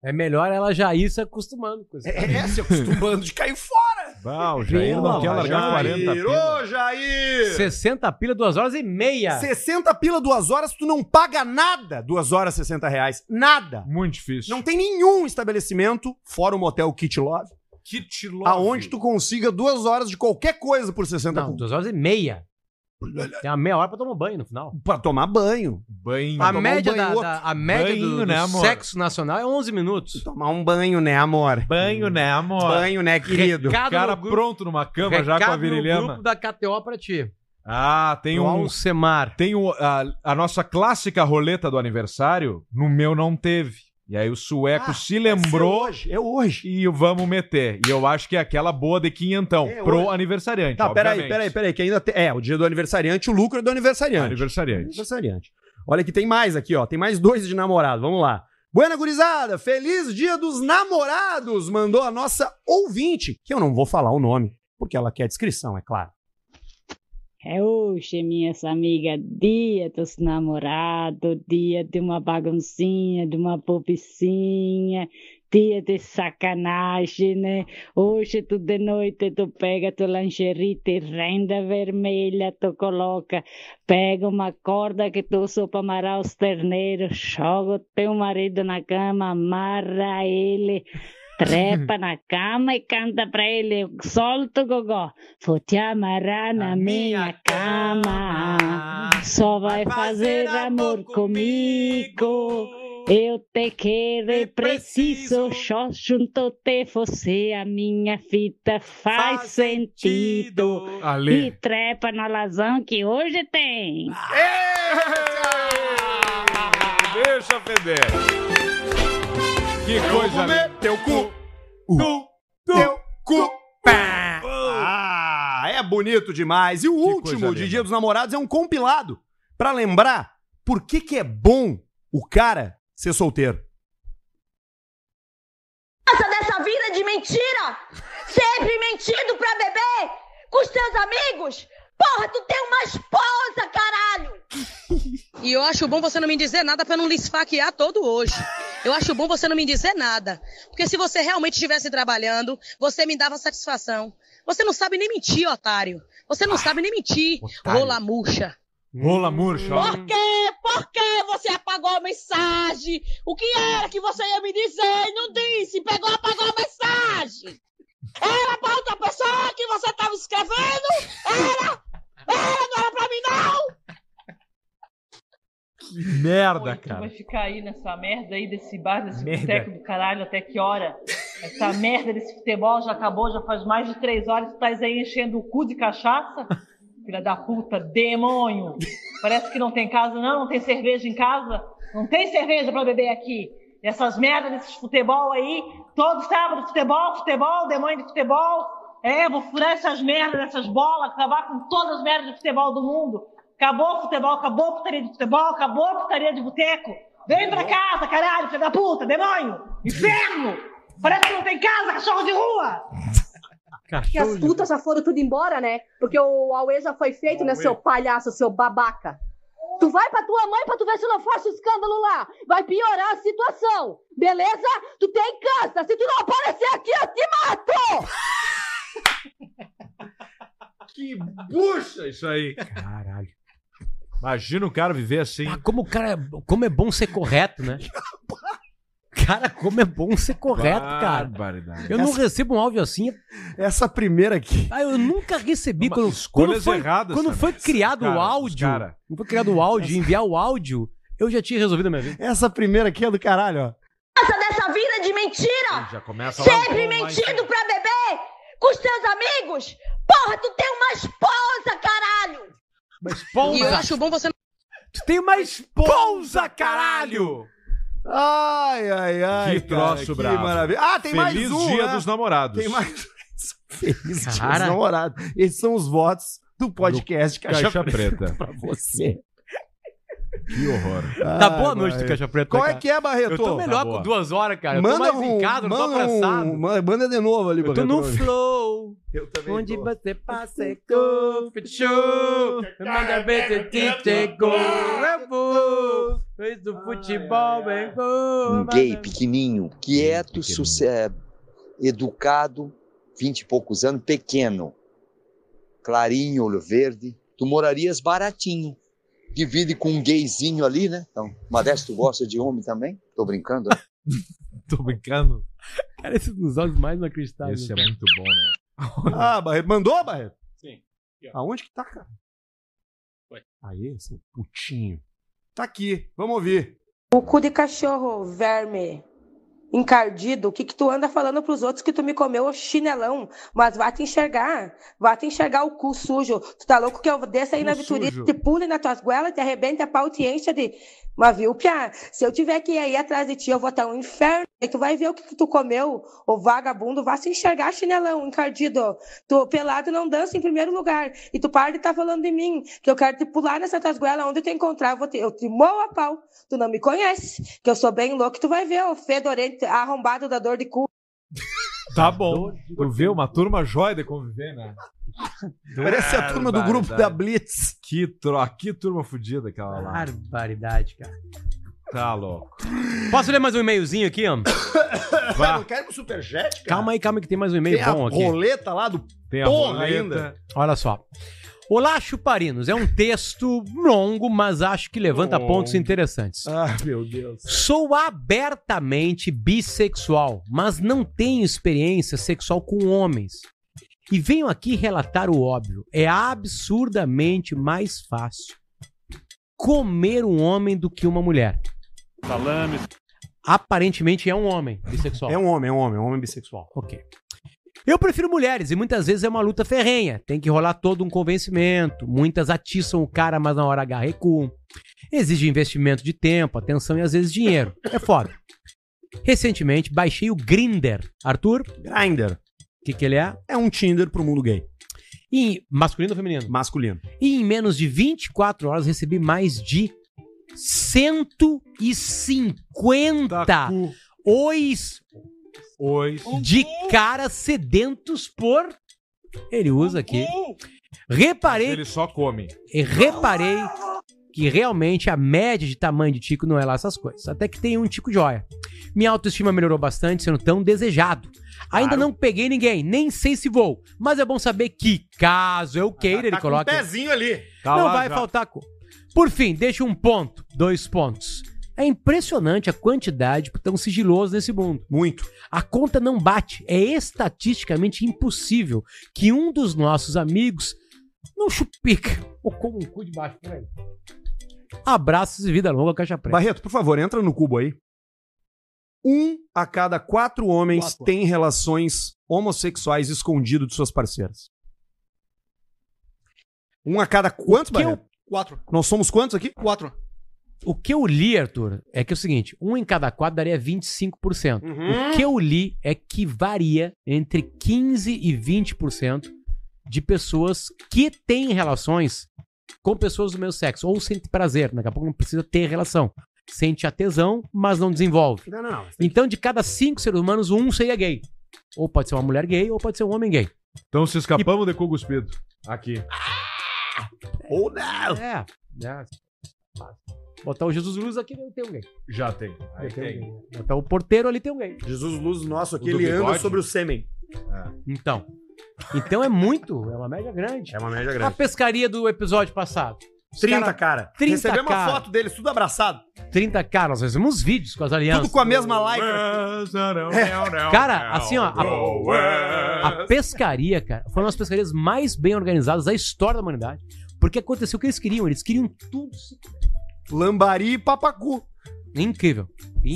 É melhor ela já ir se acostumando com isso. É, se acostumando de cair fora. Bom, o Jair não quer largar 40 pila. Jair! 60 pila, 2 horas e meia. 60 pila, duas horas, tu não paga nada. Duas horas, 60 reais. Nada. Muito difícil. Não tem nenhum estabelecimento, fora o motel Kit Love, Kit Love. aonde tu consiga duas horas de qualquer coisa por 60 Não, duas horas e meia. Tem uma meia hora pra tomar banho no final. Pra tomar banho. Banho. um né, A média, da, da- a média do, do sexo nacional é 11 minutos. Tomar um banho, né, amor? Banho, né, amor? Banho, né, querido? o cara pronto numa cama já com a no virilhama. grupo da KTO pra ti. Ah, tem Do um. Alcemar. Tem o- a, a nossa clássica roleta do aniversário. No meu não teve. E aí o sueco se lembrou. É hoje, Ah, é hoje. E vamos meter. E eu acho que é aquela boa de quinhentão. pro aniversariante. É Tá, peraí, obviamente. peraí, peraí, que ainda tem... É, o dia do aniversariante, o lucro é do aniversariante. Aniversariante. Aniversariante. Olha que tem mais aqui, ó. Tem mais dois de namorado, vamos lá. Buena gurizada, feliz dia dos namorados, mandou a nossa ouvinte, que eu não vou falar o nome, porque ela quer descrição, é claro. Oxe, minhas amigas, dia dos namorados, dia de uma baguncinha, de uma bobicinha, dia de sacanagem, né? Hoje tu de noite tu pega tua lingerie, te renda vermelha, tu coloca, pega uma corda que tu usa para amarrar os terneiros, joga o teu marido na cama, amarra ele, trepa na cama e canta pra ele, solta o gogó. Vou te amarrar na minha, cama, só vai fazer amor comigo. Eu te quero e preciso, só junto te você a minha fita faz, sentido. Ale. E trepa na lasão que hoje tem. Deixa feder. Que coisa linda. Teu cu. Tu. Teu cu. Ah, é bonito demais. E o último de Dia dos Namorados é um compilado pra lembrar por que que é bom o cara ser solteiro. Essa dessa vida de mentira! Sempre mentindo pra beber! Com os teus amigos! Porra, tu tem uma esposa, caralho! E eu acho bom você não me dizer nada pra não lhe esfaquear todo hoje. Eu acho bom você não me dizer nada. Porque se você realmente estivesse trabalhando, você me dava satisfação. Você não sabe nem mentir, otário. Você não sabe nem mentir, otário. rola murcha. Rola murcha. ó. Por quê? É, Por quê você apagou a mensagem? O que era que você ia me dizer e não disse? Pegou, apagou a mensagem! Era pra outra pessoa que você tava escrevendo? Era! Era, não era pra mim não! Que merda, Tu vai cara. ficar aí nessa merda aí desse bar, desse Merda. boteco do caralho, até que hora? Essa merda desse futebol já acabou, já faz mais de três horas, tu estás aí enchendo o cu de cachaça? Filha da puta, demônio! Parece que não tem casa, não? Não tem cerveja em casa? Não tem cerveja pra beber aqui! E essas merdas desses futebol aí, todo sábado futebol, futebol, demônio de futebol. É, vou furar essas merdas, essas bolas, acabar com todas as merdas de futebol do mundo. Acabou o futebol, acabou a putaria de futebol, acabou a putaria de boteco. Vem pra casa, caralho, filho da puta, demônio! Inferno! Parece que não tem casa, cachorro de rua! Que as putas já foram tudo embora, né? Porque o Aue já foi feito, né, seu palhaço, seu babaca? Tu vai pra tua mãe pra tu ver se não força o escândalo lá. Vai piorar a situação, beleza? Tu tem câncer. Se tu não aparecer aqui, eu te mato! Que bucha isso aí. Caralho. Imagina o cara viver assim. como o cara. Como é bom ser correto, né? Cara, como é bom ser correto, cara. Barbaridade. Eu não Essa- recebo um áudio assim. Essa primeira aqui. Ah, eu nunca recebi. Quando, escolhas quando foi, erradas quando também. foi criado Cara, o os áudio. cara. Quando foi criado o áudio, enviar o áudio, eu já tinha resolvido a minha vida. Essa primeira aqui é do caralho, ó. Essa dessa vida de mentira! Já começa lá. Sempre mentindo pra beber com os teus amigos! Porra, tu tem uma esposa, caralho! Uma esponja. E eu acho bom você. Tu tem uma esposa, caralho! Ai, ai, ai. Que troço que bravo. maravilha. Ah, tem mais Feliz um, Dia né? dos Namorados. Tem mais. Feliz Dia dos Cara. Namorados. Esses são os votos do podcast Caixa, Caixa Preta. Preta. <laughs> Pra você. Que horror. Tá boa a noite do Caixa Preta, Qual é cara? que é, Barreto? Eu tô Tá melhor com duas horas, cara. Eu tô Manda mais um, em casa, não tô manda um- abraçado. ma- manda de novo ali, Eu tô Barreto. no flow. Eu também Onde tô. você passa é show. Manda ver se te gol. Eu vou. Fez do futebol, é Um gol. né? gay pequenininho, quieto, suce- eh, educado, vinte e poucos anos, pequeno, clarinho, olho verde. Tu morarias baratinho. Divide com um gayzinho ali, né? Então, <laughs> Modesto gosta de homem também? Tô brincando, né? Tô brincando. Cara, esses nos olhos mais inacreditáveis. Esse é muito bom, né? Ah, Barreto. Mandou, Barreto? Sim. Aonde que tá, cara? <laughs> Aí, seu <laughs> putinho. Tá aqui. Vamos ouvir. O cu de cachorro, verme encardido, o que que tu anda falando pros outros que tu me comeu ô chinelão? Mas vá te enxergar, vá te enxergar o cu sujo. Tu tá louco que eu desça aí Cu na vitorina, sujo. te pule na tuas goelas, te arrebenta a pau, te encha de... Mas viu, Pia, se eu tiver que ir aí atrás de ti, eu vou estar um inferno. E tu vai ver o que, que tu comeu, ô vagabundo, vá se enxergar, chinelão, encardido. Tu pelado não dança em primeiro lugar. E tu para de estar falando de mim, que eu quero te pular nessa tuas goelas, onde eu te encontrar, eu, vou te... eu te moo a pau. Tu não me conhece, que eu sou bem louco, tu vai ver, ô fedorento, arrombado da dor de cu. Tá bom. Tu vê uma turma jóia de conviver, né? Parece a turma do grupo da Blitz. Que, tro... que turma fodida aquela lá. Barbaridade, cara. Tá louco. Posso ler mais um e-mailzinho aqui, ó? Não quero um superchat, cara. Calma aí, calma aí, que tem mais um e-mail Tem a bom aqui. roleta lá do Tem Tem a a roleta. ainda. Olha só. Olá, chuparinos. É um texto longo, mas acho que levanta Longo. pontos interessantes. Ah, meu Deus. Sou abertamente bissexual, mas não tenho experiência sexual com homens. E venho aqui relatar o óbvio. É absurdamente mais fácil comer um homem do que uma mulher. Salames. Aparentemente é um homem bissexual. É um homem, é um homem, é um homem bissexual. Ok. Eu prefiro mulheres e muitas vezes é uma luta ferrenha. Tem que rolar todo um convencimento. Muitas atiçam o cara, mas na hora H recuam. Exige investimento de tempo, atenção e às vezes dinheiro. É foda. Recentemente baixei o Grinder. Arthur? Grinder. O que, que ele é? É um Tinder pro mundo gay. E, masculino ou feminino? Masculino. E em menos de 24 horas recebi mais de Tá 150 ois Oi. de caras sedentos por. Ele Tá usa aqui. Reparei. Ele só come. E reparei que realmente a média de tamanho de tico não é lá essas coisas. Até que tem um tico joia. Minha autoestima melhorou bastante, sendo tão desejado. Ainda não peguei ninguém, nem sei se vou. Mas é bom saber que, caso eu queira, ele com um coloca. pezinho ali. Tá Não lá vai já. faltar co- Por fim, deixa um ponto, dois pontos. É impressionante a quantidade tão sigilosa nesse mundo. Muito. A conta não bate. É estatisticamente impossível que um dos nossos amigos não chupica ou coma um cu de baixo por aí. Abraços e vida longa, Caixa Preta. Barreto, por favor, entra no cubo aí. Um a cada quatro homens Quatro. tem relações homossexuais escondido de suas parceiras. Um a cada quantos, Barreto? Quatro. Nós somos quantos aqui? Quatro. O que eu li, Arthur, é que é o seguinte: um em cada quatro daria 25%. Uhum. O que eu li é que varia entre 15% e 20% de pessoas que têm relações com pessoas do mesmo sexo, ou sente prazer, daqui a pouco não precisa ter relação. Sente a tesão, mas não desenvolve. Não, não, não. Então, de cada cinco seres humanos, um seria gay. Ou pode ser uma mulher gay, ou pode ser um homem gay. Então se escapamos de cu cuspido. Aqui. Ou não! É. né? Botar o Jesus Luz aqui não tem um gay. Já tem. Aí tem. Botar o porteiro ali tem um gay. Jesus Luz nosso aqui, O do ele anda bigode? sobre o sêmen. Então. Então é muito, é uma média grande. É uma média A pescaria do episódio passado. Os 30, cara- cara. 30, Recebemos cara. uma foto deles, tudo abraçado. 30 caras, nós fizemos uns vídeos com as alianças. Tudo com a mesma like. é Cara, assim, ó, a, a pescaria, cara, foi uma das pescarias mais bem organizadas da história da humanidade. Porque aconteceu o que eles queriam, eles queriam tudo. Lambari e papacu. Incrível.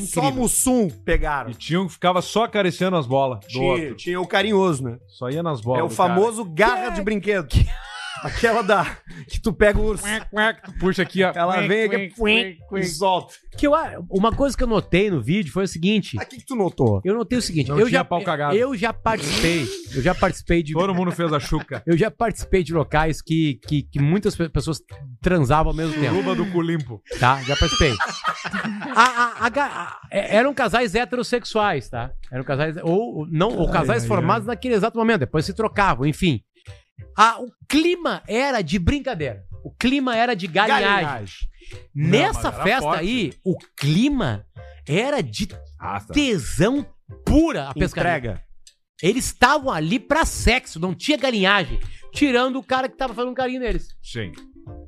Só Mussum pegaram. E tinha um que ficava só acariciando as bolas do Tinha, outro. tinha o carinhoso, né? Só ia nas bolas. é o do cara. famoso garra de brinquedo. Aquela da. Que tu pega o urso. Puxa aqui, ó. Ela vem aqui. e solta. Que eu, ah, uma coisa que eu notei no vídeo foi o seguinte. O Ah, que, tu notou? Eu notei o seguinte. Não eu tinha já pau cagado. Eu já participei. Eu já participei de. Todo mundo fez a <laughs> chuca. Eu já participei de locais que, que, que muitas pe- pessoas transavam ao mesmo tempo. Suruba do culimpo. Tá, já participei. Ah, A- a- a ga- a- é- eram casais heterossexuais, tá? Eram casais. Ou, ou não, ou Ai, casais ai, formados naquele exato momento, depois se trocavam, enfim. A- o clima era de brincadeira. O clima era de galinhagem. Galinhagem. Não, Nessa mas era festa forte. Ah, aí, o clima era de tá. tesão pura a pescaria. Entrega. Eles estavam ali pra sexo, não tinha galinhagem. Tirando o cara que tava fazendo carinho neles. Sim.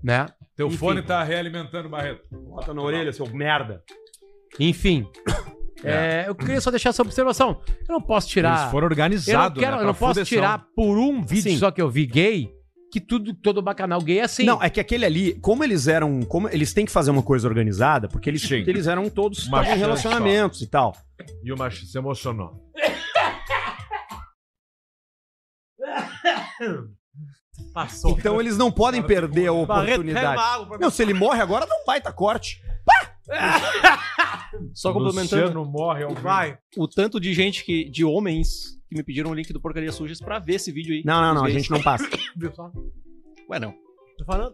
Né? Teu Enfim. fone tá realimentando o Barreto. Bota na orelha, seu merda. <coughs> Enfim. É, eu queria só deixar essa observação. Eu não posso tirar. Eles foram organizados, Eu não, quero- né, eu não pra posso fudeção. tirar por um vídeo Sim. só que eu vi gay que tudo, todo bacanal gay é assim. Não, é que aquele ali, como eles eram. Como eles têm que fazer uma coisa organizada, porque eles, porque eles eram todos Uma estavam em chance relacionamentos e tal. E o macho se emocionou. <coughs> Passou. Então eles não podem perder a é oportunidade. Não, se ele morre agora, dá um baita corte. <laughs> Só complementando. Luciano morre ao Vai. O tanto de gente que. de homens que me pediram o link do Porcaria Sujas pra ver esse vídeo aí. Não, não, Os não, a gays. gente não passa. <coughs> Viu só? Ué, não. Tô falando.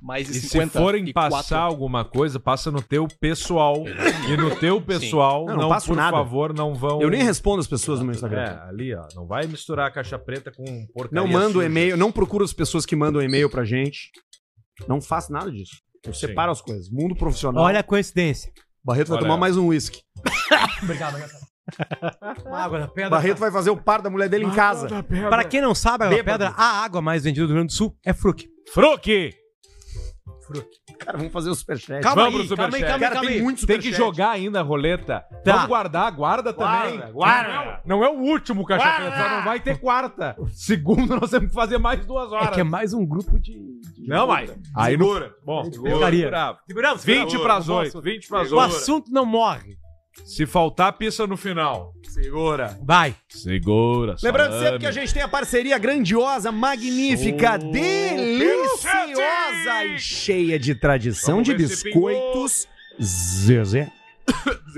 Mais de E se 50 forem e quatro. passar alguma coisa, passa no teu pessoal. E no teu Sim. pessoal, Não, não, não passo por nada. favor, não vão. Eu nem respondo as pessoas no meu Instagram. É, ali, ó. Não vai misturar a caixa preta com porcaria. Não mando suja. e-mail, não procuro as pessoas que mandam e-mail pra gente. Não faço nada disso. Eu separo as coisas. Mundo profissional. Olha a coincidência. Barreto vai Olha tomar ela. mais um uísque. <coughs> Obrigado, obrigado. Uma água da pedra. Barreto vai fazer o par da mulher dele em casa. Pra quem não sabe, a água da Bêbado. pedra, a água mais vendida do Rio Grande do Sul é fruque. Fruque! Cara, vamos fazer o superchat. Calma Vamos aí, pro calma aí, superchat. calma aí, Cara, calma tem aí. muito Tem superchat. que Tem que jogar ainda a roleta. Tá. Vamos guardar, guarda também. Guarda, guarda. Não, não é o último caixa Guarda. preta, só não vai ter quarta. Segundo, nós temos que fazer mais duas horas. É que é mais um grupo de. Não, mas. Aí não- Bom, Porcaria. segura. Seguramos, 20 segura. pras Não 8. posso- 20 pras O 8. assunto não morre. Se faltar, pista no final. Segura. Vai. Segura. Lembrando salame. sempre que a gente tem a parceria grandiosa, magnífica, deliciosa e cheia de tradição de ver se biscoitos. Zezé.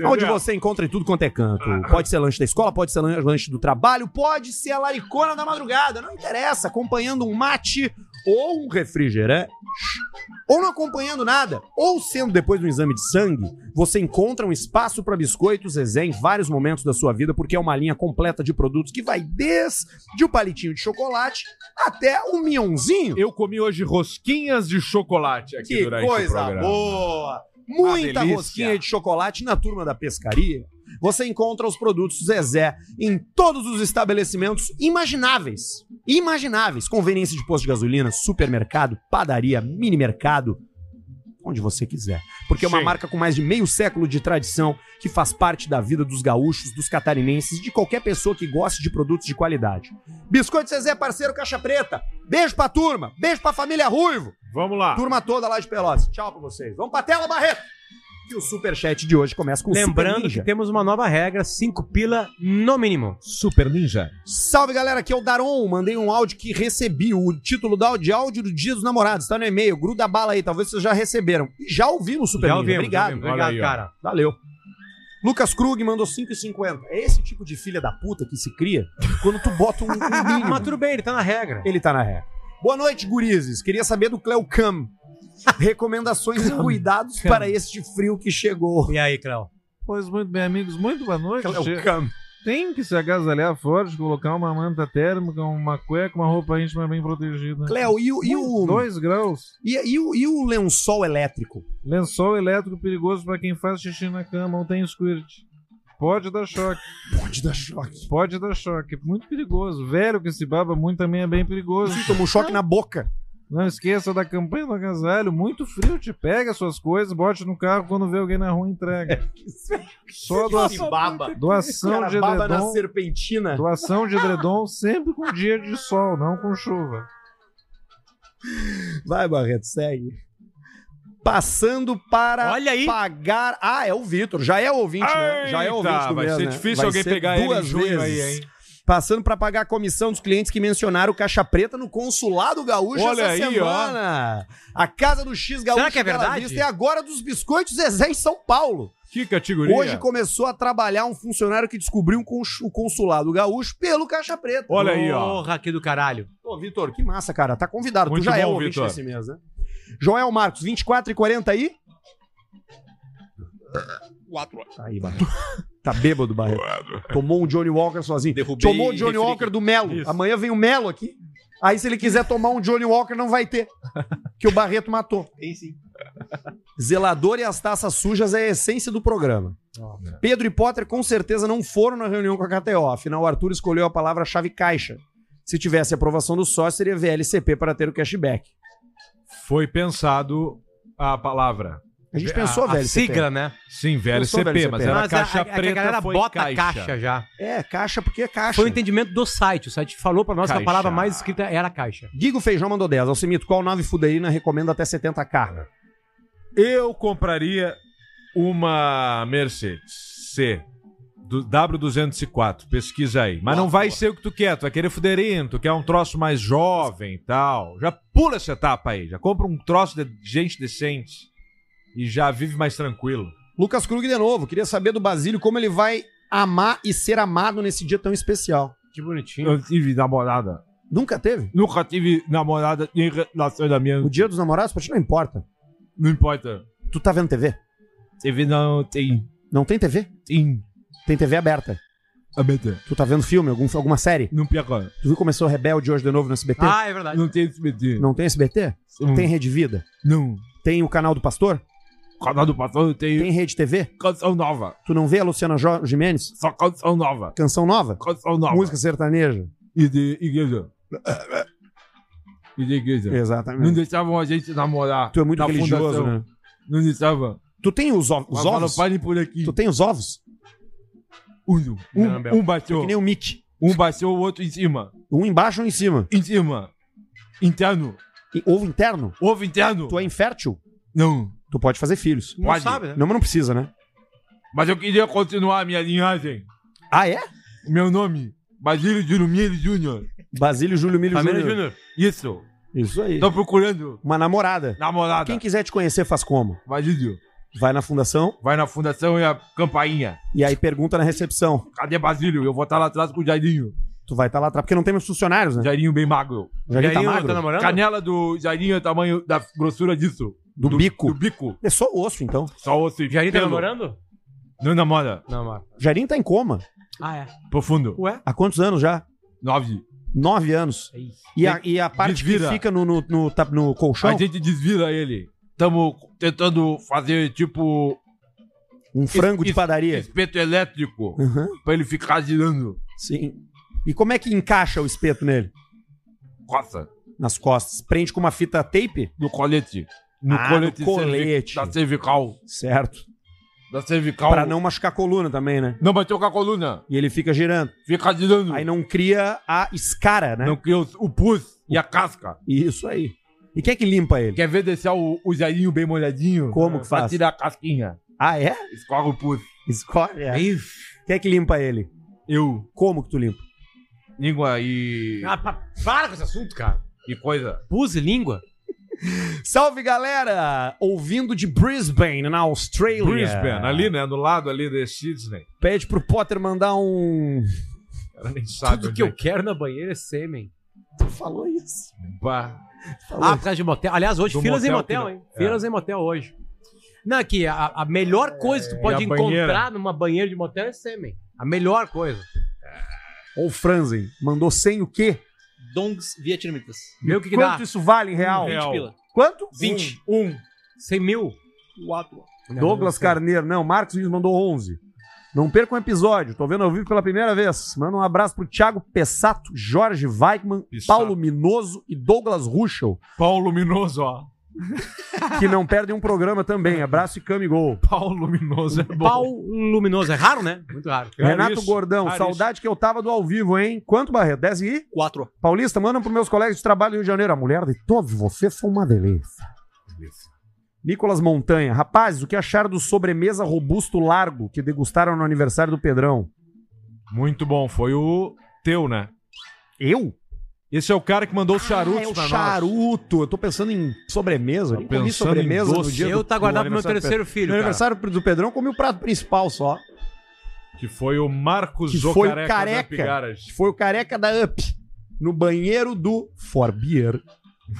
Onde você encontra em tudo quanto é canto. Pode ser lanche da escola, pode ser lan- lanche do trabalho, pode ser a laricona da madrugada, não interessa. Acompanhando um mate ou um refrigerante, ou não acompanhando nada, ou sendo depois de um exame de sangue, você encontra um espaço para biscoitos Zezé em vários momentos da sua vida, porque é uma linha completa de produtos que vai desde o palitinho de chocolate até o minhãozinho. Eu comi hoje rosquinhas de chocolate aqui Que durante o coisa programa. boa! Uma Muita delícia. rosquinha de chocolate na turma da pescaria. Você encontra os produtos Zezé em todos os estabelecimentos imagináveis. Imagináveis. Conveniência de posto de gasolina, supermercado, padaria, mini mercado, onde você quiser. Porque é uma Sim. marca com mais de meio século de tradição que faz parte da vida dos gaúchos, dos catarinenses, de qualquer pessoa que goste de produtos de qualidade. Biscoito Zezé, parceiro Caixa Preta. Beijo pra turma, beijo pra família Ruivo. Vamos lá. Turma toda lá de Pelotas. Tchau pra vocês. Vamos pra tela, Barreto. E o superchat de hoje começa com o Super Lembrando Ninja. que temos uma nova regra: cinco pila no mínimo. Super Ninja. Salve galera, aqui é o Daron. Mandei um áudio que recebi. O título do áudio, é áudio do Dia dos Namorados. Tá no e-mail. Gruda a bala aí, talvez vocês já receberam. E já ouvimos o Super Já Ninja. ouvimos, já Obrigado. ouvimos. Obrigado, Olha cara. ó. Valeu. Lucas Krug mandou 5,50. É esse tipo de filha da puta que se cria quando tu <laughs> bota um, um mínimo. Mas tudo bem, ele tá na regra. Ele tá na regra. Boa noite, gurizes. Queria saber do <laughs> Cleo Cam. Recomendações e cuidados Cam. para este frio que chegou. E aí, Cléo? Pois muito bem, amigos, muito boa noite. Cleo Cam. É Tem que se agasalhar forte, colocar uma manta térmica, uma cueca, uma roupa íntima bem protegida. Cléo, e o- e o- Dois graus. E, e o, e o lençol elétrico? Lençol elétrico perigoso pra quem faz xixi na cama ou tem squirt. Pode dar choque. Pode dar choque. Pode dar choque. Muito perigoso. Velho que se baba muito também é bem perigoso. Sim, tomou choque na boca. Não esqueça da campanha do agasalho. Muito frio, te pega suas coisas, bote no carro quando vê alguém na rua <laughs> entrega. Só doação, baba. doação de baba na edredom. serpentina. Doação de edredom sempre com dia de <laughs> sol, não com chuva. Vai, Barreto, segue. passando para pagar. Ah, é o Vitor, já é ouvinte, né? Já é Eita, ouvinte do vai mês, ser né? difícil alguém pegar ele em duas junho vezes. aí, hein? Passando para pagar a comissão dos clientes que mencionaram o Caixa Preta no Consulado Gaúcho Olha essa aí, ó. semana. A Casa do X Gaúcho Será que é Bela verdade? Vista, e agora dos biscoitos Zezé em São Paulo. Que categoria? Hoje começou a trabalhar um funcionário que descobriu um cons- o Consulado Gaúcho pelo Caixa Preta. Porra, aqui do caralho. Ô, Vitor, que massa, cara. Tá convidado. Muito tu já é bom, um ouvinte Vitor. desse mês, né? Joel Marcos, 24 e 40 aí? Quatro horas. Aí, Barreto. Tá bêbado, Barreto. Tomou um Johnny Walker sozinho. Derrubei Tomou o Johnny refri. Walker do Melo. Amanhã vem o Melo aqui. Aí, se ele quiser tomar um Johnny Walker, não vai ter. Que o Barreto matou. <laughs> Tem sim. Zelador e as taças sujas é a essência do programa. Pedro e Potter com certeza não foram na reunião com a KTO. Afinal, o Arthur escolheu a palavra-chave caixa. Se tivesse aprovação do sócio, seria VLCP para ter o cashback. Foi pensado a palavra. A gente pensou, a velho, CP. sigla, né? Sim, velho Pensou, CP, velho, mas CP. era Mas é, a- caixa a- a preta. galera foi bota caixa. caixa já. É, caixa porque é caixa. Foi o entendimento do site. O site falou pra nós que Caixa. a palavra mais escrita era caixa. Guigo Feijão mandou 10. Alcimito, qual nave fuderina recomenda até 70k? Eu compraria uma Mercedes C do W204. Pesquisa aí. Mas não vai ser o que tu quer. Tu vai querer fuderinho, tu quer um troço mais jovem e tal. Já pula essa etapa aí. Já compra um troço de gente decente e já vive mais tranquilo. Lucas Krug de novo. Queria saber do Basílio como ele vai amar e ser amado nesse dia tão especial. Que bonitinho. Eu tive namorada. Nunca teve? Nunca tive namorada em relacionamento. O dia dos namorados pra ti não importa. Não importa. Tu tá vendo TV? TV não tem. Não tem TV? Tem. Tem TV aberta. Aberta. Tu tá vendo filme, algum, alguma série? Não pior. Tu viu que começou Rebelde hoje de novo no SBT? Ah, é verdade. Não tem SBT. um Não tem SBT? Não. Tem Rede Vida? Não. Tem o canal do Pastor? Canal do Pastor tem. Tem Rede TV? Canção Nova. Tu não vê a Luciana Jo- Jimenez? Só canção nova. Canção nova? Canção nova. Música sertaneja? E de igreja. E de igreja. Exatamente. Não deixavam a gente namorar. Tu é muito na religioso, fundação. né? Não deixavam. Tu tem os, ov- os Mas fala, ovos? "Pare por aqui. Tu tem os ovos? Um, um, Não, Bel. um bateu. É que nem o Mitch. Um bateu, o outro em cima. Um embaixo ou em cima? Em cima. Interno. ovo interno? Ovo interno. Tu é infértil? Não. Tu pode fazer filhos. Não Pode. sabe, né? Não, mas não precisa, né? Mas eu queria continuar a minha linhagem. Ah, é? Meu nome, Basílio Jurumilho Júnior. Basílio Júlio Milho Família Júnior. Júnior. Isso. Isso aí. Tô procurando Uma namorada. namorada. Quem quiser te conhecer, faz como? Basílio, Vai na fundação vai na fundação e a campainha. e aí pergunta na recepção. Cadê Basílio? Eu vou estar lá atrás com o Jairinho. Tu vai estar lá atrás, porque não tem mais funcionários, né? Jairinho bem magro. Jairinho tá magro? Canela do Jairinho é o tamanho da grossura disso. Do, Do bico? bico. É só osso, então. Só osso e Jairinho tá pelo. namorando? Não namora. Namora. Jairinho tá em coma. Ah, é. Profundo. Ué? Há quantos anos já? Nove. Nove anos. E a, e a parte Desvira. que fica no, no, no, tap- no colchão? A gente desvira ele. Tamo tentando fazer tipo Um frango de padaria. espeto elétrico Uhum. pra ele ficar girando. Sim. E como é que encaixa o espeto nele? Coça. Nas costas. Prende com uma fita tape? No colete. No Ah, colete, no colete. cervi- da cervical. Certo. Da cervical. Pra não machucar a coluna também, né? Não bateu com a coluna. E ele fica girando. Fica girando. Aí não cria a escara, né? Não cria os- o pus e a casca. Isso aí. E quem é que limpa ele? Quer ver deixar o, o jairinho bem molhadinho? Como que Pra faz? tirar a casquinha. Ah, é? Escorre o pus. Escolhe. É. Quem é que limpa ele? Eu. Como que tu limpa? Língua e... Ah, pa- para com esse assunto, cara. E coisa. Pus e língua. <laughs> Salve, galera! Ouvindo de Brisbane, na Austrália. Brisbane, ali, né? Do lado ali de Sydney. Pede pro Potter mandar um. Ela nem sabe Tudo onde que é eu quero na banheira é sêmen. Tu falou isso. Bah. Ah, por causa de motel. Aliás, hoje, Do filas em motel que motel, não- hein? É. Filas em motel hoje. Não, aqui, a, a melhor coisa que tu pode e a banheira? encontrar numa banheira de motel é sêmen. A melhor coisa. Ou Franzen, mandou sem o quê? Dongs vietnamitas. Vê o que, que dá. Quanto isso vale um em real? 20 pila. Quanto? 20. Um. 100 mil. Quatro. Douglas Carneiro, não, Marcos Vinhos mandou 11. Não perca um episódio, tô vendo ao vivo pela primeira vez. Manda um abraço pro Thiago Pessato, Jorge Weichmann, Paulo Minoso e Douglas Ruschel, Paulo Luminoso, ó. que não perdem um programa também. Abraço e came gol. Pau luminoso é bom. Pau luminoso. É raro, né? Muito raro. Renato Gordão, Raríssimo. saudade que eu tava do ao vivo, hein? Quanto, Barreto? 10 e? Quatro. Paulista, manda pros meus colegas de trabalho do Rio de Janeiro. A mulher de todos vocês foi uma delícia. Nicolas Montanha. Rapazes, o que acharam do sobremesa robusto largo que degustaram no aniversário do Pedrão? Muito bom, foi o teu, né? Eu? Esse é o cara que mandou os charutos é o pra nós. charuto. Eu tô pensando em sobremesa. Eu nem comi pensando em sobremesa no doce. dia Eu tá guardado pro meu aniversário do terceiro Pedro. filho, No cara. aniversário do Pedrão, eu comi o prato principal só. Que foi o Marcos Que O foi o Careca da careca. Pigaras. que Foi o careca da UP. No banheiro do Forbier.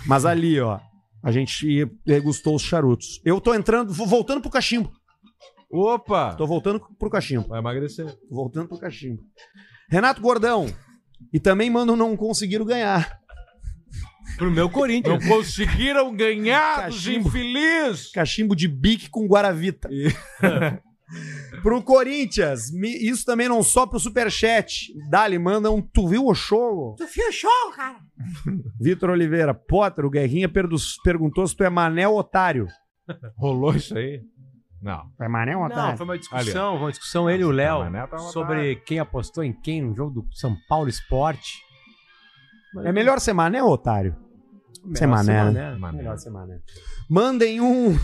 Mas ali, ó, a gente degustou os charutos. Eu tô entrando, vou voltando pro cachimbo. Opa! Tô voltando pro cachimbo. Vai emagrecer. Voltando pro cachimbo. Renato Gordão. E também mandam não conseguiram ganhar. Pro meu Corinthians. Não conseguiram ganhar dos infeliz. Cachimbo de bique com guaravita. <laughs> pro Corinthians. mi- Isso também não só pro Superchat. Dali, manda um tu viu o show? Tu viu o show, cara? Vitor Oliveira. Potter, o Guerrinha perdu- perguntou se tu é Manel Otário. Rolou isso aí? Não. É Manel Otário? Não, foi uma discussão, foi uma discussão ele e o tá, Léo é sobre quem apostou em quem no jogo do São Paulo <laughs> Esporte. É melhor ser Mané ou Otário? Melhor Ser Mané, ser né? Mané. Mané. Melhor ser Mané. Mandem um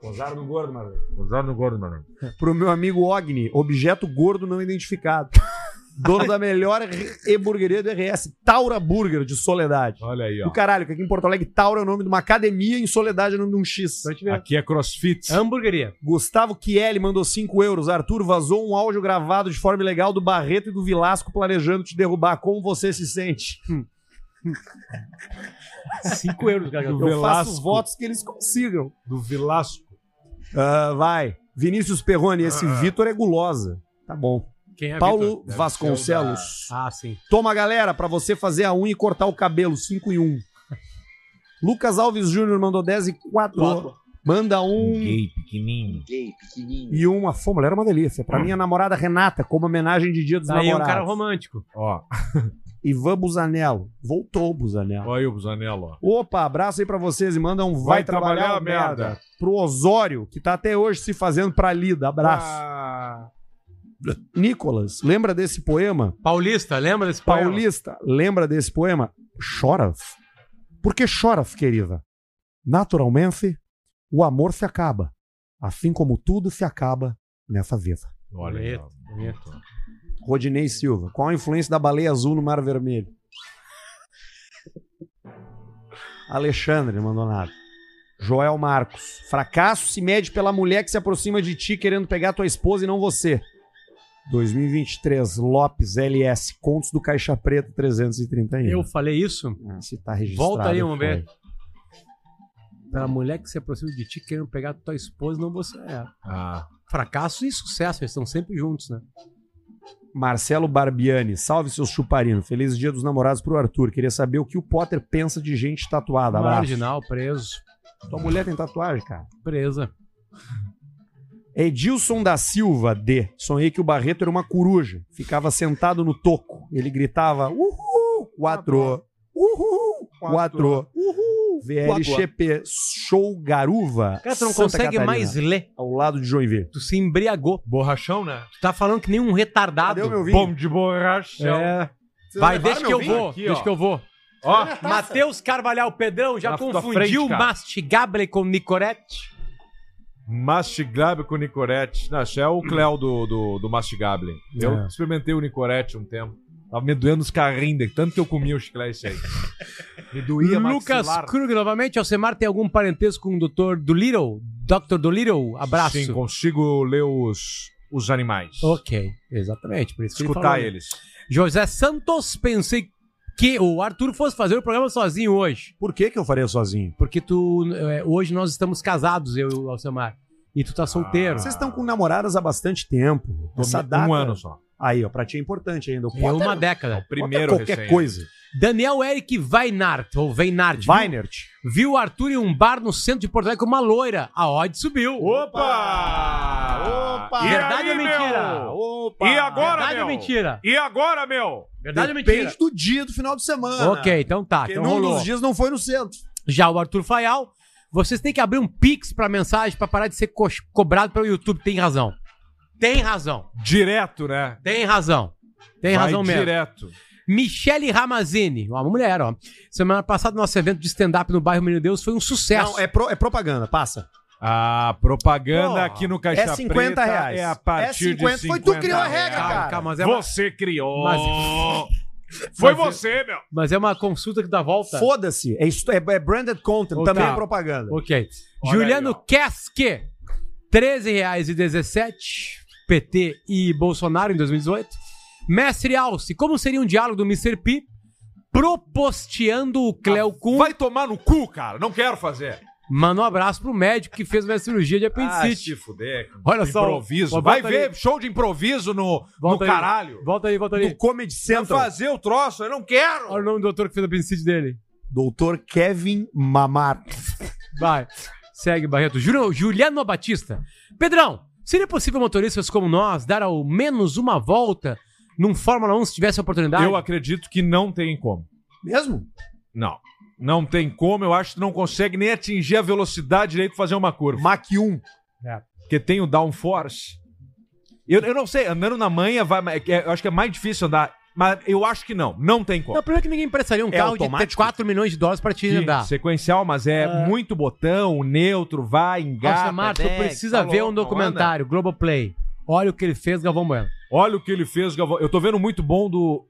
Pousar no gordo, mano. Pousar no gordo, mano. <laughs> pro meu amigo Ogni, objeto gordo <laughs> não identificado. Dono da melhor e-burgueria do RS, Taura Burger de Soledade. Olha aí, ó. Do caralho, que aqui em Porto Alegre, Taura é o nome de uma academia, em Soledade é o nome de um X. Aqui é crossfit. Hamburgueria. Gustavo Chielli mandou 5 euros. Arthur, vazou um áudio gravado de forma ilegal do Barreto e do Vilasco planejando te derrubar. Como você se sente? Hum. 5 euros, cara. Eu faço votos que eles consigam. Do Vilasco. Ah, vai. Vinícius Perrone, esse Vitor é gulosa. Tá bom. Ah. Quem é Paulo Vitor? Deve Vasconcelos. ser o da- Ah, sim. Toma, galera, pra você fazer a unha e cortar o cabelo. 5 em 1. Lucas Alves Júnior mandou 10 e 4. Manda um. Gay, pequenininho. Gay, pequenininho. E uma fome, mulher é uma delícia. Pra minha namorada Renata, como homenagem de Dia dos Daí é um Namorados. cara romântico. Ó. <laughs> Ivan Busanello. Voltou o Busanello. Olha aí o Busanello, ó. Opa, abraço aí pra vocês e manda um vai, Vai trabalhar, trabalhar, a merda. merda. Pro Osório, que tá até hoje se fazendo pra lida. Abraço. Ah. Nicolas, lembra desse poema? Paulista, lembra desse poema? Paulista, lembra desse poema? Chora. f- Por que chora, f- querida? Naturalmente, o amor se acaba, assim como tudo se acaba nessa vida. Olha aí. ó. Rodinei Silva, qual a influência da baleia azul no Mar Vermelho? Alexandre mandou nada. Joel Marcos, fracasso se mede pela mulher que se aproxima de ti querendo pegar tua esposa e não você. 2023, Lopes LS, Contos do Caixa Preta 331. Eu falei isso? Se tá registrado. Volta aí, vamos ver. foi. Pela mulher que se aproxima de ti querendo pegar tua esposa, não você é. Ah. Fracasso e sucesso, eles estão sempre juntos, né? Marcelo Barbiani, salve seus chuparinos. Feliz dia dos namorados pro Arthur. Queria saber o que o Potter pensa de gente tatuada. Abraço. Marginal, preso. Tua mulher tem tatuagem, cara? Presa. Edilson da Silva D. Sonhei que o Barreto era uma coruja. Ficava sentado no toco. Ele gritava: Uhul! Tá Quatro! Uhul! Quatro! Uhul! VLXP Show Garuva. Cara, tu não Santa consegue Catarina, mais ler. Ao lado de Joinville. Tu se embriagou. Borrachão, né? Tu tá falando que nem um retardado. Cadê o meu vinho? Bom de borrachão. É. Vocês Vai, levaram deixa que meu eu vinho? vou. Aqui, deixa ó. que eu vou. Ó. Ó, Matheus Carvalhal Pedrão já Na tua confundiu frente, cara. mastigable com nicorete. Mastigable com Nicorette. Não, isso é o Cléo do, do, do Mastigable. Eu É. experimentei o Nicorette um tempo. Tava me doendo os carrinhos, de tanto que eu comia o chiclete aí. Me doía Lucas maxilar. Krug, novamente, Alcemar tem algum parentesco com o Dr. Dolittle? Dr. Dolittle, abraço. Sim, consigo ler os, os animais. Ok, exatamente. Por isso que ele Escutar falou, né? eles. José Santos, pensei que o Arthur fosse fazer o programa sozinho hoje. Por que, que eu faria sozinho? Porque tu. é, hoje nós estamos casados, eu e o Alcemar. E tu tá solteiro. Ah. Vocês estão com namoradas há bastante tempo. Essa me- data... um ano só. Aí, ó, pra ti é importante ainda. O É Potter- uma década. Potter é Qualquer né? coisa. Daniel Eric Weinart, ou Weinart. viu? Weinert. Viu o Arthur em um bar no centro de Porto Alegre com uma loira. A odd subiu. Opa! Opa! Verdade E aí, ou mentira? meu? Opa! E agora, Verdade meu? ou mentira? E agora, meu? Verdade ou Depende mentira? do dia do final de semana. Ok, então tá, Porque então num rolou. dos dias não foi no centro. Já o Arthur Faial, vocês têm que abrir um pix pra mensagem pra parar de ser co- cobrado pelo YouTube. Tem razão. Tem razão. Direto, né? Tem razão. Tem Vai razão mesmo. Direto. Michele Ramazini, uma mulher, ó. Semana passada, nosso evento de stand-up no bairro Menino Deus foi um sucesso. Não, é, pro- é propaganda, passa. Ah, propaganda Pô, aqui no Caixa é 50 Preta reais. É a partir É 50. de 50 Foi tu que criou a reais. regra, cara. Calma, mas é uma- Você criou. Mas- Foi mas- você, meu. Mas é uma consulta que dá volta. Foda-se. É, isso- é, é branded content, também Tá. é propaganda. Ok. Juliano Kesque, R$ 13,17. PT e Bolsonaro em 2018. Mestre Alce, como seria um diálogo do Mr. P proposteando o Cleo Kuhn? Vai Ah, tomar no cu, cara. Não quero fazer. Manda um abraço pro médico que fez minha cirurgia de Ah, apendicite. se fuder. Olha só. Improviso. Ó, Vai volta ver ali. show de improviso no, no Volta aí. caralho. Volta aí, volta aí. No Comedy Central. fazer o troço, eu não quero. Olha o nome do doutor que fez o apendicite dele. Doutor Kevin Mamar. Vai. Segue, Barreto. Júlio- Juliano Batista. Pedrão, seria possível motoristas como nós dar ao menos uma volta num Fórmula 1 se tivesse a oportunidade? Eu acredito que não tem como. Mesmo? Não. Não tem como. Eu acho que não consegue nem atingir a velocidade direito pra fazer uma curva. Mach 1. É. Porque tem o downforce. Eu, eu não sei, andando na manha, vai, é- eu acho que é mais difícil andar. Mas eu acho que não. Não tem como. Não, primeiro que ninguém emprestaria um É carro de automático? 4 milhões de dólares pra te Sim, andar. Ah. Sequencial, mas é muito botão, neutro, vai, engata. Nossa, Marta, tu desce, precisa tá ver louco, um não anda. documentário, Globoplay. Olha o que ele fez, Galvão Bueno. Olha o que ele fez, Galvão. Eu tô vendo muito bom do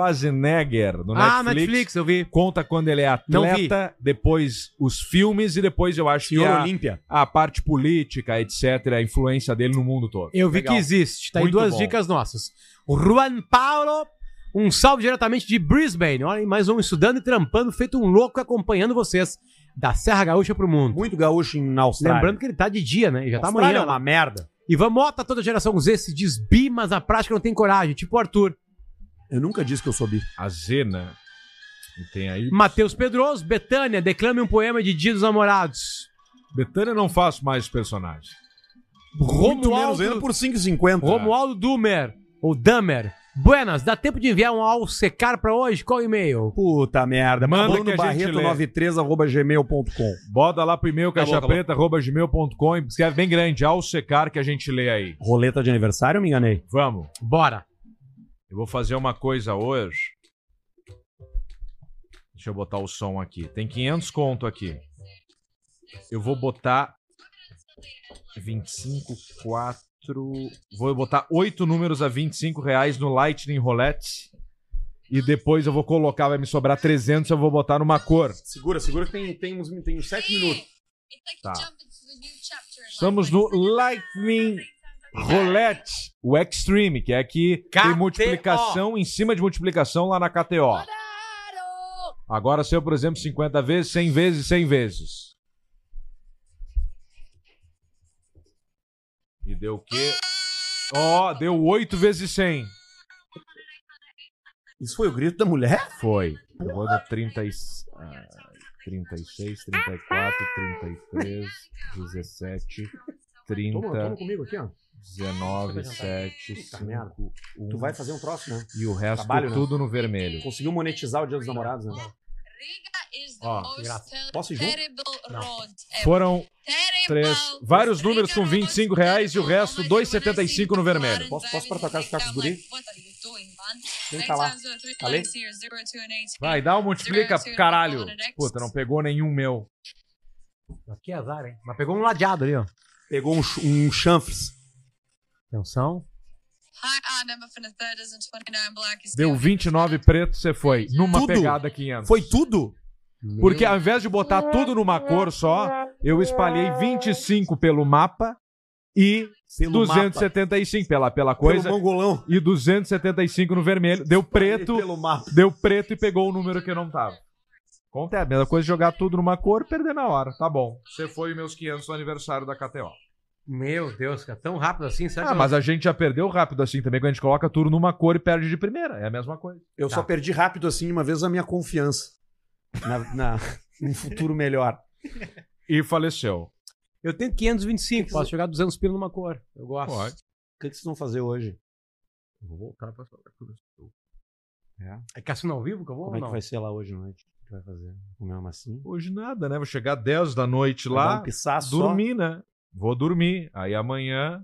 Schwarzenegger no Ah, Netflix. Netflix, eu vi. Conta quando ele é Não vi. atleta, depois os filmes e depois eu acho Senhor que a, Olímpia. a parte política, etc, a influência dele no mundo todo. Eu vi Legal. que existe. Tá aí Muito duas bom. dicas nossas. O Juan Paulo, um salve diretamente de Brisbane. Olha, aí, mais um estudando e trampando, feito um louco e acompanhando vocês. Da Serra Gaúcha pro mundo. Muito gaúcho na Austrália. Lembrando que ele tá de dia, né? Ele Já tá Austrália amanhã. é uma merda. Ivan Mota, tá toda geração Z se diz bi, mas na prática não tem coragem. Tipo o Arthur. Eu nunca disse que eu sou bi. A né? Zena. E Tem aí. Matheus Pedroso, Betânia, declame um poema de Dia dos Namorados. Betânia não faço mais personagem. Muito menos ainda por 5,50. Romualdo Dumer, ou Damer. Buenas, dá tempo de enviar um ao secar pra hoje? Qual e-mail? Puta merda. Manda Bruno que a gente Barreto lê. 93 arroba gmail.com. Bota lá pro e-mail Tá louco, caixapreta.gmail.com e escreve bem grande, ao secar que a gente lê aí. Roleta de aniversário, eu me enganei. Vamos. Bora. Eu vou fazer uma coisa hoje. Deixa eu botar o som aqui. Tem 500 conto aqui. Eu vou botar 25, 4. Vou botar 8 números a 25 reais no Lightning Roulette. E depois eu vou colocar, vai me sobrar 300, eu vou botar numa cor. Segura, segura que tem, tem, uns, tem uns 7 minutos. Tá. Estamos no Lightning Roulette, o Extreme, que é que tem KTO. multiplicação em cima de multiplicação lá na KTO. Agora se eu, por exemplo, 50 vezes, 100 vezes, 100 vezes. E deu o quê? Ó, deu 8 vezes 100. Isso foi o grito da mulher? Foi. Eu vou no 30 e... ah, 36, 34, 33, 17, 30... Toma, toma comigo aqui, ó. 19, Deixa eu 7, Puta 5, merda. 1. tá Tu vai fazer um troço, né? E o resto Trabalho, né? tudo no vermelho. Conseguiu monetizar o Dia dos Namorados, né? Ó, que graça. Posso ir junto? Foram três, vários números com 25 reais e o resto 2,75 no vermelho. Posso, posso pra tua casa ficar com os guri? Vem cá lá. Ale? Vai, dá um multiplica, caralho. Puta, não pegou nenhum meu. Que azar, hein? Mas pegou um ladeado ali, ó. Pegou um, ch- um chanfres. Atenção. Deu 29 preto, você foi. Numa Tudo? pegada 500. Foi tudo? Porque ao invés de botar tudo numa cor só, eu espalhei 25 pelo mapa e Pelo 275 pela, pela coisa. Pelo mongolão. E 275 no vermelho. Deu preto. Pelo mapa. Deu preto e pegou o número que eu não tava. Conta é a mesma coisa jogar tudo numa cor, perder na hora. Tá bom. Você foi meus 500 no aniversário da KTO. Meu Deus, cara, tão rápido assim, será Ah, que mas a gente já perdeu rápido assim também, quando a gente coloca tudo numa cor e perde de primeira. É a mesma coisa. Eu só perdi rápido assim uma vez a minha confiança na, na, num futuro melhor. E faleceu. Eu tenho 525, posso jogar 200 pila numa cor. Eu gosto. Pode. O que, que vocês vão fazer hoje? Vou voltar pra falar É cassino ao vivo que eu vou ou Como é que não? vai ser lá hoje à noite? O que vai fazer? Comer uma massinha? Hoje nada, né? Vou chegar 10 da noite Vai lá. dar um pissaço só? dormir, né? Vou dormir. Aí amanhã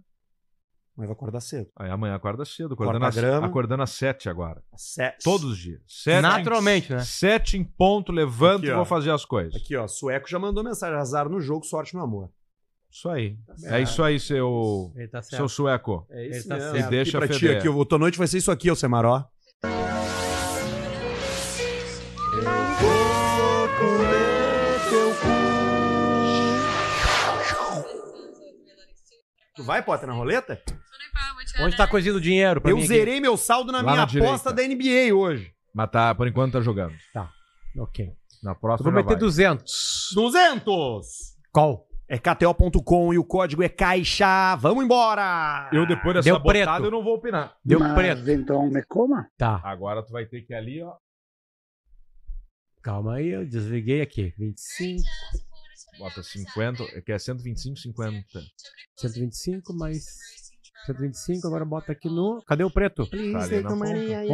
Amanhã vai acordar cedo. Aí amanhã acorda cedo, Corta acordando, a às- grama. acordando às sete agora. Sete. Todos os dias. Sete Naturalmente, em, né? Sete em ponto, levanto Aqui, e ó. vou fazer as coisas. Aqui, ó. Sueco já mandou mensagem. Azar no jogo, sorte no amor. Tá Isso aí. É isso aí, seu, Ele tá certo. seu sueco. É isso mesmo. E deixa aqui pra ti, feder. aqui, o tua noite vai ser isso aqui, ô Semaró. Tu vai, Potter, na roleta? Onde tá a coisinha do dinheiro? pra Eu mim aqui? zerei meu saldo na Lá minha na aposta da NBA hoje. Mas tá, por enquanto tá jogando. Tá. Ok. Na próxima. Eu já vou Então meter vai. 200. 200! Qual? É KTO.com e o código é caixa. Vamos embora! Eu depois dessa Deu botada preto. eu não vou opinar. Deu Mas preto. Então me coma. Tá. Agora tu vai ter que ir ali, ó. Calma aí, eu desliguei aqui. 25, Bota 50, é que é 125, 50. 125 mais 125, agora bota aqui no. Cadê o preto? Tá ali na ponta.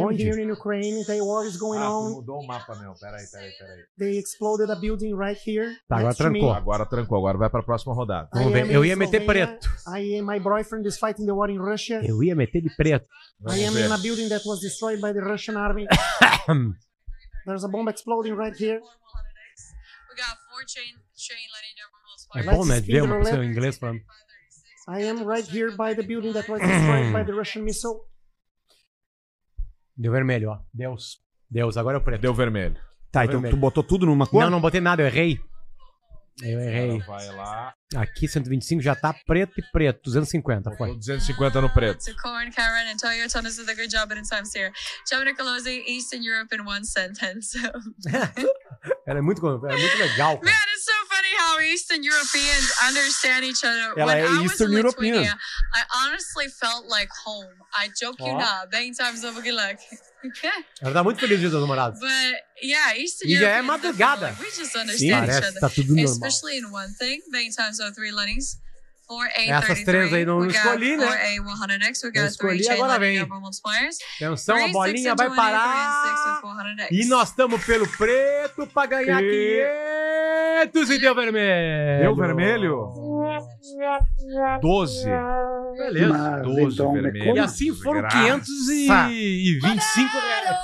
Onde? in Ukraine, they war is going Ah, tu on. mudou o mapa, meu. Peraí, peraí, peraí. They exploded a building right here. Tá, agora next to trancou. me. Agora trancou, agora vai pra próxima rodada. I am in Slovenia. né? I am, my boyfriend is fighting the war in Russia. Eu ia meter de preto. I am in a building that was destroyed by the Russian army. There's a bomb exploding right here. É bom, né? Let's de Ver spin the uma pessoa em roulette. inglês falando. I am right here by the building that was destroyed by the Russian missile. Deu vermelho, ó. Deus. Deus, agora é o preto. Deu vermelho. Tá, então tu botou tudo numa cor? Não, não botei nada, eu errei. Eu errei. Agora vai lá. Aqui 125 já tá preto e preto. 250, foi. 250 no preto. So Cohen, Karen, and Toyo Tonis did a good job at its times here. Gemini Colose, Eastern Europe in one sentence. <laughs> So. Ela é muito, ela é muito legal. Man, it's so funny how Eastern Europeans understand each other. Ela when é I was Eastern in European. Lithuania, I honestly felt like home. I joke you Ó. not. Bang times over good <laughs> luck. Ela tá muito feliz dia dos namorados. But yeah, Eastern E já é Europeans madrugada. definitely, We just Sim, understand parece each que other. tá tudo normal. Especially in one thing. Bang times over three Lennies. 4 A É, Essas três aí não we got escolhi, né? 4A 100X, we got Eu 3 escolhi, chain agora Lenny vem. number multipliers. Atenção, a Three, six, bolinha and vai 28, three and parar. six with 400X. E nós estamos pelo preto pra ganhar E- 500 e deu vermelho. Deu vermelho? 12. Beleza. Mas 12 então, vermelho. E assim foram Desgraça. 525 reais.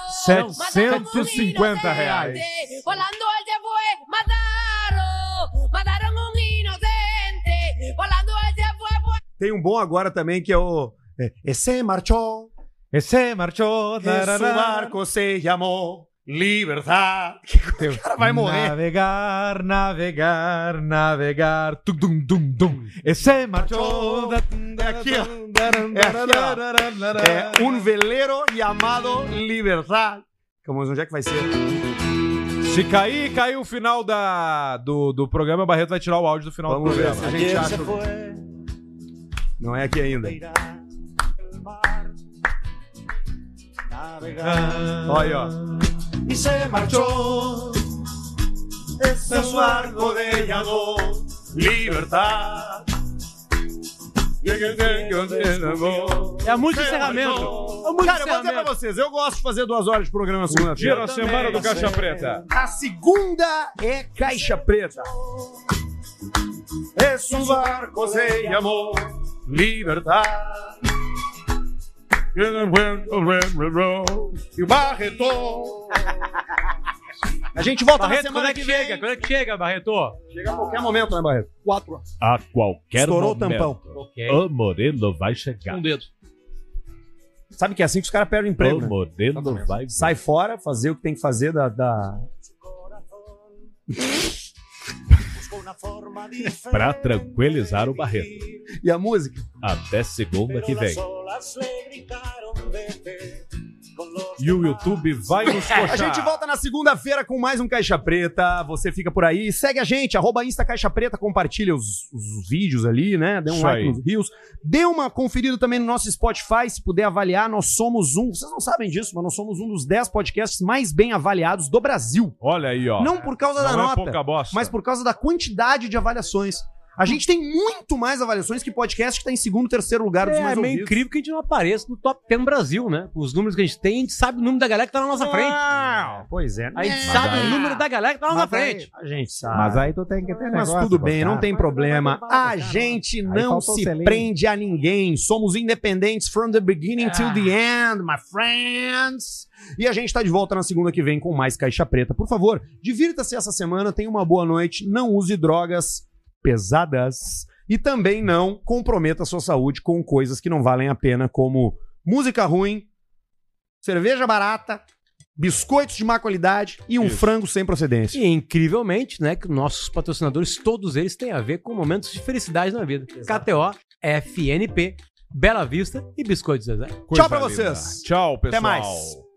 750 reais. Volando el de fue, mataron, mataron un inocente. Volando el de fue, fue. Tem um bom agora também que é o. é, Esse marchou. Esse marchou. Esse tarará. barco se chamou Liberdade. O cara vai morrer. um Navegar, navegar, navegar. Tum, dum, dum, dum. Esse marchou. Aqui, ó. É, aqui, ó. é um veleiro chamado Liberdade. Camus, onde é que vai ser? Se cair, cair o final da, do, do programa, o Barreto vai tirar o áudio do final Vamos do ver programa. se é a gente acha. Não é aqui ainda. Olha, ó. Y se marchó. Ese su barco de llamó Libertad. É a música de encerramento. Cara, eu vou dizer pra vocês, eu gosto de fazer duas horas de programa na segunda-feira. Dia na semana do Caixa Preta. A segunda é Caixa Preta. É Esos barcos de llamó Libertad. E o Barreto. A gente volta Barreto, na semana quando é que, vem. chega? Quando é que chega, Barreto? Chega a qualquer momento, né, Barreto? Quatro. A qualquer Estourou o momento, tampão. Ok. o Moreno vai chegar. Um dedo. Sabe que é assim que os caras perdem o emprego. O né? Moreno vai... Sai fora, fazer o que tem que fazer da. da... Pra tranquilizar o Barreto. E a música? Até segunda que vem. E o YouTube vai nos coxar. <laughs> A gente volta na segunda-feira com mais um Caixa Preta. Você fica por aí. Segue a gente, arroba Insta Caixa Preta. Compartilha os, os vídeos ali, né? Dê um Isso like aí. nos rios. Dê uma conferida também no nosso Spotify. Se puder avaliar, nós somos um. Vocês não sabem disso, mas nós somos um dos 10 podcasts mais bem avaliados do Brasil. Olha aí, ó. Não por causa da Não é nota, pouca bosta. mas por causa da quantidade de avaliações. A gente tem muito mais avaliações que podcast que tá em segundo, terceiro lugar dos É, mais meio ouvidos. incrível que a gente não apareça no top 10 no Brasil, né? Os números que a gente tem, a gente sabe o número da galera que tá na nossa Ah, Ah. frente. Pois é. A gente Mas sabe aí- o número da galera que tá na nossa mas aí- frente. A gente sabe. Mas aí tu tem que ter Mas negócio, tudo bem, botar. não tem problema. A gente não faltou se selinho. prende a ninguém. Somos independentes from the beginning till the end, my friends. E a gente tá de volta na segunda que vem com mais Caixa Preta. Por favor, divirta-se essa semana, tenha uma boa noite, não use drogas pesadas e também não comprometa a sua saúde com coisas que não valem a pena, como música ruim, cerveja barata, biscoitos de má qualidade e um frango sem procedência. E incrivelmente, né, que nossos patrocinadores, todos eles têm a ver com momentos de felicidade na vida. KTO, FNP, Bela Vista e Biscoitos Zezé. Tchau pra vocês. Tchau, pessoal. Até mais.